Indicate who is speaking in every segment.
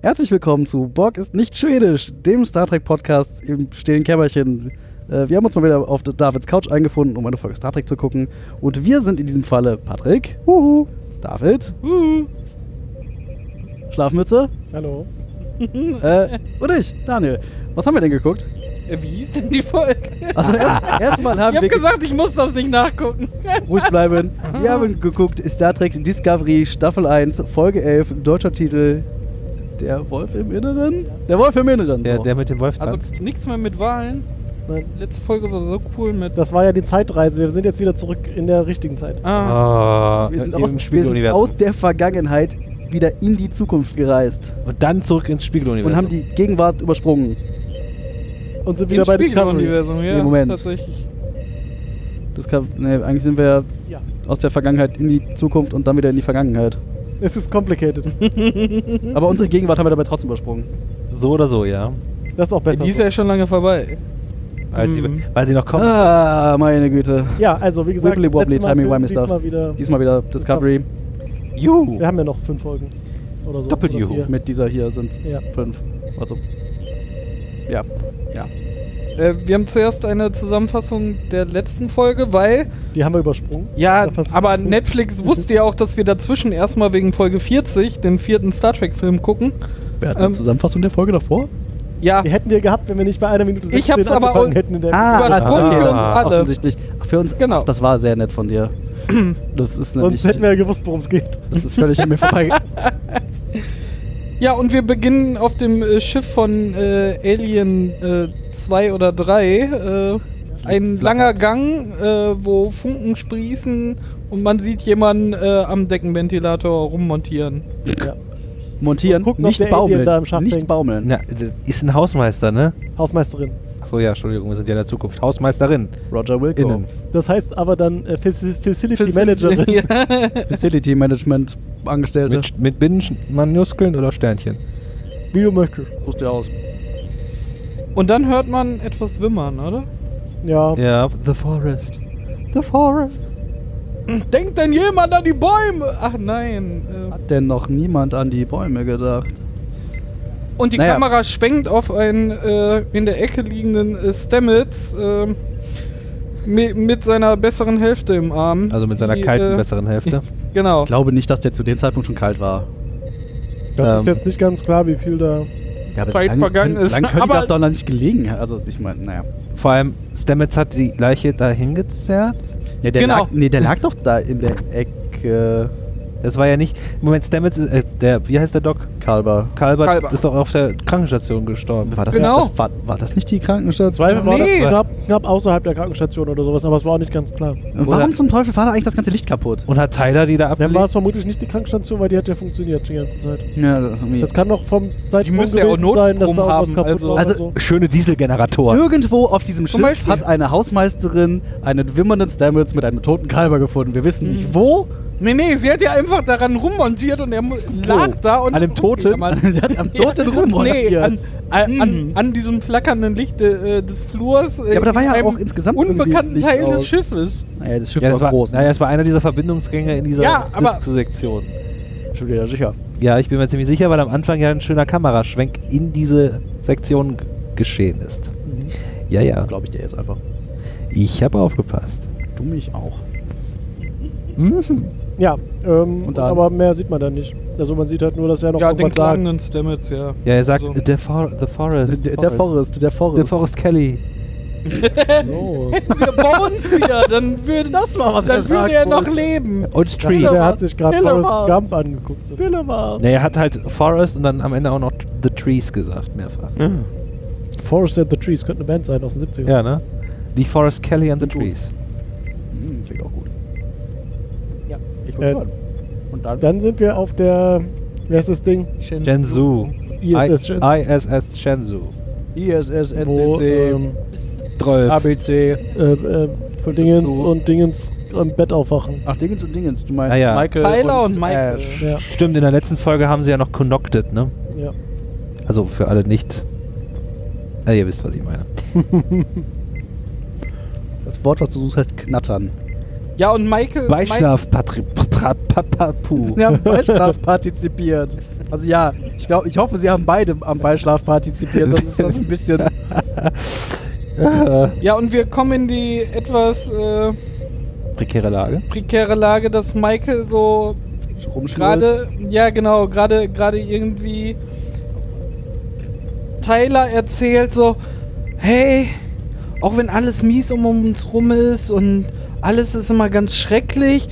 Speaker 1: Herzlich willkommen zu Borg ist nicht schwedisch, dem Star Trek Podcast im stillen Kämmerchen. Äh, wir haben uns mal wieder auf Davids Couch eingefunden, um eine Folge Star Trek zu gucken. Und wir sind in diesem Falle Patrick,
Speaker 2: Huhu.
Speaker 1: David,
Speaker 2: Huhu.
Speaker 1: Schlafmütze
Speaker 2: Hallo.
Speaker 1: äh, und ich, Daniel. Was haben wir denn geguckt?
Speaker 2: Äh, Wie hieß denn die Folge?
Speaker 1: Also erst- erstmal haben
Speaker 2: ich
Speaker 1: wir
Speaker 2: hab gesagt, ich muss das nicht nachgucken.
Speaker 1: ruhig bleiben. Wir haben geguckt Star Trek Discovery Staffel 1, Folge 11, deutscher Titel. Der Wolf im Inneren? Der Wolf im Inneren.
Speaker 3: Der,
Speaker 1: so.
Speaker 3: der mit dem Wolf tanzt.
Speaker 2: Also nichts mehr mit Wahlen.
Speaker 4: Nein,
Speaker 2: Letzte Folge war so cool mit.
Speaker 4: das war ja die Zeitreise. Wir sind jetzt wieder zurück in der richtigen Zeit.
Speaker 2: Ah,
Speaker 3: Ah,
Speaker 1: wir sind,
Speaker 3: im
Speaker 1: aus, wir sind
Speaker 3: Spiegeluniversum.
Speaker 1: aus der Vergangenheit wieder in die Zukunft gereist
Speaker 3: und dann zurück ins Spiegeluniversum.
Speaker 1: und haben die Gegenwart übersprungen.
Speaker 4: Und sind
Speaker 2: im
Speaker 4: wieder bei Discovery.
Speaker 2: Spiegeluniversum, ja.
Speaker 1: Nee, Moment.
Speaker 2: Tatsächlich.
Speaker 1: Das kann, nee, eigentlich sind wir
Speaker 4: Ja.
Speaker 1: aus der Vergangenheit in die Zukunft und dann wieder in die Vergangenheit.
Speaker 4: Es ist complicated.
Speaker 1: Aber unsere Gegenwart haben wir dabei trotzdem übersprungen.
Speaker 3: so oder so, ja.
Speaker 4: Das ist auch besser.
Speaker 2: Die ist
Speaker 4: so.
Speaker 2: ja schon lange vorbei.
Speaker 3: Weil,
Speaker 2: Mhm.
Speaker 3: sie, weil sie noch kommt.
Speaker 1: Ah, meine Güte.
Speaker 4: ja, also wie gesagt,
Speaker 1: Wibbly wobbly,
Speaker 4: letztes Mal
Speaker 1: timey
Speaker 4: Film,
Speaker 1: wimey stuff.
Speaker 4: diesmal wieder.
Speaker 1: Diesmal wieder Discovery.
Speaker 3: Juhu.
Speaker 4: Wir haben ja noch fünf Folgen. Oder so.
Speaker 3: Doppelt
Speaker 4: Oder
Speaker 3: Juhu.
Speaker 4: vier.
Speaker 1: Mit dieser hier sind
Speaker 4: Ja.
Speaker 1: fünf. Also. Ja. Ja.
Speaker 2: Äh, wir haben zuerst eine Zusammenfassung der letzten Folge, weil
Speaker 4: Die haben wir übersprungen.
Speaker 2: Ja,
Speaker 4: Da passiert-
Speaker 2: aber Netflix wusste ja auch, dass wir dazwischen erstmal wegen Folge 40 den vierten Star Trek-Film gucken.
Speaker 1: Wer hat
Speaker 2: eine Ähm,
Speaker 1: Zusammenfassung der Folge davor?
Speaker 2: Ja,
Speaker 4: Die hätten wir gehabt, wenn wir nicht bei einer Minute
Speaker 2: Ich hab's aber
Speaker 4: angefangen
Speaker 2: auch-
Speaker 4: hätten in der
Speaker 1: Ah,
Speaker 2: Übersprungen
Speaker 1: okay.
Speaker 3: wir uns
Speaker 1: Ah,
Speaker 2: alle.
Speaker 1: offensichtlich. Ach, Für uns,
Speaker 2: Genau.
Speaker 1: genau. das war sehr nett von dir. Das ist nämlich,
Speaker 4: Sonst hätten wir ja gewusst, worum es geht.
Speaker 1: das ist völlig an mir vorbei.
Speaker 2: ja, und wir beginnen auf dem äh, Schiff von äh, Alien 2 oder 3. Äh, ein
Speaker 3: flackert.
Speaker 2: langer Gang, äh, wo Funken sprießen und man sieht jemanden äh, am Deckenventilator rummontieren.
Speaker 4: Ja.
Speaker 1: Montieren,
Speaker 4: Gucken, ob
Speaker 1: nicht
Speaker 4: der Alien da im
Speaker 1: baumeln.
Speaker 4: Schacht
Speaker 1: Nicht
Speaker 4: hängt.
Speaker 1: baumeln.
Speaker 3: Na, d- ist ein Hausmeister, ne?
Speaker 4: Hausmeisterin.
Speaker 3: Achso, ja, Entschuldigung, wir sind ja in der Zukunft. Hausmeisterin.
Speaker 1: Roger Wilco.
Speaker 3: Innen.
Speaker 4: Das heißt aber dann äh, Faci- Facility
Speaker 2: Fürs-
Speaker 4: Managerin.
Speaker 2: ja.
Speaker 1: Facility Management Angestellte.
Speaker 3: Mit, mit Binnenmanuskeln oder Sternchen?
Speaker 4: Biomöckel.
Speaker 1: Suchst dir aus.
Speaker 2: Und dann hört man etwas wimmern, oder?
Speaker 4: Ja.
Speaker 3: Ja, The Forest.
Speaker 1: The Forest.
Speaker 2: Denkt denn jemand an die Bäume? Ach nein. Äh,
Speaker 1: Hat denn noch niemand an die Bäume gedacht?
Speaker 2: Und die
Speaker 1: Naja.
Speaker 2: Kamera schwenkt auf einen äh, in der Ecke liegenden äh, Stamets ähm, mi- mit seiner besseren Hälfte im Arm.
Speaker 3: Also mit seiner
Speaker 2: Die,
Speaker 3: kalten,
Speaker 2: äh,
Speaker 3: besseren Hälfte.
Speaker 2: Genau.
Speaker 1: Ich glaube nicht, dass der zu dem Zeitpunkt schon kalt war.
Speaker 4: Das ist
Speaker 3: Ähm.
Speaker 4: jetzt nicht ganz klar, wie viel da.
Speaker 1: Ja, aber
Speaker 2: Zeit vergangen ist,
Speaker 1: Lang könnte
Speaker 2: aber-
Speaker 1: das doch noch nicht gelegen. haben. Also ich meine, naja.
Speaker 3: Vor allem, Stamets hat die Leiche dahin gezerrt.
Speaker 1: Ja, der
Speaker 2: Genau.
Speaker 1: lag, nee, der lag doch da in der Ecke.
Speaker 3: Das war ja nicht. Moment, Stamets ist. Äh, der, wie heißt der Doc?
Speaker 1: Kalber.
Speaker 3: Kalbert,
Speaker 2: Kalbert.
Speaker 3: ist doch auf der Krankenstation gestorben.
Speaker 1: War das,
Speaker 2: Genau.
Speaker 1: das, war, war das nicht die Krankenstation?
Speaker 4: Zweifel war
Speaker 2: Nee.
Speaker 4: das knapp, knapp außerhalb der Krankenstation oder sowas, aber es war auch nicht ganz klar.
Speaker 1: Und Warum
Speaker 3: Oder-
Speaker 1: zum Teufel war da eigentlich das ganze Licht kaputt?
Speaker 3: Und hat Tyler die da
Speaker 4: Dann
Speaker 3: abgelegt?
Speaker 4: war es vermutlich nicht die Krankenstation, weil die hat ja funktioniert die ganze Zeit.
Speaker 1: Ja, das ist irgendwie-
Speaker 4: Das kann doch vom Zeitpunkt
Speaker 2: müssen ja auch
Speaker 4: gewesen sein, dass
Speaker 2: Notstrom
Speaker 4: da irgendwas
Speaker 2: haben,
Speaker 4: kaputt
Speaker 2: also-
Speaker 4: war oder
Speaker 1: also-
Speaker 4: so.
Speaker 3: Schöne Dieselgeneratoren.
Speaker 1: Irgendwo auf diesem
Speaker 2: Zum
Speaker 1: Schiff
Speaker 2: Beispiel.
Speaker 1: hat eine Hausmeisterin einen wimmernden Stamets mit einem toten Kalber gefunden. Wir wissen nicht wo.
Speaker 2: Nee, nee, sie hat ja einfach daran rummontiert und er mu- lag da und.
Speaker 1: An dem Toten. Sie hat am Toten
Speaker 2: Nee,
Speaker 1: rummontiert.
Speaker 2: an, an, an,
Speaker 1: Mhm.
Speaker 2: an diesem flackernden Licht äh, äh, des Flurs. äh,
Speaker 1: Ja, aber da war
Speaker 2: in
Speaker 1: ja
Speaker 2: einem
Speaker 1: auch insgesamt irgendwie
Speaker 2: Unbekannten
Speaker 1: Licht
Speaker 2: Teil des
Speaker 1: aus.
Speaker 2: Schiffes.
Speaker 1: Naja, das Schiff
Speaker 3: Ja,
Speaker 1: ist
Speaker 3: das
Speaker 1: auch
Speaker 3: war,
Speaker 1: groß. ne?
Speaker 3: naja, das war einer dieser Verbindungsgänge in dieser
Speaker 2: Ja, aber-
Speaker 3: Disk-Sektion.
Speaker 1: Entschuldigung, ja, sicher.
Speaker 3: Ja, ich bin mir ziemlich sicher, weil am Anfang ja ein schöner Kameraschwenk in diese Sektion g- geschehen ist. Ja, ja.
Speaker 1: Glaube ich dir jetzt einfach.
Speaker 3: Ich habe aufgepasst.
Speaker 1: Du mich auch.
Speaker 3: Mhm.
Speaker 4: Ja, ähm,
Speaker 1: Und dann?
Speaker 4: aber mehr sieht man dann nicht. Also man sieht halt nur, dass er noch
Speaker 2: Ja, den
Speaker 4: irgendwas sagt.
Speaker 2: klagenden Stamets, ja.
Speaker 3: Ja, er sagt,
Speaker 2: Also-
Speaker 3: the, for the Forest.
Speaker 1: Der, der Forest, der Forest.
Speaker 3: The Forest Kelly.
Speaker 4: Oh.
Speaker 2: Wir bauen es wieder, dann würde, das
Speaker 1: war was
Speaker 2: dann
Speaker 1: er
Speaker 2: würde
Speaker 1: sagt
Speaker 2: er noch
Speaker 1: wohl.
Speaker 2: leben.
Speaker 3: Und
Speaker 4: Dachte,
Speaker 3: Tree.
Speaker 4: der hat sich gerade
Speaker 1: Hello,
Speaker 4: Forrest
Speaker 1: Mom.
Speaker 4: Gump angeguckt.
Speaker 3: Ne, er hat halt Forest und dann am Ende auch noch The Trees gesagt, mehrfach.
Speaker 4: Forrest and the Trees könnte eine Band sein aus den 70ern.
Speaker 3: Ja, ne? Die Forest Kelly and the Trees.
Speaker 1: Hm, klingt auch gut.
Speaker 2: Ja.
Speaker 1: Ich
Speaker 4: Äh,
Speaker 1: hören. Und dann?
Speaker 4: Dann sind wir auf der, wer ist das Ding?
Speaker 3: Shenzhou.
Speaker 4: ISS,
Speaker 3: I- ISS Shenzhou.
Speaker 1: ISS,
Speaker 4: wo
Speaker 1: NCC,
Speaker 4: ähm,
Speaker 3: Drolf.
Speaker 1: ABC.
Speaker 4: äh, äh, für Dingens
Speaker 1: So.
Speaker 4: und Dingens im Bett aufwachen.
Speaker 1: Ach, Dingens und Dingens. Du meinst
Speaker 3: Ah, ja.
Speaker 1: Michael
Speaker 2: Tyler
Speaker 1: und,
Speaker 2: und Michael.
Speaker 1: Ash.
Speaker 4: Ja,
Speaker 3: Stimmt, in der letzten Folge haben sie ja noch connected, ne?
Speaker 4: ja.
Speaker 3: Also für alle nicht. Äh, ihr wisst, was ich meine.
Speaker 1: Das Wort, was du suchst, heißt knattern.
Speaker 2: Ja, und Michael.
Speaker 3: Beischlaf, Patri. Pra, pra, pra, pu.
Speaker 1: Wir haben Beischlaf partizipiert. Also ja, ich glaube, ich hoffe, sie haben beide am Beischlaf partizipiert, sonst ist das ein bisschen.
Speaker 2: Ja, und wir kommen in die etwas äh,
Speaker 3: Prekäre Lage.
Speaker 2: prekäre Lage, dass Michael so gerade, ja genau, gerade gerade irgendwie Tyler erzählt so, hey, auch wenn alles mies um uns rum ist und alles ist immer ganz schrecklich,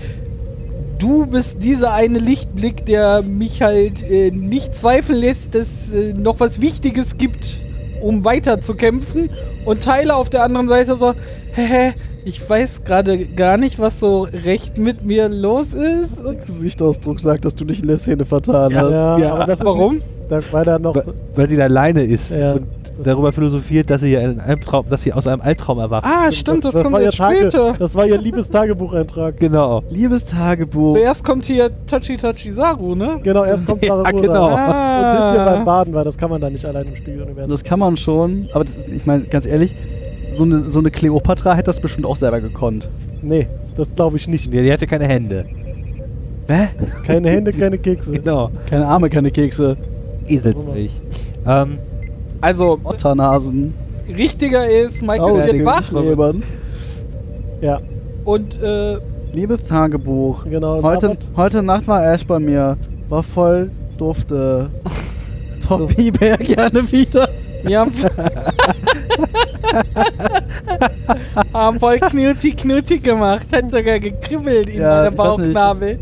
Speaker 2: du bist dieser eine Lichtblick, der mich halt äh, nicht zweifeln lässt, dass äh, noch was Wichtiges gibt, um weiterzukämpfen. Und Tyler auf der anderen Seite so, hehe, ich weiß gerade gar nicht, was so recht mit mir los ist. Und
Speaker 1: Gesichtsausdruck sagt, dass du dich in der Szene vertan hast.
Speaker 2: ja, aber
Speaker 4: ist
Speaker 2: warum?
Speaker 4: nicht- Da, weil da noch.
Speaker 3: Weil weil sie da alleine ist
Speaker 4: Ja.
Speaker 3: und darüber philosophiert, dass sie, ja einen Albtraum, dass sie aus einem Albtraum erwacht.
Speaker 2: Ah, stimmt, das, kommt
Speaker 4: war
Speaker 2: jetzt
Speaker 4: ihr Tage-
Speaker 2: später.
Speaker 4: Das war ihr liebes Tagebucheintrag.
Speaker 3: Genau.
Speaker 1: Liebes Tagebuch.
Speaker 2: Zuerst kommt hier Tachi Tachi Saru, ne?
Speaker 4: Genau, erst kommt
Speaker 3: Ja,
Speaker 4: Sarah Ruder.
Speaker 3: genau.
Speaker 4: Und hilft ihr beim
Speaker 2: Ah,
Speaker 4: Baden, weil das kann man da nicht allein im Spiegel werden.
Speaker 1: Das kann man schon, aber das ist, ich meine, ganz ehrlich, so eine so eine Kleopatra hätte das bestimmt auch selber gekonnt.
Speaker 4: Nee, das glaube ich nicht.
Speaker 3: Die, die hatte keine Hände.
Speaker 1: Hä?
Speaker 4: Keine Hände, keine Kekse.
Speaker 3: Genau.
Speaker 1: Keine Arme, keine Kekse,
Speaker 3: Eselsmilch. Ähm,
Speaker 2: also,
Speaker 1: Otternasen,
Speaker 2: richtiger ist, Michael
Speaker 1: oh,
Speaker 2: wird wach
Speaker 1: Lebern.
Speaker 4: Ja,
Speaker 2: und äh,
Speaker 1: Liebes Tagebuch.
Speaker 4: genau.
Speaker 1: Heute,
Speaker 4: David-
Speaker 1: heute Nacht war Ash bei mir. War voll dufte. Tobi wär gerne wieder.
Speaker 2: wir haben, haben voll knutig knutig gemacht. Hat sogar gekribbelt in
Speaker 1: Ja,
Speaker 2: meiner
Speaker 1: ich weiß nicht,
Speaker 2: Bauchnabel.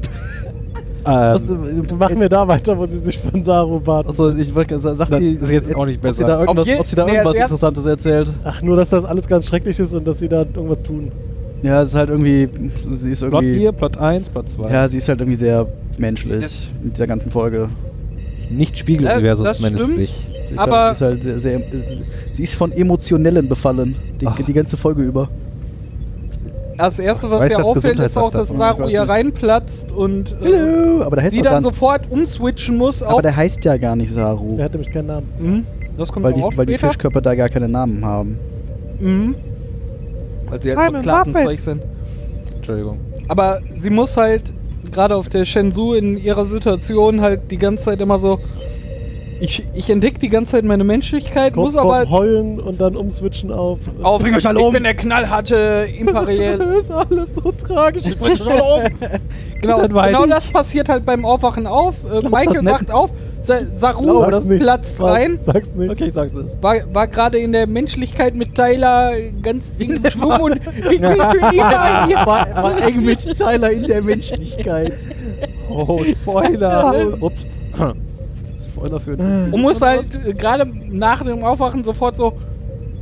Speaker 1: Was- äh,
Speaker 3: ähm,
Speaker 4: Machen wir da weiter, wo sie sich von Saru baden.
Speaker 2: Also-
Speaker 1: Achso, ich wollte sagen, sagt
Speaker 3: Das
Speaker 1: die,
Speaker 3: ist jetzt auch nicht
Speaker 1: ob sie
Speaker 3: besser.
Speaker 1: da irgendwas,
Speaker 2: Ob je-
Speaker 1: ob sie da
Speaker 2: nee,
Speaker 1: irgendwas
Speaker 2: der-
Speaker 1: Interessantes erzählt.
Speaker 4: Ach, nur, dass das alles ganz schrecklich ist und dass sie da irgendwas tun.
Speaker 1: Ja, es ist halt irgendwie. Sie ist
Speaker 3: Plot
Speaker 1: irgendwie.
Speaker 3: 4, Plot 1, Plot 2.
Speaker 1: Ja, sie ist halt irgendwie sehr menschlich in dieser ganzen Folge.
Speaker 3: Nicht Spiegeluniversum,
Speaker 2: Ja, das stimmt.
Speaker 3: menschlich.
Speaker 1: Sie ist
Speaker 2: Aber-
Speaker 1: halt, sie ist halt sehr, sehr, sie ist von Emotionellen befallen,
Speaker 2: Ah.
Speaker 1: die,
Speaker 3: Ach.
Speaker 1: die ganze Folge über.
Speaker 2: Das erste,
Speaker 3: Weiß
Speaker 2: was dir
Speaker 3: das
Speaker 2: auffällt, ist auch,
Speaker 3: Gesundheitsamt
Speaker 2: dass
Speaker 3: davon?
Speaker 2: Saru
Speaker 1: Ich
Speaker 2: hier
Speaker 1: weiß nicht.
Speaker 2: reinplatzt und äh,
Speaker 1: Hallo, aber der heißt
Speaker 2: sie
Speaker 1: doch
Speaker 2: dann
Speaker 1: gar
Speaker 2: sofort umswitchen muss.
Speaker 1: aber
Speaker 2: Auf,
Speaker 1: der heißt ja gar nicht
Speaker 2: Oh.
Speaker 1: Saru,
Speaker 4: Er hat nämlich keinen Namen.
Speaker 2: Mhm, das kommt
Speaker 1: weil
Speaker 2: auch
Speaker 1: die, weil die
Speaker 2: später.
Speaker 1: Fischköpfe da gar keine Namen haben.
Speaker 2: Mhm. Weil sie halt
Speaker 4: Simon,
Speaker 2: so Klatenzeug
Speaker 4: Waffel.
Speaker 2: sind.
Speaker 3: Entschuldigung.
Speaker 2: Aber sie muss halt gerade auf der Shenzhou in ihrer Situation halt die ganze Zeit immer so. Ich, ich entdecke die ganze Zeit meine Menschlichkeit,
Speaker 4: Kurz
Speaker 2: muss aber
Speaker 4: vorm Heulen und dann umswitchen auf. äh,
Speaker 2: auf
Speaker 1: Bring euch alle um.
Speaker 2: Ich bin der knallharte Imperial.
Speaker 4: ist alles so tragisch. Ich
Speaker 2: Bring euch alle um. genau,
Speaker 3: Dann weiß
Speaker 2: genau
Speaker 3: ich.
Speaker 2: das passiert halt beim Aufwachen auf. Äh, Michael
Speaker 1: nicht.
Speaker 2: wacht auf, Sa Saru
Speaker 4: glaube das nicht.
Speaker 2: platzt
Speaker 4: Sag-
Speaker 2: rein.
Speaker 4: Sag's nicht.
Speaker 1: ich sag's es.
Speaker 2: War, war gerade in der Menschlichkeit mit Tyler ganz in Schwung und ich bin wieder hier.
Speaker 1: War, war eng mit Tyler in der Menschlichkeit.
Speaker 3: Oh, Spoiler. Ups.
Speaker 1: Spoiler für den
Speaker 2: Und muss halt äh, gerade nach dem Aufwachen sofort so: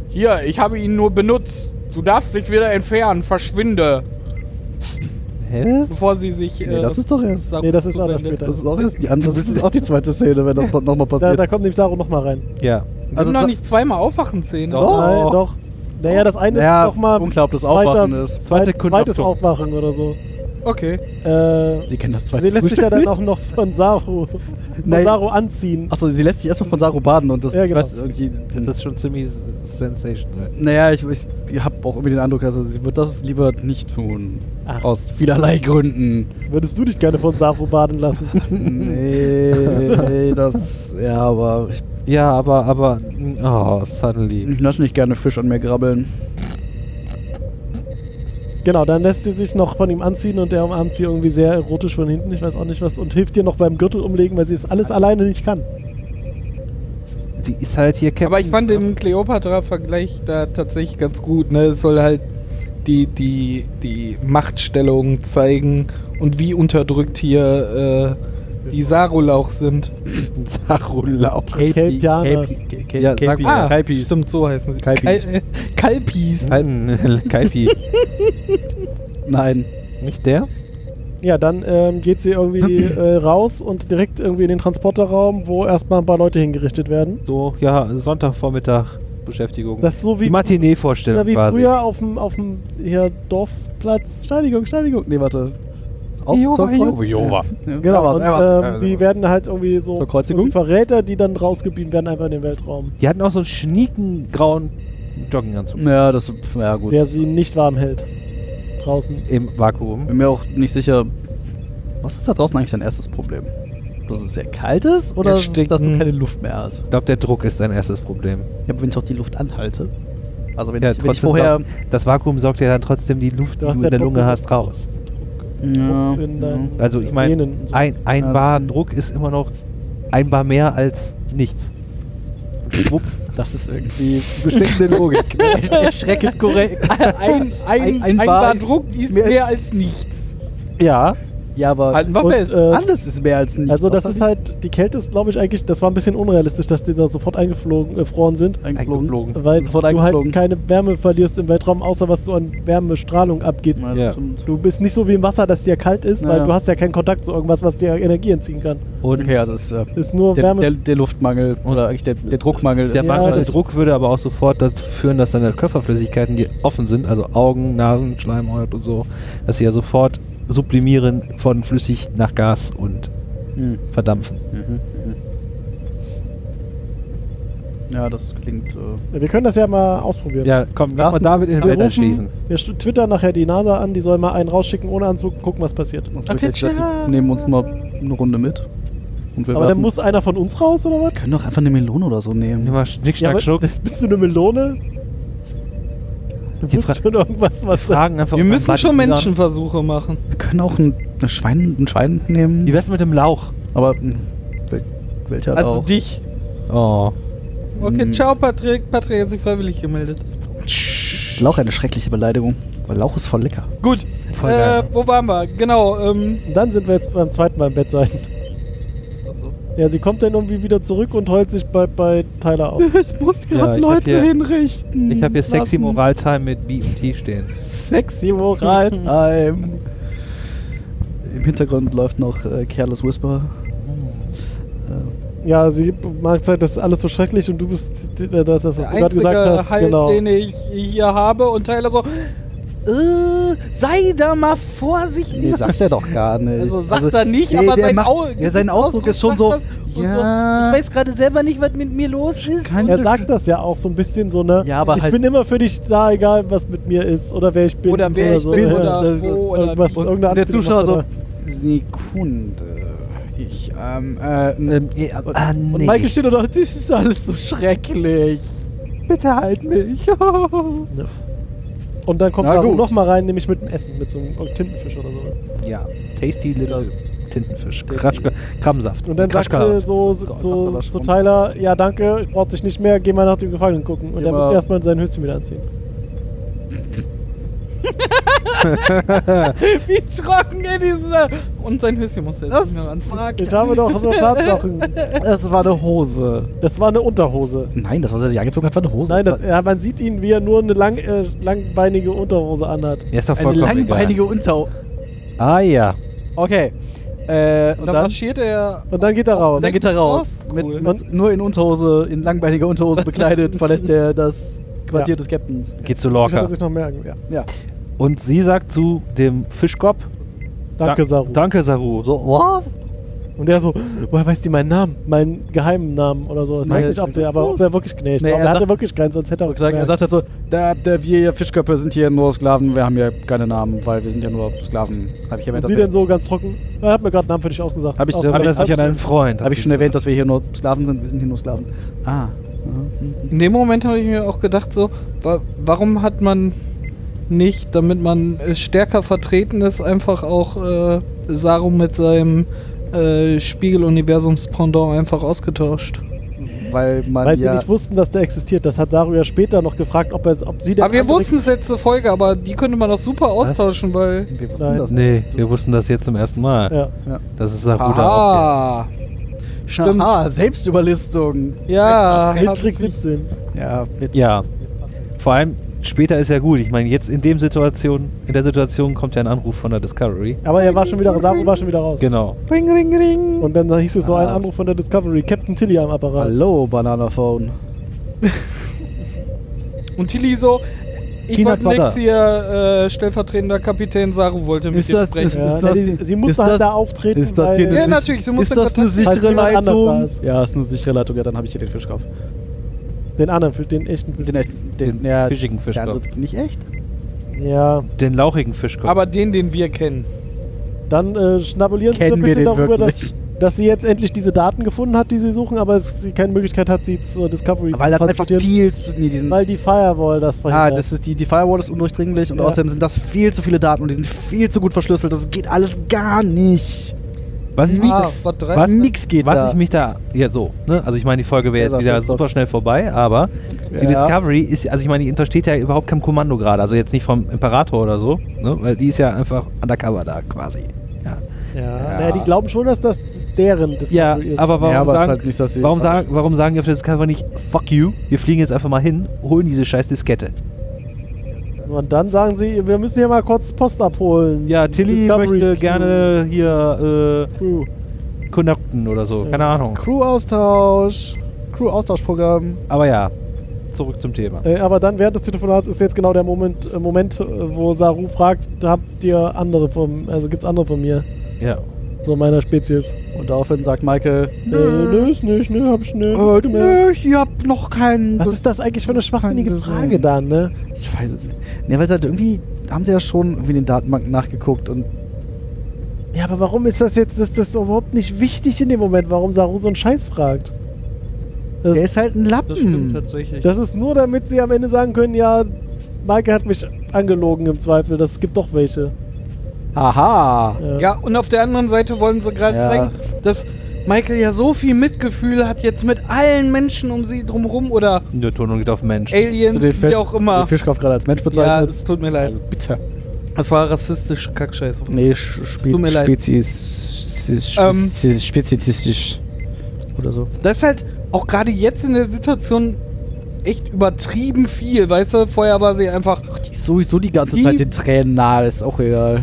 Speaker 2: Hier, ich habe ihn nur benutzt. Du darfst dich wieder entfernen. Verschwinde.
Speaker 3: Hä?
Speaker 2: Bevor sie sich. äh,
Speaker 1: Nee, das ist doch erst.
Speaker 2: Saru
Speaker 4: Nee, das ist ein anderer
Speaker 2: zuwendet.
Speaker 4: später.
Speaker 1: Das ist auch erst die andere. Das ist auch die zweite Szene, wenn das nochmal
Speaker 4: Da,
Speaker 1: passiert.
Speaker 4: da kommt nämlich Saru nochmal rein.
Speaker 3: Ja.
Speaker 2: Wir
Speaker 1: Also
Speaker 2: haben noch
Speaker 1: Sa-
Speaker 2: nicht zweimal Aufwachen-Szenen.
Speaker 3: Doch. Oh.
Speaker 4: Nein, doch. Naja, das eine
Speaker 1: Ja,
Speaker 4: ist nochmal.
Speaker 1: unglaubliches
Speaker 4: zweiter-
Speaker 1: Aufwachen ist.
Speaker 3: Zweite
Speaker 4: zweit- zweites
Speaker 3: Kunduktum.
Speaker 4: Aufwachen oder so.
Speaker 2: Okay.
Speaker 4: Äh,
Speaker 1: Sie kennen das
Speaker 4: sie
Speaker 1: zweite
Speaker 4: lässt sich ja
Speaker 1: Frühstück
Speaker 4: dann
Speaker 1: mit.
Speaker 4: auch noch von Saru, von
Speaker 1: Nein.
Speaker 4: Saru anziehen.
Speaker 1: Achso, sie lässt sich erstmal von Saru baden und das,
Speaker 4: Ja, genau.
Speaker 1: ich weiß, irgendwie,
Speaker 3: Das ist schon ziemlich s- sensational.
Speaker 1: Naja, ich, ich, habe auch irgendwie den Eindruck, dass sie wird das lieber nicht tun.
Speaker 4: Ach.
Speaker 1: Aus vielerlei Gründen.
Speaker 4: Würdest du dich gerne von Saru baden lassen?
Speaker 1: nee, das. Ja, aber ich
Speaker 3: Ja, aber, aber. Oh, suddenly.
Speaker 1: ich lasse nicht gerne Fisch an mir grabbeln.
Speaker 4: Genau, dann lässt sie sich noch von ihm anziehen und er umarmt sie irgendwie sehr erotisch von hinten, ich weiß auch nicht was, und hilft ihr noch beim Gürtel umlegen, weil sie es alles alleine nicht kann.
Speaker 3: Sie ist halt hier Captain.
Speaker 2: Aber ich fand den Cleopatra-Vergleich da tatsächlich ganz gut. Ne? Es soll halt die, die, die Machtstellung zeigen und wie unterdrückt hier äh, die Sarulauch sind.
Speaker 3: Sarulauch.
Speaker 4: Kelpianer.
Speaker 3: Ja,
Speaker 1: Ja,
Speaker 3: sag mal.
Speaker 1: Kalpis.
Speaker 2: Ah, Stimmt, so heißen sie.
Speaker 1: Kalpis.
Speaker 2: Kal- Kalpis.
Speaker 3: Kalp- Kalpi.
Speaker 1: Nein.
Speaker 3: Nicht der?
Speaker 4: Ja, dann ähm, geht sie irgendwie äh, raus und direkt irgendwie in den Transporterraum, wo erstmal ein paar Leute hingerichtet werden.
Speaker 3: So, ja, Sonntagvormittag Beschäftigung.
Speaker 4: Das ist so
Speaker 3: die
Speaker 4: wie,
Speaker 3: Matinee-Vorstellung
Speaker 4: na, wie
Speaker 3: quasi.
Speaker 4: früher auf dem, auf dem hier Dorfplatz.
Speaker 1: Steinigung, Steinigung. Nee, warte. Auch
Speaker 3: Jehova,
Speaker 1: zur Kreuz-
Speaker 3: Jehova, Jehova.
Speaker 1: Ja,
Speaker 4: Genau,
Speaker 1: da war's,
Speaker 4: und,
Speaker 1: da war's.
Speaker 4: ähm, die werden halt irgendwie so
Speaker 1: Zur Kreuzigung?
Speaker 4: irgendwie Verräter, die dann rausgebeamt werden einfach in den Weltraum,
Speaker 3: Die hatten auch so einen schnieken grauen Jogginganzug.
Speaker 1: Ja, das. Ja, gut.
Speaker 4: der sie nicht warm hält. Draußen.
Speaker 3: Im Vakuum.
Speaker 1: Bin mir auch nicht sicher. Was ist da draußen eigentlich dein erstes Problem? dass es sehr kalt ist oder
Speaker 2: Ja,
Speaker 1: dass
Speaker 2: stinken.
Speaker 1: du keine Luft mehr hast?
Speaker 3: Ich glaube, der Druck ist ein erstes Problem.
Speaker 1: Ja, aber wenn ich auch die Luft anhalte. Also wenn,
Speaker 3: Ja,
Speaker 1: ich, wenn ich
Speaker 3: trotzdem
Speaker 1: vorher...
Speaker 3: Das Vakuum sorgt ja dann trotzdem die Luft, die
Speaker 4: Du hast
Speaker 3: du
Speaker 4: ja
Speaker 3: in der
Speaker 4: trotzdem
Speaker 3: Lunge
Speaker 4: Luft.
Speaker 3: hast, raus.
Speaker 1: Ja,
Speaker 4: in
Speaker 1: ja.
Speaker 4: deinen
Speaker 3: Also ich meine,
Speaker 4: Venen und so.
Speaker 3: ein,
Speaker 1: Ja.
Speaker 3: ein Bar Druck ist immer noch ein Bar mehr als nichts. Schwupp.
Speaker 1: Das ist irgendwie
Speaker 3: Bestimmte Logik. ne?
Speaker 1: ersch- erschreckend korrekt.
Speaker 2: Ein, ein, ein,
Speaker 1: ein
Speaker 2: Bar,
Speaker 1: Bar ist
Speaker 2: Druck ist
Speaker 1: mehr-
Speaker 2: mehr, als nichts.
Speaker 3: ja,
Speaker 1: Ja, aber
Speaker 2: Halten wir
Speaker 4: Und,
Speaker 2: fest.
Speaker 4: äh,
Speaker 1: alles ist mehr als nichts.
Speaker 4: Also das
Speaker 1: Was
Speaker 4: ist
Speaker 1: hat
Speaker 4: halt, die Kälte ist, glaube ich, eigentlich, das war ein bisschen unrealistisch, dass die da sofort eingeflogen, äh, gefroren sind,
Speaker 1: die eingeflogen?
Speaker 3: eingeflogen.
Speaker 4: weil
Speaker 1: Sofort
Speaker 4: du
Speaker 1: eingeflogen.
Speaker 4: halt keine Wärme verlierst im Weltraum, außer was du an Wärmestrahlung abgibst.
Speaker 1: Ja,
Speaker 3: Ja.
Speaker 1: stimmt.
Speaker 4: Du bist nicht so wie im Wasser, dass dir kalt ist,
Speaker 1: Ja.
Speaker 4: weil du hast ja keinen Kontakt zu irgendwas, was dir Energie entziehen kann.
Speaker 3: Und
Speaker 1: Okay, also ist, äh,
Speaker 4: Ist nur
Speaker 1: der,
Speaker 4: Wärme.
Speaker 1: der, der Luftmangel oder eigentlich der, der Druckmangel.
Speaker 3: der
Speaker 1: ist-
Speaker 4: Ja,
Speaker 3: mangelnde
Speaker 4: das-
Speaker 3: Druck würde aber auch sofort dazu führen, dass deine Körperflüssigkeiten, die offen sind, also Augen, Nasen, Schleimhaut und so, dass sie ja sofort sublimieren von flüssig nach Gas und
Speaker 1: Hm.
Speaker 3: verdampfen.
Speaker 1: Mhm, mhm. Ja, das klingt. Äh,
Speaker 4: Wir können das ja mal ausprobieren.
Speaker 3: Ja, komm, lass mal
Speaker 1: Carsten,
Speaker 3: David in den
Speaker 4: Wir
Speaker 3: Wald
Speaker 4: rufen-
Speaker 3: einschließen.
Speaker 4: Wir st- twittern nachher die NASA an, die soll mal einen rausschicken ohne Anzug, gucken, was passiert.
Speaker 1: das
Speaker 2: Okay,
Speaker 1: wird vielleicht-
Speaker 2: tschau.
Speaker 1: die nehmen uns mal eine Runde mit. Und wir
Speaker 4: Aber dann
Speaker 1: werfen-
Speaker 4: muss einer von uns raus, oder was?
Speaker 1: Wir können doch einfach eine Melone oder so
Speaker 3: Nimm
Speaker 1: nehmen.
Speaker 3: mal Schnick,
Speaker 4: Ja,
Speaker 3: Schnack,
Speaker 4: aber
Speaker 3: Schnuck.
Speaker 4: das, bist du eine Melone? Du
Speaker 3: Wir
Speaker 4: musst
Speaker 3: fra-
Speaker 4: schon irgendwas
Speaker 3: Wir
Speaker 4: was
Speaker 3: fragen einfach
Speaker 2: Wir
Speaker 3: unseren
Speaker 2: müssen schon
Speaker 3: Buddy-Dealer.
Speaker 2: Menschenversuche machen.
Speaker 1: Wir können auch ein, eine Schwein, ein Schwein nehmen.
Speaker 3: Wie wär's mit dem Lauch?
Speaker 1: Aber mh, wel- welcher hat
Speaker 2: Also
Speaker 1: auch?
Speaker 2: dich.
Speaker 3: Oh.
Speaker 2: Okay,
Speaker 1: Hm.
Speaker 2: ciao Patrick. Patrick hat sich freiwillig gemeldet.
Speaker 1: Ist Lauch eine schreckliche Beleidigung. Weil Lauch ist voll lecker.
Speaker 2: Gut,
Speaker 3: Voll
Speaker 2: äh,
Speaker 3: geil.
Speaker 2: wo waren wir? Genau, ähm,
Speaker 4: Und dann sind wir jetzt beim zweiten Mal im Bett sein. Ja, sie kommt dann irgendwie wieder zurück und heult sich bei, bei Tyler auf.
Speaker 1: Ich muss
Speaker 3: grad Ja, ich hab Leute hier-
Speaker 1: hinrichten.
Speaker 3: Ich habe hier Sexy Moral Time mit B und T stehen.
Speaker 1: Sexy Moral Time. Im Hintergrund läuft noch äh, Careless Whisper.
Speaker 4: Ja, sie mag halt, das ist alles so schrecklich und du bist äh, das, was du
Speaker 2: der
Speaker 4: gerade
Speaker 2: einzige
Speaker 4: gesagt hast.
Speaker 2: Halt,
Speaker 4: genau.
Speaker 2: den ich hier habe und Tyler so, äh, sei da mal vorsichtig.
Speaker 1: Nee, sagt er doch gar nicht.
Speaker 2: also sagt er nicht, aber
Speaker 1: der
Speaker 2: sein,
Speaker 1: macht-
Speaker 2: Au
Speaker 1: ja, sein Ausdruck ist schon
Speaker 2: sagt
Speaker 1: so.
Speaker 2: das und
Speaker 1: ja,
Speaker 2: so. Ich weiß gerade selber nicht, was mit mir los ist.
Speaker 1: Kein
Speaker 4: Er sagt das ja auch so ein bisschen so, ne?
Speaker 1: Ja, aber
Speaker 4: ich
Speaker 1: halt-
Speaker 4: bin immer für dich da, egal was mit mir ist oder wer ich bin.
Speaker 2: Oder wer ich
Speaker 4: so. ne.
Speaker 2: bin
Speaker 4: Ja,
Speaker 2: oder
Speaker 4: das-
Speaker 2: wo oder
Speaker 4: irgendwas,
Speaker 2: wie.
Speaker 4: irgendeine
Speaker 1: der
Speaker 4: Anspielung
Speaker 1: Zuschauer
Speaker 4: macht,
Speaker 1: so.
Speaker 4: oder?
Speaker 1: Sekunde. Ich, ähm, äh,
Speaker 3: Ähm, äh, ah,
Speaker 1: Und
Speaker 3: nee.
Speaker 1: Michael steht da, das ist alles so schrecklich. Bitte halt mich.
Speaker 4: Ja. Und dann kommt
Speaker 1: Na
Speaker 4: Naru
Speaker 1: gut.
Speaker 4: noch mal rein, nämlich mit dem Essen, mit so einem Tintenfisch oder sowas.
Speaker 3: Ja, tasty little Tintenfisch. Kratsch, Krabbensaft.
Speaker 4: Und dann sagt
Speaker 3: Kratschkalat.
Speaker 4: er so, so,
Speaker 1: Gott, macht er
Speaker 4: so,
Speaker 1: das
Speaker 4: so
Speaker 1: schon.
Speaker 4: Tyler, ja danke, ich brauch dich nicht mehr, geh mal nach dem Gefangenen gucken. Und
Speaker 1: Ja,
Speaker 4: er muss
Speaker 1: aber-
Speaker 4: erstmal sein Höschen wieder anziehen.
Speaker 2: Wie trocken er dieser. Und sein Höschen muss er jetzt mir anfangen.
Speaker 4: Ich habe doch nur Tatsachen.
Speaker 1: Das war eine Hose.
Speaker 4: Das war eine Unterhose.
Speaker 1: Nein, das, was er sich angezogen hat, war eine Hose.
Speaker 4: Nein, das,
Speaker 1: war
Speaker 4: ja, man sieht ihn, wie er nur eine lang, äh, langbeinige Unterhose anhat.
Speaker 3: Er ist doch
Speaker 1: eine
Speaker 3: vollkommen
Speaker 1: langbeinige Unterhose.
Speaker 3: Egal. Ah ja.
Speaker 1: Okay. Äh, und
Speaker 2: Da
Speaker 1: dann,
Speaker 2: marschiert er.
Speaker 4: Und dann geht er raus.
Speaker 1: dann geht er raus.
Speaker 2: Cool.
Speaker 1: Mit, mit, nur in Unterhose, in langbeiniger Unterhose bekleidet, verlässt er das Quartier
Speaker 4: Ja.
Speaker 1: des Captains.
Speaker 3: Geht zu
Speaker 4: Ich
Speaker 3: Lorca.
Speaker 4: muss sich noch merken. Ja.
Speaker 1: Ja.
Speaker 3: Und sie sagt zu dem Fischkopf.
Speaker 4: Danke,
Speaker 3: "Da-
Speaker 4: Saru.
Speaker 3: Danke, Saru. So, was?
Speaker 4: Und der so, woher weiß die meinen Namen? Meinen geheimen Namen oder so. Das
Speaker 1: Meine-
Speaker 4: weiß nicht, ob der, aber ob er wirklich Knecht
Speaker 1: Nee,
Speaker 4: war.
Speaker 1: er
Speaker 4: Aber er
Speaker 1: sagt-
Speaker 4: hatte wirklich keinen, sonst hätte er
Speaker 1: Er
Speaker 4: uns
Speaker 1: sagt, er
Speaker 4: gemerkt.
Speaker 1: sagt halt so, da, da, wir Fischköpfe sind hier nur Sklaven, wir haben hier keine Namen, weil wir sind ja nur Sklaven. Habe ich erwähnt,
Speaker 4: Und
Speaker 1: dass
Speaker 4: sie
Speaker 1: wir-
Speaker 4: dann so ganz trocken, er hat mir gerade einen Namen für dich ausgesagt.
Speaker 1: Hab ich-
Speaker 4: Auch-
Speaker 1: hab
Speaker 3: Erinnert mich an einen Freund.
Speaker 1: Habe ich schon erwähnt, dass wir hier nur Sklaven sind? Wir sind hier nur Sklaven. Ah.
Speaker 2: In dem Moment habe ich mir auch gedacht, so, wa warum hat man nicht, damit man äh, stärker vertreten ist, einfach auch äh, Saru mit seinem äh, Spiegeluniversums-Pendant einfach ausgetauscht?
Speaker 1: Weil man
Speaker 4: Weil
Speaker 1: ja...
Speaker 4: sie nicht wussten, dass der existiert. Das hat Dario ja später noch gefragt, ob, er, ob sie den
Speaker 2: aber
Speaker 1: also
Speaker 2: wir
Speaker 4: anderen-
Speaker 2: wussten es letzte Folge, aber die könnte man doch super austauschen, weil.
Speaker 1: wir wussten
Speaker 4: Nein.
Speaker 1: das
Speaker 3: Nee,
Speaker 1: nicht.
Speaker 3: wir wussten das jetzt zum ersten Mal.
Speaker 4: Ja.
Speaker 3: Das ist Saru da auch.
Speaker 2: Ah,
Speaker 1: Stimmt.
Speaker 2: Stimmt.
Speaker 1: Aha, Selbstüberlistung.
Speaker 2: ja.
Speaker 4: Mit
Speaker 2: hab-
Speaker 4: Trick 17.
Speaker 1: Ja, mit
Speaker 3: Ja. Vor allem später ist ja gut. Ich meine, jetzt in dem Situation, in der Situation kommt ja ein Anruf von der Discovery.
Speaker 4: Aber er war schon wieder, Saru war schon wieder raus.
Speaker 3: Genau.
Speaker 2: Ring, ring, ring.
Speaker 4: Und dann hieß es so ein
Speaker 1: Ah.
Speaker 4: Anruf von der Discovery. Captain Tilly am Apparat.
Speaker 1: Hallo, Bananaphone.
Speaker 2: Und Tilly so, ich
Speaker 3: Peanut
Speaker 2: wollte nix
Speaker 3: Butter.
Speaker 2: hier, äh, stellvertretender Kapitän Saru wollte mit
Speaker 1: Ist
Speaker 2: dir
Speaker 1: das-
Speaker 2: sprechen.
Speaker 4: Ja,
Speaker 1: Ist das-
Speaker 4: sie, sie
Speaker 1: ist
Speaker 4: musste halt
Speaker 1: das-
Speaker 4: da auftreten,
Speaker 1: ist das
Speaker 4: weil
Speaker 1: hier eine
Speaker 2: Ja,
Speaker 1: Sich-
Speaker 2: natürlich, so muss
Speaker 1: ist
Speaker 2: der
Speaker 1: das eine
Speaker 2: Kontakt-
Speaker 1: sichere
Speaker 4: Falls jemand anders da
Speaker 1: Leitung?
Speaker 4: ist.
Speaker 1: Ja, ist eine sichere Leitung. Ja, dann habe ich hier den Fischkopf.
Speaker 4: den anderen, für den echten
Speaker 1: Den,
Speaker 4: Fisch.
Speaker 1: echten, den,
Speaker 3: Den
Speaker 1: ja,
Speaker 3: fischigen
Speaker 1: der andere
Speaker 3: Fischkopf.
Speaker 1: ist Nicht echt?
Speaker 4: Ja,
Speaker 3: Den lauchigen Fischkopf.
Speaker 2: Aber den, den wir kennen.
Speaker 4: dann äh, schnabulieren sie so ein
Speaker 1: Kennen wir
Speaker 4: bisschen
Speaker 1: den
Speaker 4: darüber,
Speaker 1: wirklich?
Speaker 4: dass sie jetzt endlich diese Daten gefunden hat, die sie suchen, aber es, sie keine Möglichkeit hat, sie zur Discovery
Speaker 1: Weil das einfach
Speaker 4: transportieren,
Speaker 1: viel zu. Nee, diesen,
Speaker 4: Weil die Firewall das
Speaker 1: ah,
Speaker 4: verhindert.
Speaker 1: das ist die, die Firewall ist undurchdringlich und
Speaker 4: Ja.
Speaker 1: außerdem sind das viel zu viele Daten und die sind viel zu gut verschlüsselt. Das geht alles gar nicht.
Speaker 3: Was ich, mich,
Speaker 1: Ah,
Speaker 3: was,
Speaker 2: was dreist-
Speaker 1: nix geht
Speaker 3: was
Speaker 1: da.
Speaker 3: ich mich da, ja so, ne? also ich meine, die Folge wäre
Speaker 1: Ja,
Speaker 3: jetzt
Speaker 1: das
Speaker 3: wieder
Speaker 1: ist doch-
Speaker 3: super schnell vorbei, aber die
Speaker 1: Ja.
Speaker 3: Discovery ist, also ich meine, die untersteht ja überhaupt keinem Kommando gerade, also jetzt nicht vom Imperator oder so, ne? weil die ist ja einfach undercover da quasi. Ja,
Speaker 4: ja. Naja, die glauben schon, dass das deren Discovery
Speaker 3: ja
Speaker 4: ist.
Speaker 3: aber warum
Speaker 1: ja, aber es ist
Speaker 3: sagen,
Speaker 1: halt nicht, dass sie-
Speaker 3: Warum sagen, warum sagen die auf der Discovery nicht, fuck you, wir fliegen jetzt einfach mal hin, holen diese scheiß Diskette?
Speaker 4: Und dann sagen sie, wir müssen hier mal kurz Post abholen.
Speaker 3: Ja, Tilly
Speaker 4: Discovery
Speaker 3: möchte
Speaker 4: Crew.
Speaker 3: gerne hier
Speaker 4: Crew.
Speaker 3: äh, connecten oder so, keine Ahnung.
Speaker 1: Crew-Austausch. Crew-Austauschprogramm.
Speaker 3: Aber ja, zurück zum Thema.
Speaker 4: Äh, aber dann während des Telefonats ist jetzt genau der Moment, äh, Moment äh, wo Saru fragt, habt ihr andere von, also gibt's andere von mir,
Speaker 3: Ja.
Speaker 4: so meiner Spezies?
Speaker 1: Und daraufhin sagt Michael:
Speaker 4: Nö, nö, ist nicht, nö, hab ich nicht.
Speaker 3: Oh,
Speaker 1: äh, Nö, ich hab noch keinen.
Speaker 4: Was ist das eigentlich für eine schwachsinnige
Speaker 1: Kann so sein.
Speaker 4: Frage dann, ne?
Speaker 1: Ich weiß es nicht. Ne, weil sie halt irgendwie haben sie ja schon irgendwie in den Datenbanken nachgeguckt und
Speaker 4: Ja, aber warum ist das jetzt, ist das überhaupt nicht wichtig in dem Moment, warum Saru so einen Scheiß fragt? Das,
Speaker 1: der ist halt ein Lappen.
Speaker 3: tatsächlich.
Speaker 4: das ist nur, damit sie am Ende sagen können, ja, Michael hat mich angelogen im Zweifel, das gibt doch welche.
Speaker 1: Haha.
Speaker 4: Ja.
Speaker 2: Ja, und auf der anderen Seite wollen sie gerade
Speaker 1: Ja.
Speaker 2: zeigen, dass Michael ja so viel Mitgefühl hat jetzt mit allen Menschen um sie drumherum oder
Speaker 3: Die Tonung geht auf Mensch.
Speaker 2: Aliens, wie auch immer.
Speaker 1: Den Fischkopf gerade als Mensch
Speaker 2: Ja,
Speaker 1: bezeichnet.
Speaker 2: das tut mir leid.
Speaker 1: also bitte.
Speaker 2: Das war rassistische Kackscheiße.
Speaker 1: Nee, sch- spe
Speaker 2: tut mir leid.
Speaker 1: spezies
Speaker 2: Ähm.
Speaker 1: spezies- speziesistisch. Oder so.
Speaker 2: Das ist halt auch gerade jetzt in der Situation echt übertrieben viel, weißt du? Vorher war sie einfach.
Speaker 1: Die ist sowieso die ganze
Speaker 2: Die-
Speaker 1: Zeit den Tränen nahe, ist auch egal.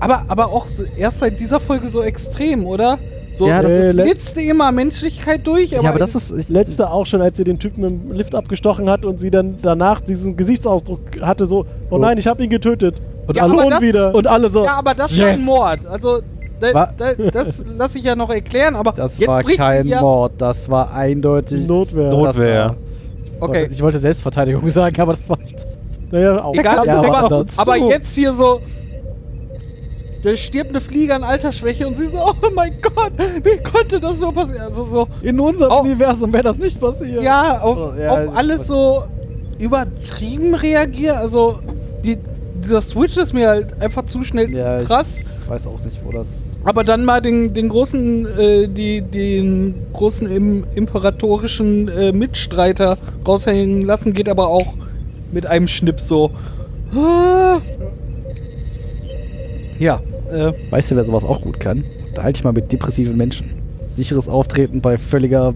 Speaker 2: Aber, aber auch s- erst seit dieser Folge so extrem, oder? So,
Speaker 1: Ja, das
Speaker 2: äh,
Speaker 1: ist-
Speaker 2: blitzt immer Menschlichkeit durch, aber,
Speaker 1: ja, aber das ist. Ich,
Speaker 4: Letzte auch schon, als sie den Typen im Lift abgestochen hat und sie dann danach diesen Gesichtsausdruck hatte, so, oh nein, ich habe ihn getötet. Und
Speaker 2: Ja,
Speaker 4: alle
Speaker 2: aber
Speaker 4: und
Speaker 2: das-
Speaker 4: wieder.
Speaker 1: und alle so.
Speaker 2: Ja, aber das war
Speaker 1: Yes.
Speaker 2: ein Mord. Also, da,
Speaker 1: Wa-
Speaker 2: da, das lasse ich ja noch erklären, aber
Speaker 1: Das
Speaker 2: jetzt
Speaker 1: war
Speaker 2: bringt sie
Speaker 1: kein
Speaker 2: ja,
Speaker 1: Mord, das war eindeutig.
Speaker 4: Notwehr.
Speaker 1: Das
Speaker 3: Notwehr.
Speaker 1: war- Ich
Speaker 2: Okay.
Speaker 1: wollte, ich wollte Selbstverteidigung sagen, aber das war nicht das.
Speaker 4: naja, auch.
Speaker 2: Egal,
Speaker 1: Ja,
Speaker 2: aber,
Speaker 1: aber
Speaker 2: aber,
Speaker 1: das-
Speaker 2: aber jetzt hier so. Da stirbt eine Fliege an Altersschwäche und sie so, oh mein Gott, wie konnte das so passieren? Also so,
Speaker 1: In unserem
Speaker 2: Auch-
Speaker 1: Universum wäre das nicht passiert.
Speaker 2: ja,
Speaker 1: Oh,
Speaker 2: auf,
Speaker 1: ja,
Speaker 2: auf alles so übertrieben reagieren. Also, die, dieser Switch ist mir halt einfach zu schnell
Speaker 1: Ja,
Speaker 2: zu
Speaker 1: ich-
Speaker 2: krass.
Speaker 1: Ich weiß auch nicht, wo das.
Speaker 2: Aber dann mal den, den großen, äh, die, den großen im, imperatorischen äh, Mitstreiter raushängen lassen, geht aber auch mit einem Schnipp so. Ah. Ja, äh,
Speaker 1: Weißt du, wer sowas auch gut kann? Da halte ich mal mit depressiven Menschen. Sicheres Auftreten bei völliger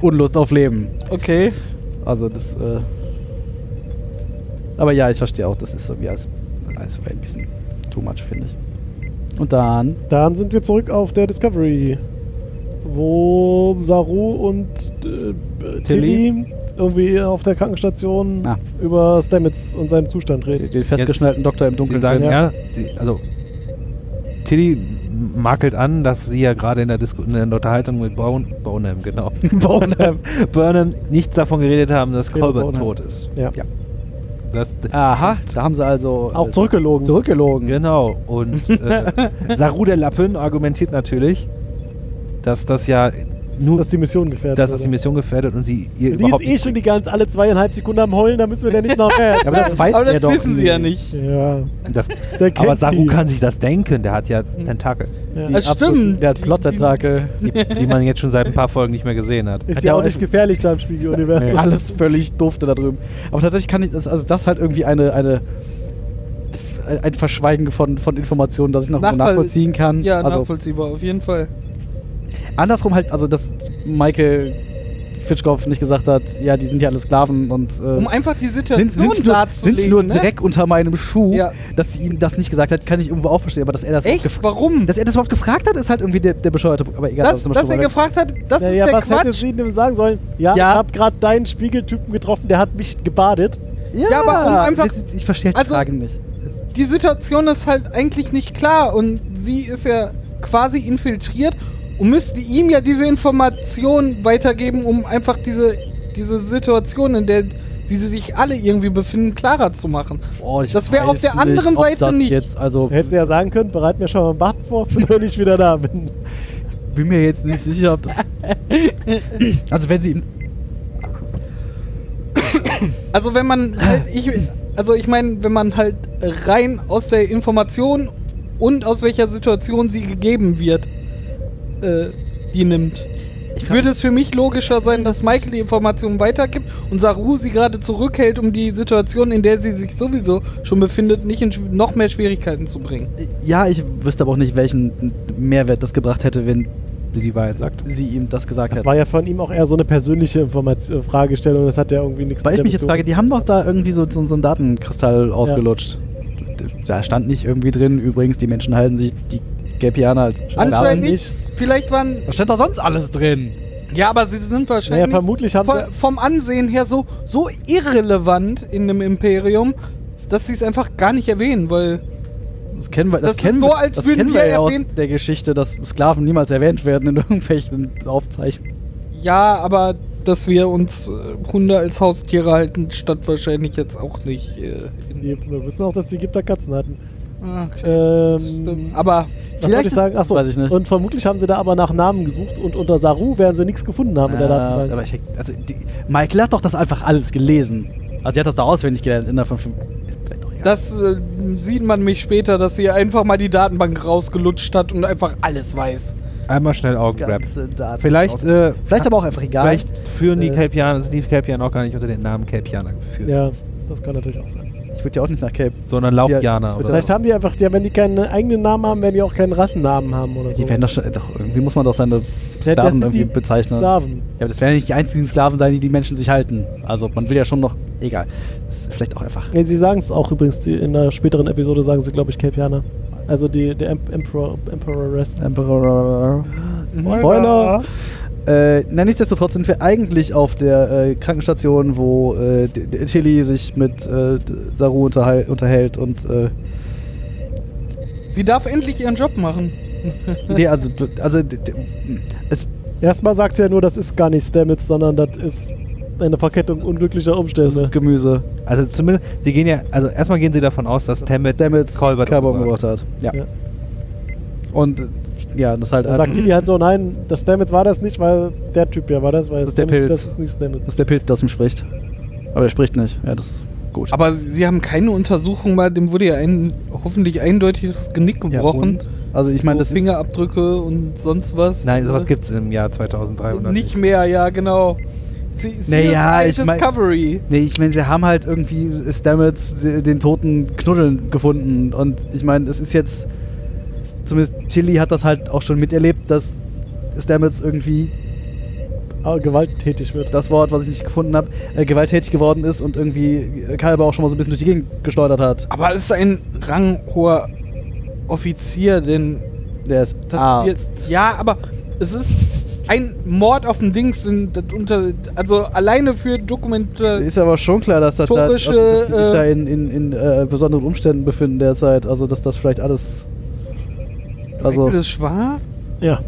Speaker 1: Unlust auf Leben.
Speaker 2: okay.
Speaker 1: Also das. Äh Aber ja, ich verstehe auch, das ist so wie als, als ein bisschen too much, finde ich. Und dann.
Speaker 4: Dann sind wir zurück auf der Discovery, wo Saru und äh, Tilly, irgendwie auf der Krankenstation
Speaker 1: Ah.
Speaker 4: über Stamets und seinen Zustand reden.
Speaker 1: Den festgeschnallten Doktor im
Speaker 3: Die
Speaker 1: Dunkeln.
Speaker 3: sagen,
Speaker 1: finden.
Speaker 3: ja, sie, also Tilly makelt an, dass sie ja gerade in, der Disku- in der Unterhaltung mit Bon Bonham, genau,
Speaker 1: Bonham.
Speaker 3: Burnham nichts davon geredet haben, dass
Speaker 1: Caleb
Speaker 3: Colbert
Speaker 1: Bonham.
Speaker 3: tot ist.
Speaker 4: Ja.
Speaker 1: Ja.
Speaker 3: Das,
Speaker 1: Aha, da haben sie also.
Speaker 4: Auch
Speaker 1: äh,
Speaker 4: zurückgelogen.
Speaker 1: Zurückgelogen.
Speaker 3: Genau, und äh, Saru der Lappen argumentiert natürlich, dass das ja nur,
Speaker 4: Dass
Speaker 3: dass,
Speaker 4: die Mission gefährdet
Speaker 3: das die
Speaker 4: wurde.
Speaker 3: Mission gefährdet und sie ihr
Speaker 4: Die ist
Speaker 3: überhaupt
Speaker 4: eh schon die ganze alle zweieinhalb Sekunden am Heulen, da müssen wir der nicht nachher.
Speaker 1: Ja, aber das weiß
Speaker 2: aber
Speaker 1: er
Speaker 2: das
Speaker 1: doch
Speaker 2: wissen sie ja nicht.
Speaker 4: ja.
Speaker 3: das,
Speaker 4: Der kennt
Speaker 3: Aber Saru
Speaker 4: die. Hm.
Speaker 3: kann sich das denken, der hat ja Tentakel,
Speaker 4: Ja.
Speaker 1: Die
Speaker 2: Das
Speaker 1: absoluten-
Speaker 2: stimmt.
Speaker 1: Der hat
Speaker 2: Die-
Speaker 1: Plottentakel.
Speaker 3: die, die man jetzt schon seit ein paar Folgen nicht mehr gesehen hat.
Speaker 4: Ist
Speaker 1: Hat
Speaker 4: ja
Speaker 1: ja
Speaker 4: auch
Speaker 1: auch
Speaker 4: nicht
Speaker 1: echt-
Speaker 4: gefährlich da im Spiegeluniversum.
Speaker 3: Nee.
Speaker 1: Alles völlig dufte da drüben. Aber tatsächlich kann ich das, also das halt irgendwie eine, eine ein Verschweigen von, von Informationen, das ich noch
Speaker 2: Nachvoll-
Speaker 1: nachvollziehen kann.
Speaker 2: Ja,
Speaker 1: also
Speaker 2: nachvollziehbar, auf jeden Fall.
Speaker 1: andersrum halt, also dass Michael Fitchkopf nicht gesagt hat, ja, die sind ja alle Sklaven und äh,
Speaker 2: Um einfach die Situation
Speaker 1: sind, sind, sie nur,
Speaker 2: darzulegen.
Speaker 1: sind sie nur
Speaker 2: ne?
Speaker 1: Dreck unter meinem Schuh,
Speaker 2: Ja.
Speaker 1: dass sie ihm das nicht gesagt hat, kann ich irgendwo auch verstehen, aber dass er das überhaupt
Speaker 2: Echt?
Speaker 1: gefra-
Speaker 2: Warum?
Speaker 1: dass er das überhaupt gefragt hat, ist halt irgendwie der, der bescheuerte Punkt. Aber egal,
Speaker 2: Das,
Speaker 1: ist
Speaker 2: dass er
Speaker 1: schon mal weg.
Speaker 2: gefragt hat, das
Speaker 4: Naja,
Speaker 2: ist der
Speaker 4: was hätte
Speaker 2: Quatsch.
Speaker 4: sie ihm sagen sollen? Ja,
Speaker 1: Ja.
Speaker 4: ich hab gerade deinen Spiegeltypen getroffen, der hat mich gebadet.
Speaker 1: Ja,
Speaker 2: Ja, aber um einfach-
Speaker 1: ich, ich verstehe halt
Speaker 2: Also-
Speaker 1: die Frage nicht.
Speaker 2: die Situation ist halt eigentlich nicht klar und sie ist ja quasi infiltriert und müsste ihm ja diese Information weitergeben, um einfach diese, diese Situation, in der sie sie sich alle irgendwie befinden, klarer zu machen.
Speaker 1: Oh, ich
Speaker 2: Das wär auf
Speaker 1: weiß
Speaker 2: der anderen
Speaker 1: nicht, ob
Speaker 2: Seite
Speaker 1: das
Speaker 2: nicht.
Speaker 1: Jetzt, also,
Speaker 4: Hätte sie ja sagen können, bereit mir schon mal ein Bad vor, wenn ich wieder da bin.
Speaker 1: bin mir jetzt nicht sicher, ob das. also, wenn sie ihn.
Speaker 2: Also wenn man halt, ich, also ich meine, wenn man halt rein aus der Information und aus welcher Situation sie gegeben wird, äh, die nimmt. Würde es für mich logischer sein, dass Michael die Informationen weitergibt und Saru sie gerade zurückhält, um die Situation, in der sie sich sowieso schon befindet, nicht in schw- noch mehr Schwierigkeiten zu bringen?
Speaker 1: Ja, ich wüsste aber auch nicht, welchen Mehrwert das gebracht hätte, wenn
Speaker 3: die die Wahrheit sagt.
Speaker 1: sie ihm das gesagt
Speaker 4: Das
Speaker 1: hätte.
Speaker 4: war ja von ihm auch eher so eine persönliche Information, Fragestellung. Das hat ja irgendwie nichts
Speaker 1: Weil ich
Speaker 4: der
Speaker 1: mich jetzt
Speaker 4: Beziehung-
Speaker 1: frage, die haben doch da irgendwie so, so, so einen Datenkristall ausgelutscht. Da stand nicht irgendwie drin, übrigens, die Menschen halten sich die Gelpianer als
Speaker 2: Anscheinend
Speaker 1: Sklaven.
Speaker 2: nicht. Vielleicht waren.
Speaker 1: Was stand da sonst alles drin?
Speaker 2: Ja, aber sie sind
Speaker 4: Naja,
Speaker 2: wahrscheinlich
Speaker 4: vermutlich haben
Speaker 2: vo- vom Ansehen her so, so irrelevant in dem Imperium, dass sie es einfach gar nicht erwähnen, weil.
Speaker 1: Das kennen wir, das
Speaker 2: Das ist
Speaker 1: kennen
Speaker 2: so,
Speaker 1: wir,
Speaker 2: als
Speaker 1: das
Speaker 2: würden
Speaker 1: kennen
Speaker 2: wir
Speaker 1: wir ja aus
Speaker 2: erwähnen-
Speaker 1: der Geschichte, dass Sklaven niemals erwähnt werden in irgendwelchen Aufzeichnungen.
Speaker 2: Ja, aber dass wir uns äh, Hunde als Haustiere halten, stand wahrscheinlich jetzt auch nicht. Äh, in,
Speaker 4: die, wir wissen auch, dass die Gipter Katzen hatten.
Speaker 2: Ah,
Speaker 4: Ähm,
Speaker 2: aber
Speaker 4: was wollte ich
Speaker 1: ist-
Speaker 4: sagen? Achso,
Speaker 1: weiß ich nicht.
Speaker 4: und vermutlich haben sie da aber nach Namen gesucht und unter Saru werden sie nichts gefunden haben in der
Speaker 1: Ah,
Speaker 4: Datenbank.
Speaker 1: aber ich, also die, Michael hat doch das einfach alles gelesen. Also sie hat das da auswendig gelernt innerhalb von fünf. Ist vielleicht doch egal.
Speaker 2: das äh, sieht man mich später, dass sie einfach mal die Datenbank rausgelutscht hat und einfach alles weiß.
Speaker 3: Einmal schnell Augengrab.
Speaker 1: Ganze Daten
Speaker 3: Vielleicht,
Speaker 1: raus-
Speaker 3: äh,
Speaker 1: vielleicht aber auch einfach egal.
Speaker 3: vielleicht führen die
Speaker 1: Äh.
Speaker 3: Kelpianer, sind die Kelpianer auch gar nicht unter den Namen Kelpianer geführt,
Speaker 4: ja, das kann natürlich auch sein.
Speaker 1: ich würde ja auch nicht nach Cape.
Speaker 3: sondern
Speaker 1: Ja,
Speaker 3: Laubjaner.
Speaker 1: das wird
Speaker 3: oder
Speaker 4: Vielleicht
Speaker 3: so.
Speaker 4: haben die einfach, die, wenn die keinen eigenen Namen haben, werden die auch keinen Rassennamen haben oder so.
Speaker 1: Die werden doch, schon- doch irgendwie muss man doch seine
Speaker 4: Ja, das
Speaker 1: Sklaven
Speaker 4: sind
Speaker 1: irgendwie
Speaker 4: die
Speaker 1: bezeichnen.
Speaker 4: Sklaven.
Speaker 1: Ja, aber das werden ja nicht die einzigen Sklaven sein, die die Menschen sich halten. Also man will ja schon noch. Egal. Das ist vielleicht auch einfach.
Speaker 4: Nee, sie sagen es auch übrigens, die, in einer späteren Episode sagen sie, glaube ich, Kelpianer. Also die, der Em- Emperor, Emperor Rest.
Speaker 1: Emperor. Spoiler. Äh, na, nichtsdestotrotz sind wir eigentlich auf der äh, Krankenstation, wo äh, D- D- Tilly sich mit äh, D- Saru unterhal- unterhält und äh,
Speaker 2: Sie darf endlich ihren Job machen.
Speaker 1: nee, also d- also d- d- es
Speaker 4: Erstmal sagt sie ja nur, das ist gar nicht Stamets, sondern das ist eine Verkettung unglücklicher
Speaker 1: das
Speaker 4: Umstände.
Speaker 1: ist Gemüse.
Speaker 3: Also zumindest, sie gehen ja, also erstmal gehen sie davon aus, dass Tammet
Speaker 1: Stamets
Speaker 3: Colbert
Speaker 1: Colbert
Speaker 3: umgebracht
Speaker 1: umgebracht hat. Ja.
Speaker 4: Ja.
Speaker 1: Und äh, ja, das ist halt
Speaker 4: Dann sagt Tilly halt so, nein, das Stamets war das nicht, weil der Typ ja war das, weil
Speaker 1: Das ist der
Speaker 4: Stamets-
Speaker 1: Pilz.
Speaker 4: das ist nicht Stamets.
Speaker 1: das ist der Pilz, das ihm spricht. Aber er spricht nicht. Ja, das ist gut.
Speaker 2: Aber sie sie haben keine Untersuchung mal, dem wurde ja ein hoffentlich eindeutiges Genick
Speaker 1: ja,
Speaker 2: gebrochen.
Speaker 1: und? Also ich meine,
Speaker 2: so
Speaker 1: das ist,
Speaker 2: Fingerabdrücke und sonst was.
Speaker 3: Nein, sowas
Speaker 2: Äh,
Speaker 3: gibt es im Jahr 2300.
Speaker 2: Nicht mehr, ja, genau. Sie, sie
Speaker 1: Naja,
Speaker 2: ist
Speaker 1: ich mein-
Speaker 2: Discovery.
Speaker 1: Nee, ich meine, sie haben halt irgendwie Stamets de- den toten Knuddeln gefunden. Und ich meine, es ist jetzt. Zumindest Tilly hat das halt auch schon miterlebt, dass Stamets irgendwie
Speaker 4: Ah, gewalttätig wird.
Speaker 1: das Wort, was ich nicht gefunden habe, äh, gewalttätig geworden ist und irgendwie Kalber auch schon mal so ein bisschen durch die Gegend geschleudert hat.
Speaker 2: Aber es ist ein ranghoher Offizier, denn
Speaker 1: Der ist
Speaker 2: das
Speaker 1: Arzt.
Speaker 2: wird. Ja, aber es ist ein Mord auf dem Dings. Sind das unter, also alleine für Dokumente.
Speaker 1: Ist aber schon klar, dass das da, dass,
Speaker 2: Historische,
Speaker 1: dass die sich
Speaker 2: äh,
Speaker 1: da in, in, in äh, besonderen Umständen befinden derzeit. Also, dass das vielleicht alles. Also,
Speaker 2: Das war.
Speaker 4: Ja,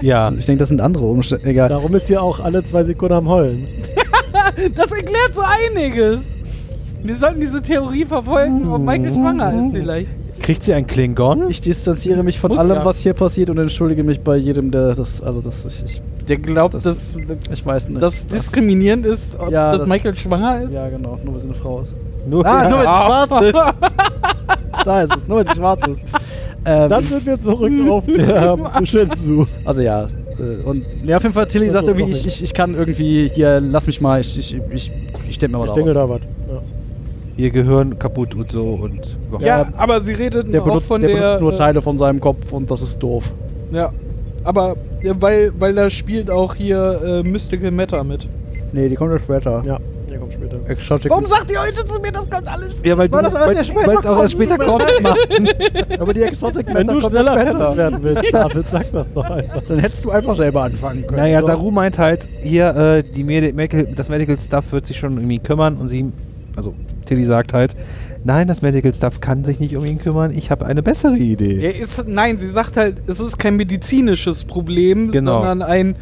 Speaker 3: ja.
Speaker 1: ich denke, das sind andere Umstände. Egal.
Speaker 4: darum ist hier auch alle zwei Sekunden am Heulen.
Speaker 2: Das erklärt so einiges. Wir sollten diese Theorie verfolgen, ob Michael schwanger ist vielleicht.
Speaker 3: Kriegt sie einen Klingon?
Speaker 1: Ich distanziere mich von
Speaker 2: Muss
Speaker 1: allem,
Speaker 2: ja.
Speaker 1: was hier passiert und entschuldige mich bei jedem, der das. Also, das. Ich, ich,
Speaker 2: Der glaubt,
Speaker 1: Das-
Speaker 2: dass
Speaker 1: ich weiß nicht.
Speaker 2: das Ne. diskriminierend ist, ob
Speaker 1: Ja,
Speaker 2: dass
Speaker 1: das-
Speaker 2: Michael schwanger ist.
Speaker 1: Ja, genau. Nur weil sie eine Frau ist.
Speaker 3: Nur,
Speaker 1: Ah, nur weil
Speaker 3: ja.
Speaker 1: sie schwarz ist. da ist es. Nur weil sie schwarz ist. Ähm,
Speaker 4: Dann sind wir zurück auf der Shinsu.
Speaker 1: also, ja. äh, Und ja, auf jeden Fall, Tilly
Speaker 4: Das
Speaker 1: sagt
Speaker 4: wird
Speaker 1: irgendwie,
Speaker 4: noch
Speaker 1: ich, ich, ich kann irgendwie hier, lass mich mal, ich, ich, ich, ich stell mir mal
Speaker 4: Ich
Speaker 1: da
Speaker 4: denke
Speaker 1: was.
Speaker 4: da was. Ja.
Speaker 3: ihr Gehirn kaputt und so und
Speaker 2: Ja,
Speaker 1: Ja,
Speaker 2: aber sie redet
Speaker 1: Der
Speaker 2: auch
Speaker 1: benutzt,
Speaker 2: von
Speaker 1: der
Speaker 2: der.
Speaker 1: benutzt nur
Speaker 2: äh,
Speaker 1: Teile von seinem Kopf und das ist doof.
Speaker 2: Ja. Aber ja, weil, weil da spielt auch hier äh, Mystical Matter mit.
Speaker 1: Nee, die kommt ja später.
Speaker 4: ja, der kommt später.
Speaker 1: Exotic.
Speaker 2: Warum sagt ihr heute zu mir, das kommt alles
Speaker 3: Ja, weil du
Speaker 1: Weil das erst erst später
Speaker 3: weil es auch erst später kommt.
Speaker 1: Aber die Exotic
Speaker 4: Wenn du
Speaker 1: kommt
Speaker 4: schneller
Speaker 1: ja
Speaker 4: fertig
Speaker 1: später.
Speaker 4: werden willst, David, sag das doch einfach.
Speaker 1: Dann hättest du einfach selber anfangen können.
Speaker 3: naja, Saru meint halt, hier, äh, die Medi Medical, das Medical Stuff wird sich schon um ihn kümmern und sie, also Tilly sagt halt, nein, das Medical Stuff kann sich nicht um ihn kümmern, ich habe eine bessere Idee.
Speaker 2: Ja, ist, nein, sie sagt halt, es ist kein medizinisches Problem,
Speaker 3: Genau.
Speaker 2: sondern ein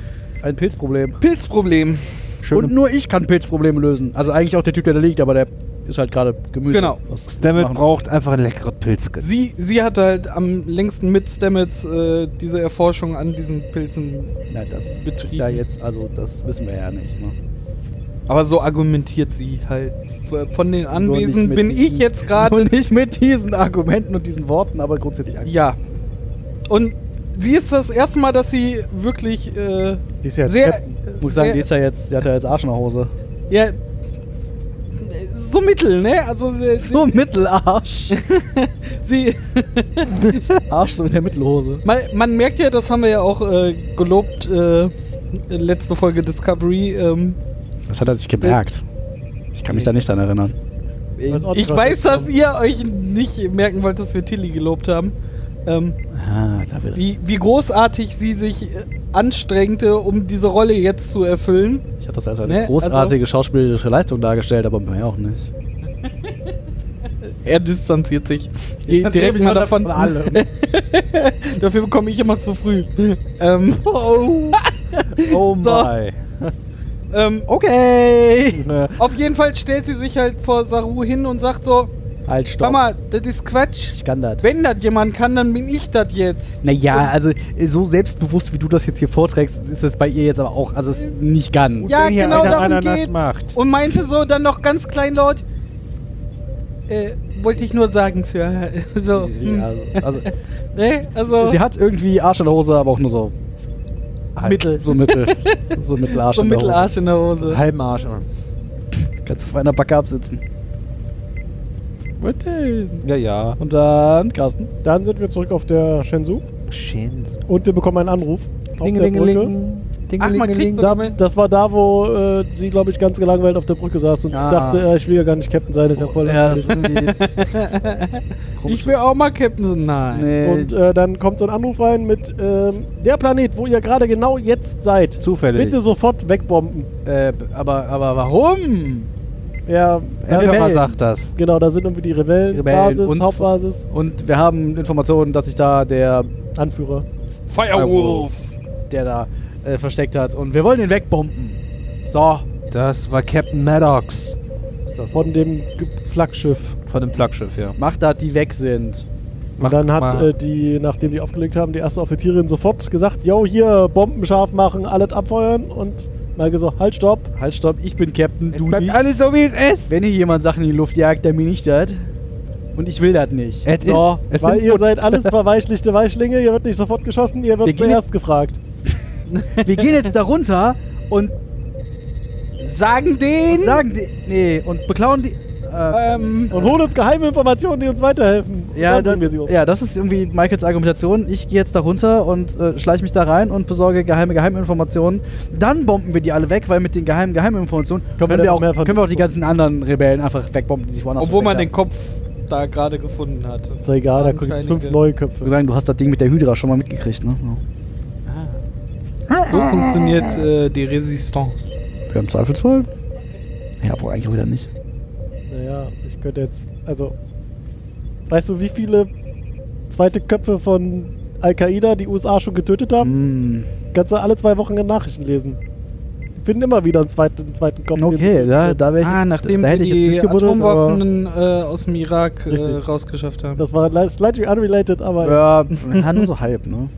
Speaker 1: Ein Pilzproblem.
Speaker 2: Pilzproblem.
Speaker 3: Schöne-
Speaker 1: Und nur ich kann Pilzprobleme lösen. Also eigentlich auch der Typ, der da liegt, aber der ist halt gerade Gemüse.
Speaker 2: Genau.
Speaker 1: Was- was
Speaker 3: Stammet
Speaker 1: machen.
Speaker 3: braucht einfach einen leckeren Pilzgen.
Speaker 2: Sie, sie hatte halt am längsten mit Stamets äh, diese Erforschung an diesen Pilzen.
Speaker 1: Na, das ist
Speaker 2: Betrieben.
Speaker 1: ja jetzt, also das wissen wir ja nicht. Ne?
Speaker 2: Aber so argumentiert sie halt. Von den
Speaker 1: Nur nicht
Speaker 2: Anwesenden
Speaker 1: mit
Speaker 2: bin ich
Speaker 1: diesen-
Speaker 2: jetzt gerade
Speaker 1: Nur nicht mit diesen Argumenten und diesen Worten, aber grundsätzlich eigentlich.
Speaker 2: Ja. Und sie ist das erste Mal, dass sie wirklich äh,
Speaker 4: Die ist ja
Speaker 2: sehr.
Speaker 4: Captain.
Speaker 1: Muss ich sagen,
Speaker 2: sehr-
Speaker 1: die ist ja jetzt, die hat ja jetzt Arsch in der Hose.
Speaker 2: ja, so mittel, ne? Also sie,
Speaker 1: So Mittelarsch.
Speaker 2: sie
Speaker 1: Arsch so in der Mittelhose.
Speaker 2: man, man merkt ja, das haben wir ja auch äh, gelobt äh, letzte Folge Discovery. Ähm,
Speaker 1: Das hat er sich
Speaker 2: gemerkt.
Speaker 1: Ich kann mich da nicht dran erinnern.
Speaker 4: Weiß auch
Speaker 2: ich
Speaker 4: nicht,
Speaker 2: weiß,
Speaker 4: was
Speaker 2: dass ihr euch nicht merken wollt, dass wir Tilly gelobt haben. Ähm,
Speaker 1: Ah, da will
Speaker 2: wie, wie großartig sie sich äh, anstrengte, um diese Rolle jetzt zu erfüllen.
Speaker 1: Ich habe das als eine
Speaker 2: Ne,
Speaker 1: großartige schauspielerische Leistung dargestellt, aber bei mir auch nicht.
Speaker 2: Er distanziert sich.
Speaker 1: distanziere mich mal davon allem.
Speaker 2: Dafür bekomme ich immer zu früh. Ähm,
Speaker 3: Oh
Speaker 2: So. ähm, okay.
Speaker 3: Ne.
Speaker 2: Auf jeden Fall stellt sie sich halt vor Saru hin und sagt so,
Speaker 1: Halt, stopp.
Speaker 2: Stopp. mal, das ist Quatsch.
Speaker 1: Ich kann das.
Speaker 2: Wenn das jemand kann, dann bin ich das jetzt.
Speaker 1: Naja, also äh, so selbstbewusst, wie du das jetzt hier vorträgst, ist es bei ihr jetzt aber auch, also es ist nicht ganz.
Speaker 2: Ja,
Speaker 3: Wenn hier
Speaker 2: genau
Speaker 3: einer
Speaker 2: darum
Speaker 3: Ananas
Speaker 2: geht's.
Speaker 3: macht.
Speaker 2: Und meinte so dann noch ganz kleinlaut, äh, wollte ich nur sagen, Sir. So, hm,
Speaker 1: Ja, also,
Speaker 2: ne? also
Speaker 1: also, sie hat irgendwie Arsch in der Hose, aber auch nur so. Mittel. So Mittel. So Mittelarsch.
Speaker 2: so
Speaker 1: in der
Speaker 2: ein
Speaker 1: Hose.
Speaker 2: Mittelarsch in der Hose.
Speaker 3: Halben Arsch.
Speaker 1: Kannst auf einer Backe absitzen. Was denn?
Speaker 3: Ja, ja.
Speaker 1: Und dann, Carsten.
Speaker 4: Dann sind wir zurück auf der Shenzhou
Speaker 3: Shinsu.
Speaker 4: und wir bekommen einen Anruf. Auf der Brücke.
Speaker 2: Ach, man kriegt so-
Speaker 4: Da, das war da, wo äh, sie, glaube ich, ganz gelangweilt auf der Brücke saß und
Speaker 1: Ah.
Speaker 4: dachte, äh, ich will ja gar nicht Captain sein. Ich hab voll
Speaker 1: Ja, das ist irgendwie.
Speaker 2: Ich will auch mal Captain sein. Nein.
Speaker 1: Nee.
Speaker 4: und äh, dann kommt so ein Anruf rein mit ähm, der Planet, wo ihr gerade genau jetzt seid.
Speaker 3: Zufällig.
Speaker 4: Bitte sofort wegbomben.
Speaker 1: äh, aber, aber warum?
Speaker 4: Ja,
Speaker 3: Emperor
Speaker 1: Rebellen.
Speaker 3: sagt das.
Speaker 4: genau, da sind irgendwie die Rebellen,
Speaker 1: Rebellen
Speaker 4: Basis,
Speaker 1: und-
Speaker 4: Hauptbasis,
Speaker 1: Und wir haben Informationen, dass sich da der,
Speaker 4: Anführer.
Speaker 2: Firewolf.
Speaker 1: der da äh, versteckt hat. Und wir wollen ihn wegbomben. So.
Speaker 3: Das war Captain Maddox.
Speaker 1: Ist das so?
Speaker 4: Von dem Ge- Flaggschiff.
Speaker 3: Von dem Flaggschiff, ja.
Speaker 1: Macht das, die weg sind.
Speaker 3: Mach
Speaker 4: Und dann hat
Speaker 3: mal.
Speaker 4: äh, die, nachdem die aufgelegt haben, die erste Offizierin sofort gesagt, yo, hier, Bomben scharf machen, alles abfeuern und Nike so, halt, stopp.
Speaker 1: Halt, stopp, ich bin Captain,
Speaker 3: Es
Speaker 1: du
Speaker 3: bleibt
Speaker 1: nicht.
Speaker 3: alles so, wie es ist.
Speaker 1: Wenn hier jemand Sachen in die Luft jagt, dann bin ich das. Und ich will das nicht.
Speaker 3: Es
Speaker 1: so.
Speaker 3: ist- es
Speaker 4: weil
Speaker 3: sind
Speaker 4: ihr
Speaker 3: Put-
Speaker 4: seid alles verweichlichte Weichlinge, ihr wird nicht sofort geschossen, ihr
Speaker 1: Wir
Speaker 4: wird
Speaker 1: gehen
Speaker 4: zuerst gefragt.
Speaker 1: Wir gehen jetzt da runter und
Speaker 2: Sagen den.
Speaker 1: sagen die. Nee, und beklauen die. Äh,
Speaker 2: ähm,
Speaker 4: Und holen uns geheime Informationen, die uns weiterhelfen. Und
Speaker 1: ja,
Speaker 4: dann
Speaker 1: da,
Speaker 4: bringen wir sie um.
Speaker 1: ja, das ist irgendwie Michaels Argumentation. Ich gehe jetzt da runter und äh, schleiche mich da rein und besorge geheime Geheiminformationen. Dann bomben wir die alle weg, weil mit den geheimen Geheiminformationen können,
Speaker 4: wir
Speaker 1: wir,
Speaker 4: dann
Speaker 1: auch,
Speaker 4: mehr von-
Speaker 1: können wir auch die ganzen anderen Rebellen einfach wegbomben, die sich woanders
Speaker 2: obwohl man den
Speaker 1: versteckt
Speaker 2: Kopf da gerade gefunden hat.
Speaker 4: Ist doch egal, da gucken jetzt fünf neue Köpfe.
Speaker 1: haben. sagen, du hast das Ding mit der Hydra schon mal mitgekriegt, ne? So. Ah.
Speaker 2: So funktioniert äh, die Resistance.
Speaker 1: Wir haben Zweifelsfall. Ja, wohl eigentlich auch wieder nicht.
Speaker 4: Naja, ich könnte jetzt, also, weißt du, wie viele zweite Köpfe von Al-Qaida die USA schon getötet haben?
Speaker 1: Hm.
Speaker 4: Kannst du alle zwei Wochen in Nachrichten lesen. Die finden immer wieder einen zweiten, einen zweiten Kopf.
Speaker 1: Okay, da, da wäre ich.
Speaker 2: Ah, nachdem
Speaker 1: da
Speaker 2: sie
Speaker 1: hätte ich jetzt
Speaker 2: die
Speaker 1: nicht gebuddelt, aber.
Speaker 2: Atomwaffen äh, aus dem Irak äh,
Speaker 4: Richtig.
Speaker 2: rausgeschafft haben.
Speaker 4: Das war le- slightly unrelated, aber
Speaker 1: Ja, ja, nur so halb, ne?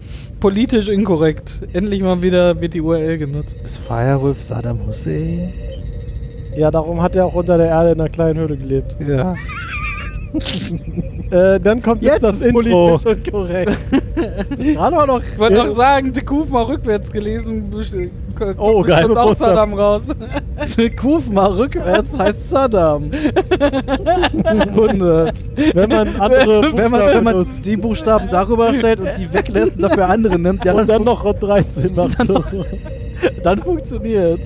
Speaker 2: Politisch inkorrekt. Endlich mal wieder wird die URL genutzt.
Speaker 3: Ist Firewolf Saddam Hussein?
Speaker 4: ja, darum hat er auch unter der Erde in einer kleinen Höhle gelebt.
Speaker 3: Ja.
Speaker 4: Äh, dann kommt jetzt, das Intro.
Speaker 1: und korrekt. Gerade war noch.
Speaker 2: Ich wollte noch sagen, Dekuf mal rückwärts gelesen. äh, besch- kommt
Speaker 4: Oh, geile
Speaker 2: bestimmt auch
Speaker 4: Botschaft.
Speaker 2: Saddam raus.
Speaker 1: Kuf mal rückwärts heißt Saddam. Kunde.
Speaker 4: Wenn man andere
Speaker 1: Wenn man, wenn
Speaker 4: Buchstaben
Speaker 1: man
Speaker 4: benutzt
Speaker 1: die Buchstaben darüber stellt und die weglässt und dafür andere nimmt, ja,
Speaker 4: und
Speaker 1: dann,
Speaker 4: dann noch Rot 13 macht. oder so.
Speaker 1: fun- dann funktioniert's.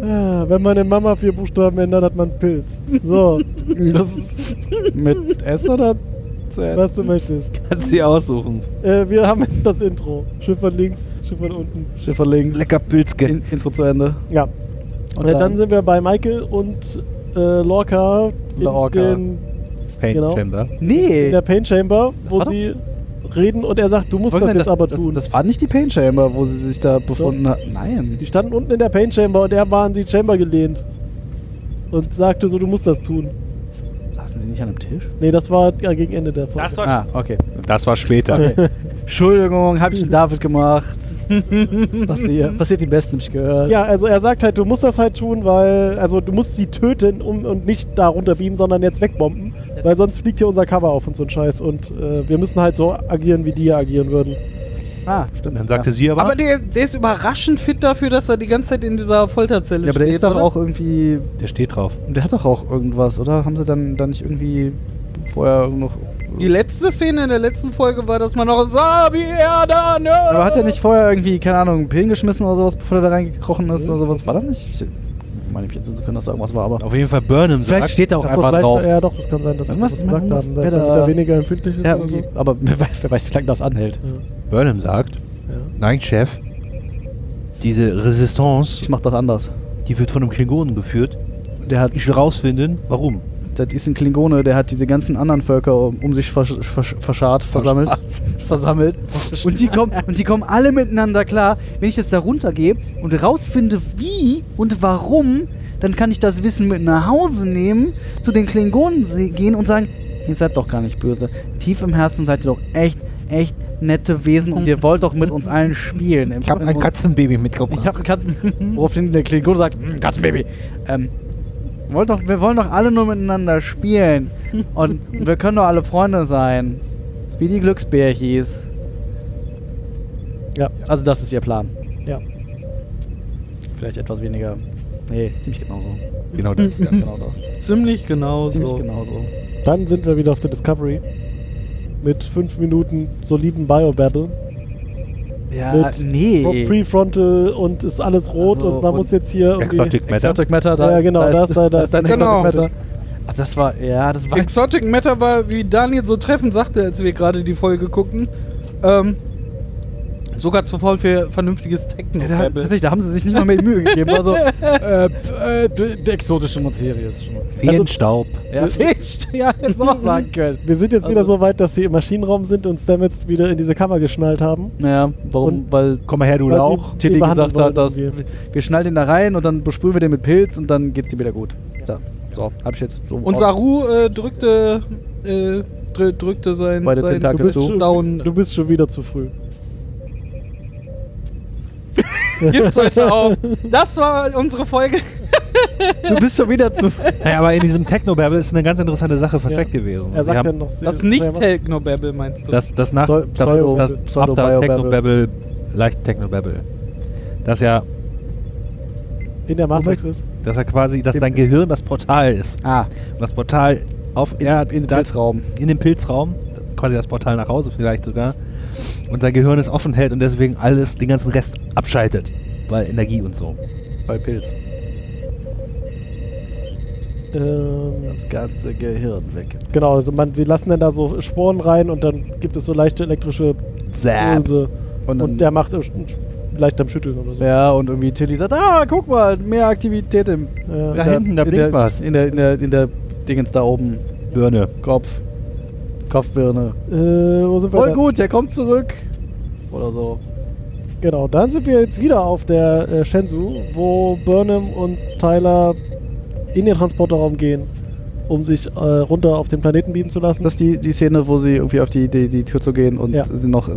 Speaker 4: Ah, wenn man in Mama vier Buchstaben ändert, hat man einen Pilz. So,
Speaker 1: Das ist mit S oder Z?
Speaker 4: was du möchtest.
Speaker 3: Kannst du aussuchen.
Speaker 4: Äh, wir haben jetzt das Intro. Schiff von links, Schiff von unten.
Speaker 1: Schiffer links.
Speaker 3: Lecker Pilzke.
Speaker 1: In, Intro zu Ende.
Speaker 4: Ja.
Speaker 1: Und
Speaker 4: äh,
Speaker 1: dann-
Speaker 4: dann, sind wir bei Michael und äh, Lorca. in
Speaker 1: Lorca.
Speaker 4: den
Speaker 3: Pain
Speaker 4: Genau.
Speaker 3: Chamber.
Speaker 1: Nee.
Speaker 4: in der Pain Chamber, wo
Speaker 1: Warte.
Speaker 4: sie reden und er sagt, du musst
Speaker 1: Wollte
Speaker 4: das
Speaker 1: man
Speaker 4: jetzt aber tun.
Speaker 1: Das, das war nicht die Pain Chamber, wo sie sich da befunden hat. Nein.
Speaker 4: die standen unten in der Pain Chamber und er war an die Chamber gelehnt. und sagte so, du musst das tun.
Speaker 1: Saßen sie nicht an einem Tisch?
Speaker 4: Nee, das war ja, gegen Ende der Folge.
Speaker 2: Das war
Speaker 1: Ah, okay.
Speaker 3: Das war später.
Speaker 1: okay. Entschuldigung, hab ich einen David gemacht. Passiert, passiert dem Besten, hab ich gehört.
Speaker 4: ja, also er sagt halt, du musst das halt tun, weil, also du musst sie töten um, und nicht da runterbeamen, sondern jetzt wegbomben, weil sonst fliegt hier unser Cover auf und so ein Scheiß und äh, wir müssen halt so agieren, wie die hier agieren würden.
Speaker 1: Ah, stimmt.
Speaker 3: Dann sagte
Speaker 1: ja.
Speaker 3: sie aber,
Speaker 2: Aber der, der ist überraschend fit dafür, dass er die ganze Zeit in dieser Folterzelle
Speaker 1: Ja, aber der
Speaker 2: steht,
Speaker 1: ist doch
Speaker 2: oder?
Speaker 1: auch irgendwie.
Speaker 3: der steht drauf.
Speaker 1: Der hat doch auch irgendwas, oder? Haben sie dann, dann nicht irgendwie vorher noch.
Speaker 2: Die letzte Szene in der letzten Folge war, dass man noch sah, wie er da... Ne?
Speaker 1: Aber hat er nicht vorher irgendwie, keine Ahnung, einen Pillen geschmissen oder sowas, bevor er da reingekrochen ist oder sowas? War das nicht? Ich meine, ich hätte können, dass da irgendwas war, aber.
Speaker 3: Auf jeden Fall Burnham
Speaker 1: Vielleicht
Speaker 3: sagt,
Speaker 1: steht da auch
Speaker 4: Das war
Speaker 1: einfach
Speaker 4: vielleicht-
Speaker 1: drauf.
Speaker 4: Ja, doch, das kann sein, dass
Speaker 1: Irgendwas-
Speaker 4: wir das gesagt
Speaker 1: irgendwas
Speaker 4: haben, dass
Speaker 1: wäre
Speaker 4: er
Speaker 1: da-
Speaker 4: wieder weniger empfindlich ist
Speaker 1: Ja,
Speaker 4: oder
Speaker 1: irgendwie. Aber wer weiß, wer weiß, wie lange das anhält.
Speaker 3: Burnham sagt,
Speaker 4: so. Ja.
Speaker 3: nein, Chef, diese Resistance,
Speaker 1: Ich mach das anders.
Speaker 3: die wird von einem Klingonen geführt.
Speaker 1: Der hat,
Speaker 3: Ich will rausfinden, warum.
Speaker 1: das ist ein Klingone, der hat diese ganzen anderen Völker um, um sich versch versch verscharrt, versammelt. versammelt. Und die, kommen, und die kommen alle miteinander klar. Wenn ich jetzt da runtergehe und rausfinde, wie und warum, dann kann ich das Wissen mit nach Hause nehmen, zu den Klingonen se- gehen und sagen, ihr seid doch gar nicht böse. Tief im Herzen seid ihr doch echt, echt nette Wesen und ihr wollt doch mit uns allen spielen. Also,
Speaker 3: Ich habe ein Katzenbaby mitgebracht.
Speaker 1: Ich habe einen Katzen. Woraufhin der Klingone sagt, "Hm, Katzenbaby. Ähm, wollt doch, wir wollen doch alle nur miteinander spielen. Und wir können doch alle Freunde sein. Wie die Glücksbärchis.
Speaker 4: Ja.
Speaker 1: Also das ist ihr Plan.
Speaker 4: Ja.
Speaker 1: Vielleicht etwas weniger. Nee, ziemlich genauso.
Speaker 4: Hm.
Speaker 3: genau das. Ja.
Speaker 1: Genau das.
Speaker 2: Ziemlich genau
Speaker 1: Ziemlich
Speaker 2: so.
Speaker 1: genauso.
Speaker 4: Dann sind wir wieder auf der Discovery. Mit 5 Minuten soliden Bio-Battle.
Speaker 1: Ja,
Speaker 4: Mit
Speaker 1: nee.
Speaker 4: Prefrontal und ist alles rot
Speaker 1: Also,
Speaker 4: und man
Speaker 1: und
Speaker 4: muss jetzt hier irgendwie.
Speaker 3: Exotic Matter.
Speaker 1: Exotic Matter, da
Speaker 4: Ja,
Speaker 1: ist-
Speaker 4: genau, da ist- da- da
Speaker 1: da
Speaker 4: ist-
Speaker 1: ist dein
Speaker 2: genau.
Speaker 1: Exotic Matter. Ach, das war, ja, das war
Speaker 2: Exotic Matter war, wie Daniel so treffend sagte, als wir gerade die Folge guckten, ähm, sogar zu voll für vernünftiges techno
Speaker 1: Ja, da, tatsächlich, da haben sie sich nicht mal mehr die Mühe gegeben. Also, äh, pf, äh, d- die exotische Materie ist schon.
Speaker 4: Also-
Speaker 3: Feenstaub.
Speaker 1: Ja,
Speaker 4: Äh,
Speaker 1: Fisch, ja, jetzt auch sagen können.
Speaker 4: Wir sind jetzt wieder
Speaker 1: Also-
Speaker 4: so weit, dass sie im Maschinenraum sind und Stam jetzt wieder in diese Kammer geschnallt haben.
Speaker 1: Naja, warum?
Speaker 4: Und-
Speaker 1: Weil
Speaker 3: Komm mal her, du
Speaker 4: Weil die-
Speaker 3: Lauch.
Speaker 1: Tilly
Speaker 4: behandeln
Speaker 1: gesagt hat,
Speaker 4: wollen
Speaker 1: dass wir,
Speaker 4: irgendwie.
Speaker 1: schnallen den da rein und dann besprühen wir den mit Pilz und dann geht's dir wieder gut. So, so hab ich jetzt so.
Speaker 2: Und Saru äh, drückte, äh, drü- drückte sein,
Speaker 1: Beide
Speaker 2: sein
Speaker 1: Tentakel
Speaker 4: bist,
Speaker 1: zu.
Speaker 4: schon,
Speaker 2: Down.
Speaker 4: du bist schon wieder zu früh.
Speaker 2: Gibt's heute auch. Das war unsere Folge.
Speaker 1: du bist schon wieder zu.
Speaker 3: Naja, aber in diesem Technobabble ist eine ganz interessante Sache versteckt gewesen.
Speaker 4: Er
Speaker 3: Sie
Speaker 4: sagt
Speaker 3: haben-
Speaker 4: dann noch
Speaker 2: Das ist nicht Technobabble, meinst du?
Speaker 3: Das, das nach
Speaker 1: Pseu-
Speaker 3: das-
Speaker 1: Pseudo-
Speaker 3: das
Speaker 1: Pseudo- Bio-Babble.
Speaker 3: after Technobabble, leicht Technobabble. Dass ja,
Speaker 4: in der Matrix ist.
Speaker 3: dass er quasi, dass dein Gehirn das Portal ist.
Speaker 1: Ah,
Speaker 3: Und das Portal auf ja,
Speaker 1: in den
Speaker 3: da-
Speaker 1: Pilzraum.
Speaker 3: in dem Pilzraum, quasi das Portal nach Hause vielleicht sogar. Und sein Gehirn es offen hält und deswegen alles, den ganzen Rest abschaltet. Weil Energie und so.
Speaker 1: Bei Pilz.
Speaker 4: Ähm,
Speaker 1: Das ganze Gehirn weg.
Speaker 4: genau, also man, sie lassen dann da so Sporen rein und dann gibt es so leichte elektrische
Speaker 3: Zap.
Speaker 4: Impulse.
Speaker 1: Und
Speaker 4: Und,
Speaker 1: dann-
Speaker 4: der macht leicht am Schütteln oder so.
Speaker 1: Ja, und irgendwie Tilly sagt, ah, guck mal, mehr Aktivität im.
Speaker 4: Ja.
Speaker 3: Da
Speaker 1: in der-
Speaker 3: hinten, da
Speaker 1: in
Speaker 3: blinkt
Speaker 1: der,
Speaker 3: was.
Speaker 1: In der, in der, in der Dingens da oben.
Speaker 3: Birne.
Speaker 1: Kopf. Kopfbirne.
Speaker 4: Äh, wo sind wir
Speaker 1: Voll
Speaker 4: denn?
Speaker 1: gut, der kommt zurück. Oder so.
Speaker 4: Genau, dann sind wir jetzt wieder auf der äh, Shenzhou, wo Burnham und Tyler in den Transporterraum gehen, um sich äh, runter auf den Planeten beamen zu lassen.
Speaker 1: Das ist die, die Szene, wo sie irgendwie auf die, die, die Tür zu gehen und
Speaker 4: Ja.
Speaker 1: sie noch.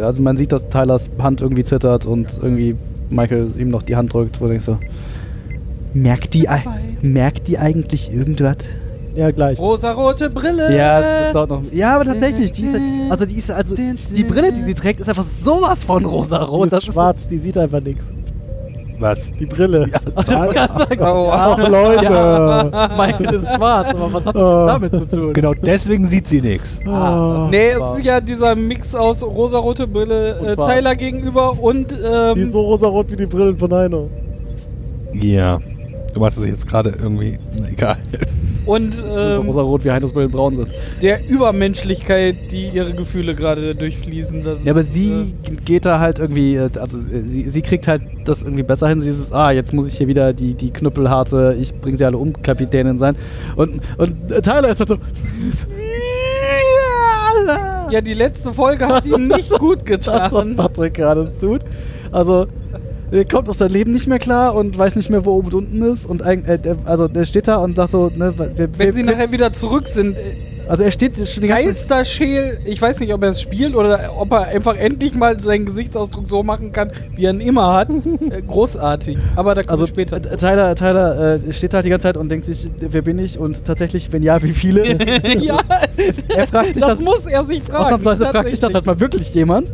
Speaker 1: Also man sieht, dass Tylers Hand irgendwie zittert und irgendwie Michael ihm noch die Hand drückt, wo du denkst so. Merkt die, ei- merkt die eigentlich irgendwas?
Speaker 4: ja, gleich.
Speaker 2: Rosarote Brille.
Speaker 1: Ja, das dauert noch. Ja, aber tatsächlich, die ist, also die ist also die Brille, die sie trägt, ist einfach sowas von
Speaker 4: Die
Speaker 1: rosarot.
Speaker 4: ist schwarz, die sieht einfach nichts.
Speaker 3: Was?
Speaker 4: Die Brille.
Speaker 1: Ist so,
Speaker 2: Oh, Aua.
Speaker 4: Ach, Leute. Ah,
Speaker 1: Michael ist schwarz, aber was hat
Speaker 4: Oh.
Speaker 1: das damit zu tun?
Speaker 3: Genau deswegen sieht sie nichts.
Speaker 1: Ah,
Speaker 2: Nee, es ist ja dieser Mix aus rosarote Brille
Speaker 1: Und
Speaker 2: äh,
Speaker 1: schwarz.
Speaker 2: Tyler gegenüber und
Speaker 4: die ist
Speaker 2: ähm,
Speaker 4: so rosarot wie die Brillen von Heino.
Speaker 3: Ja. Du machst es jetzt gerade irgendwie. Na, Egal.
Speaker 2: und
Speaker 4: Genau.
Speaker 1: so
Speaker 2: ähm,
Speaker 1: rosarot wie Heinos Brillen braun sind.
Speaker 2: der Übermenschlichkeit, die ihre Gefühle gerade durchfließen lassen.
Speaker 1: Ja, aber sie geht da halt irgendwie, äh, also äh, sie, sie kriegt halt das irgendwie besser hin. Sie ist, ah, jetzt muss ich hier wieder die, die knüppelharte, ich bring sie alle um, Kapitänin sein. Und, und äh, Tyler ist halt so.
Speaker 2: Äh, ja, die letzte Folge hat
Speaker 1: Das-
Speaker 2: ihm nicht gut
Speaker 1: Das, was
Speaker 2: getan.
Speaker 1: Patrick gerade tut. Also, Er kommt auf sein Leben nicht mehr klar und weiß nicht mehr, wo oben und unten ist. Und eig- äh, der- also der steht da und sagt so, ne, wir,
Speaker 2: Wenn sie nachher wieder zurück sind, äh,
Speaker 1: also er steht schon die ganze
Speaker 2: geilster Scheel. Ich weiß nicht, ob er es spielt oder ob er einfach endlich mal seinen Gesichtsausdruck so machen kann, wie er ihn immer hat. Äh, Großartig. Aber da kommt
Speaker 1: Also
Speaker 2: also später.
Speaker 1: T- Tyler, Tyler äh, steht da halt die ganze Zeit und denkt sich, wer bin ich? Und tatsächlich, wenn ja, wie viele?
Speaker 2: ja,
Speaker 1: er fragt äh, sich
Speaker 2: das,
Speaker 1: das,
Speaker 2: muss er sich fragen.
Speaker 1: ausnahmsweise fragt sich das halt
Speaker 2: tatsächlich.
Speaker 1: mal wirklich jemand.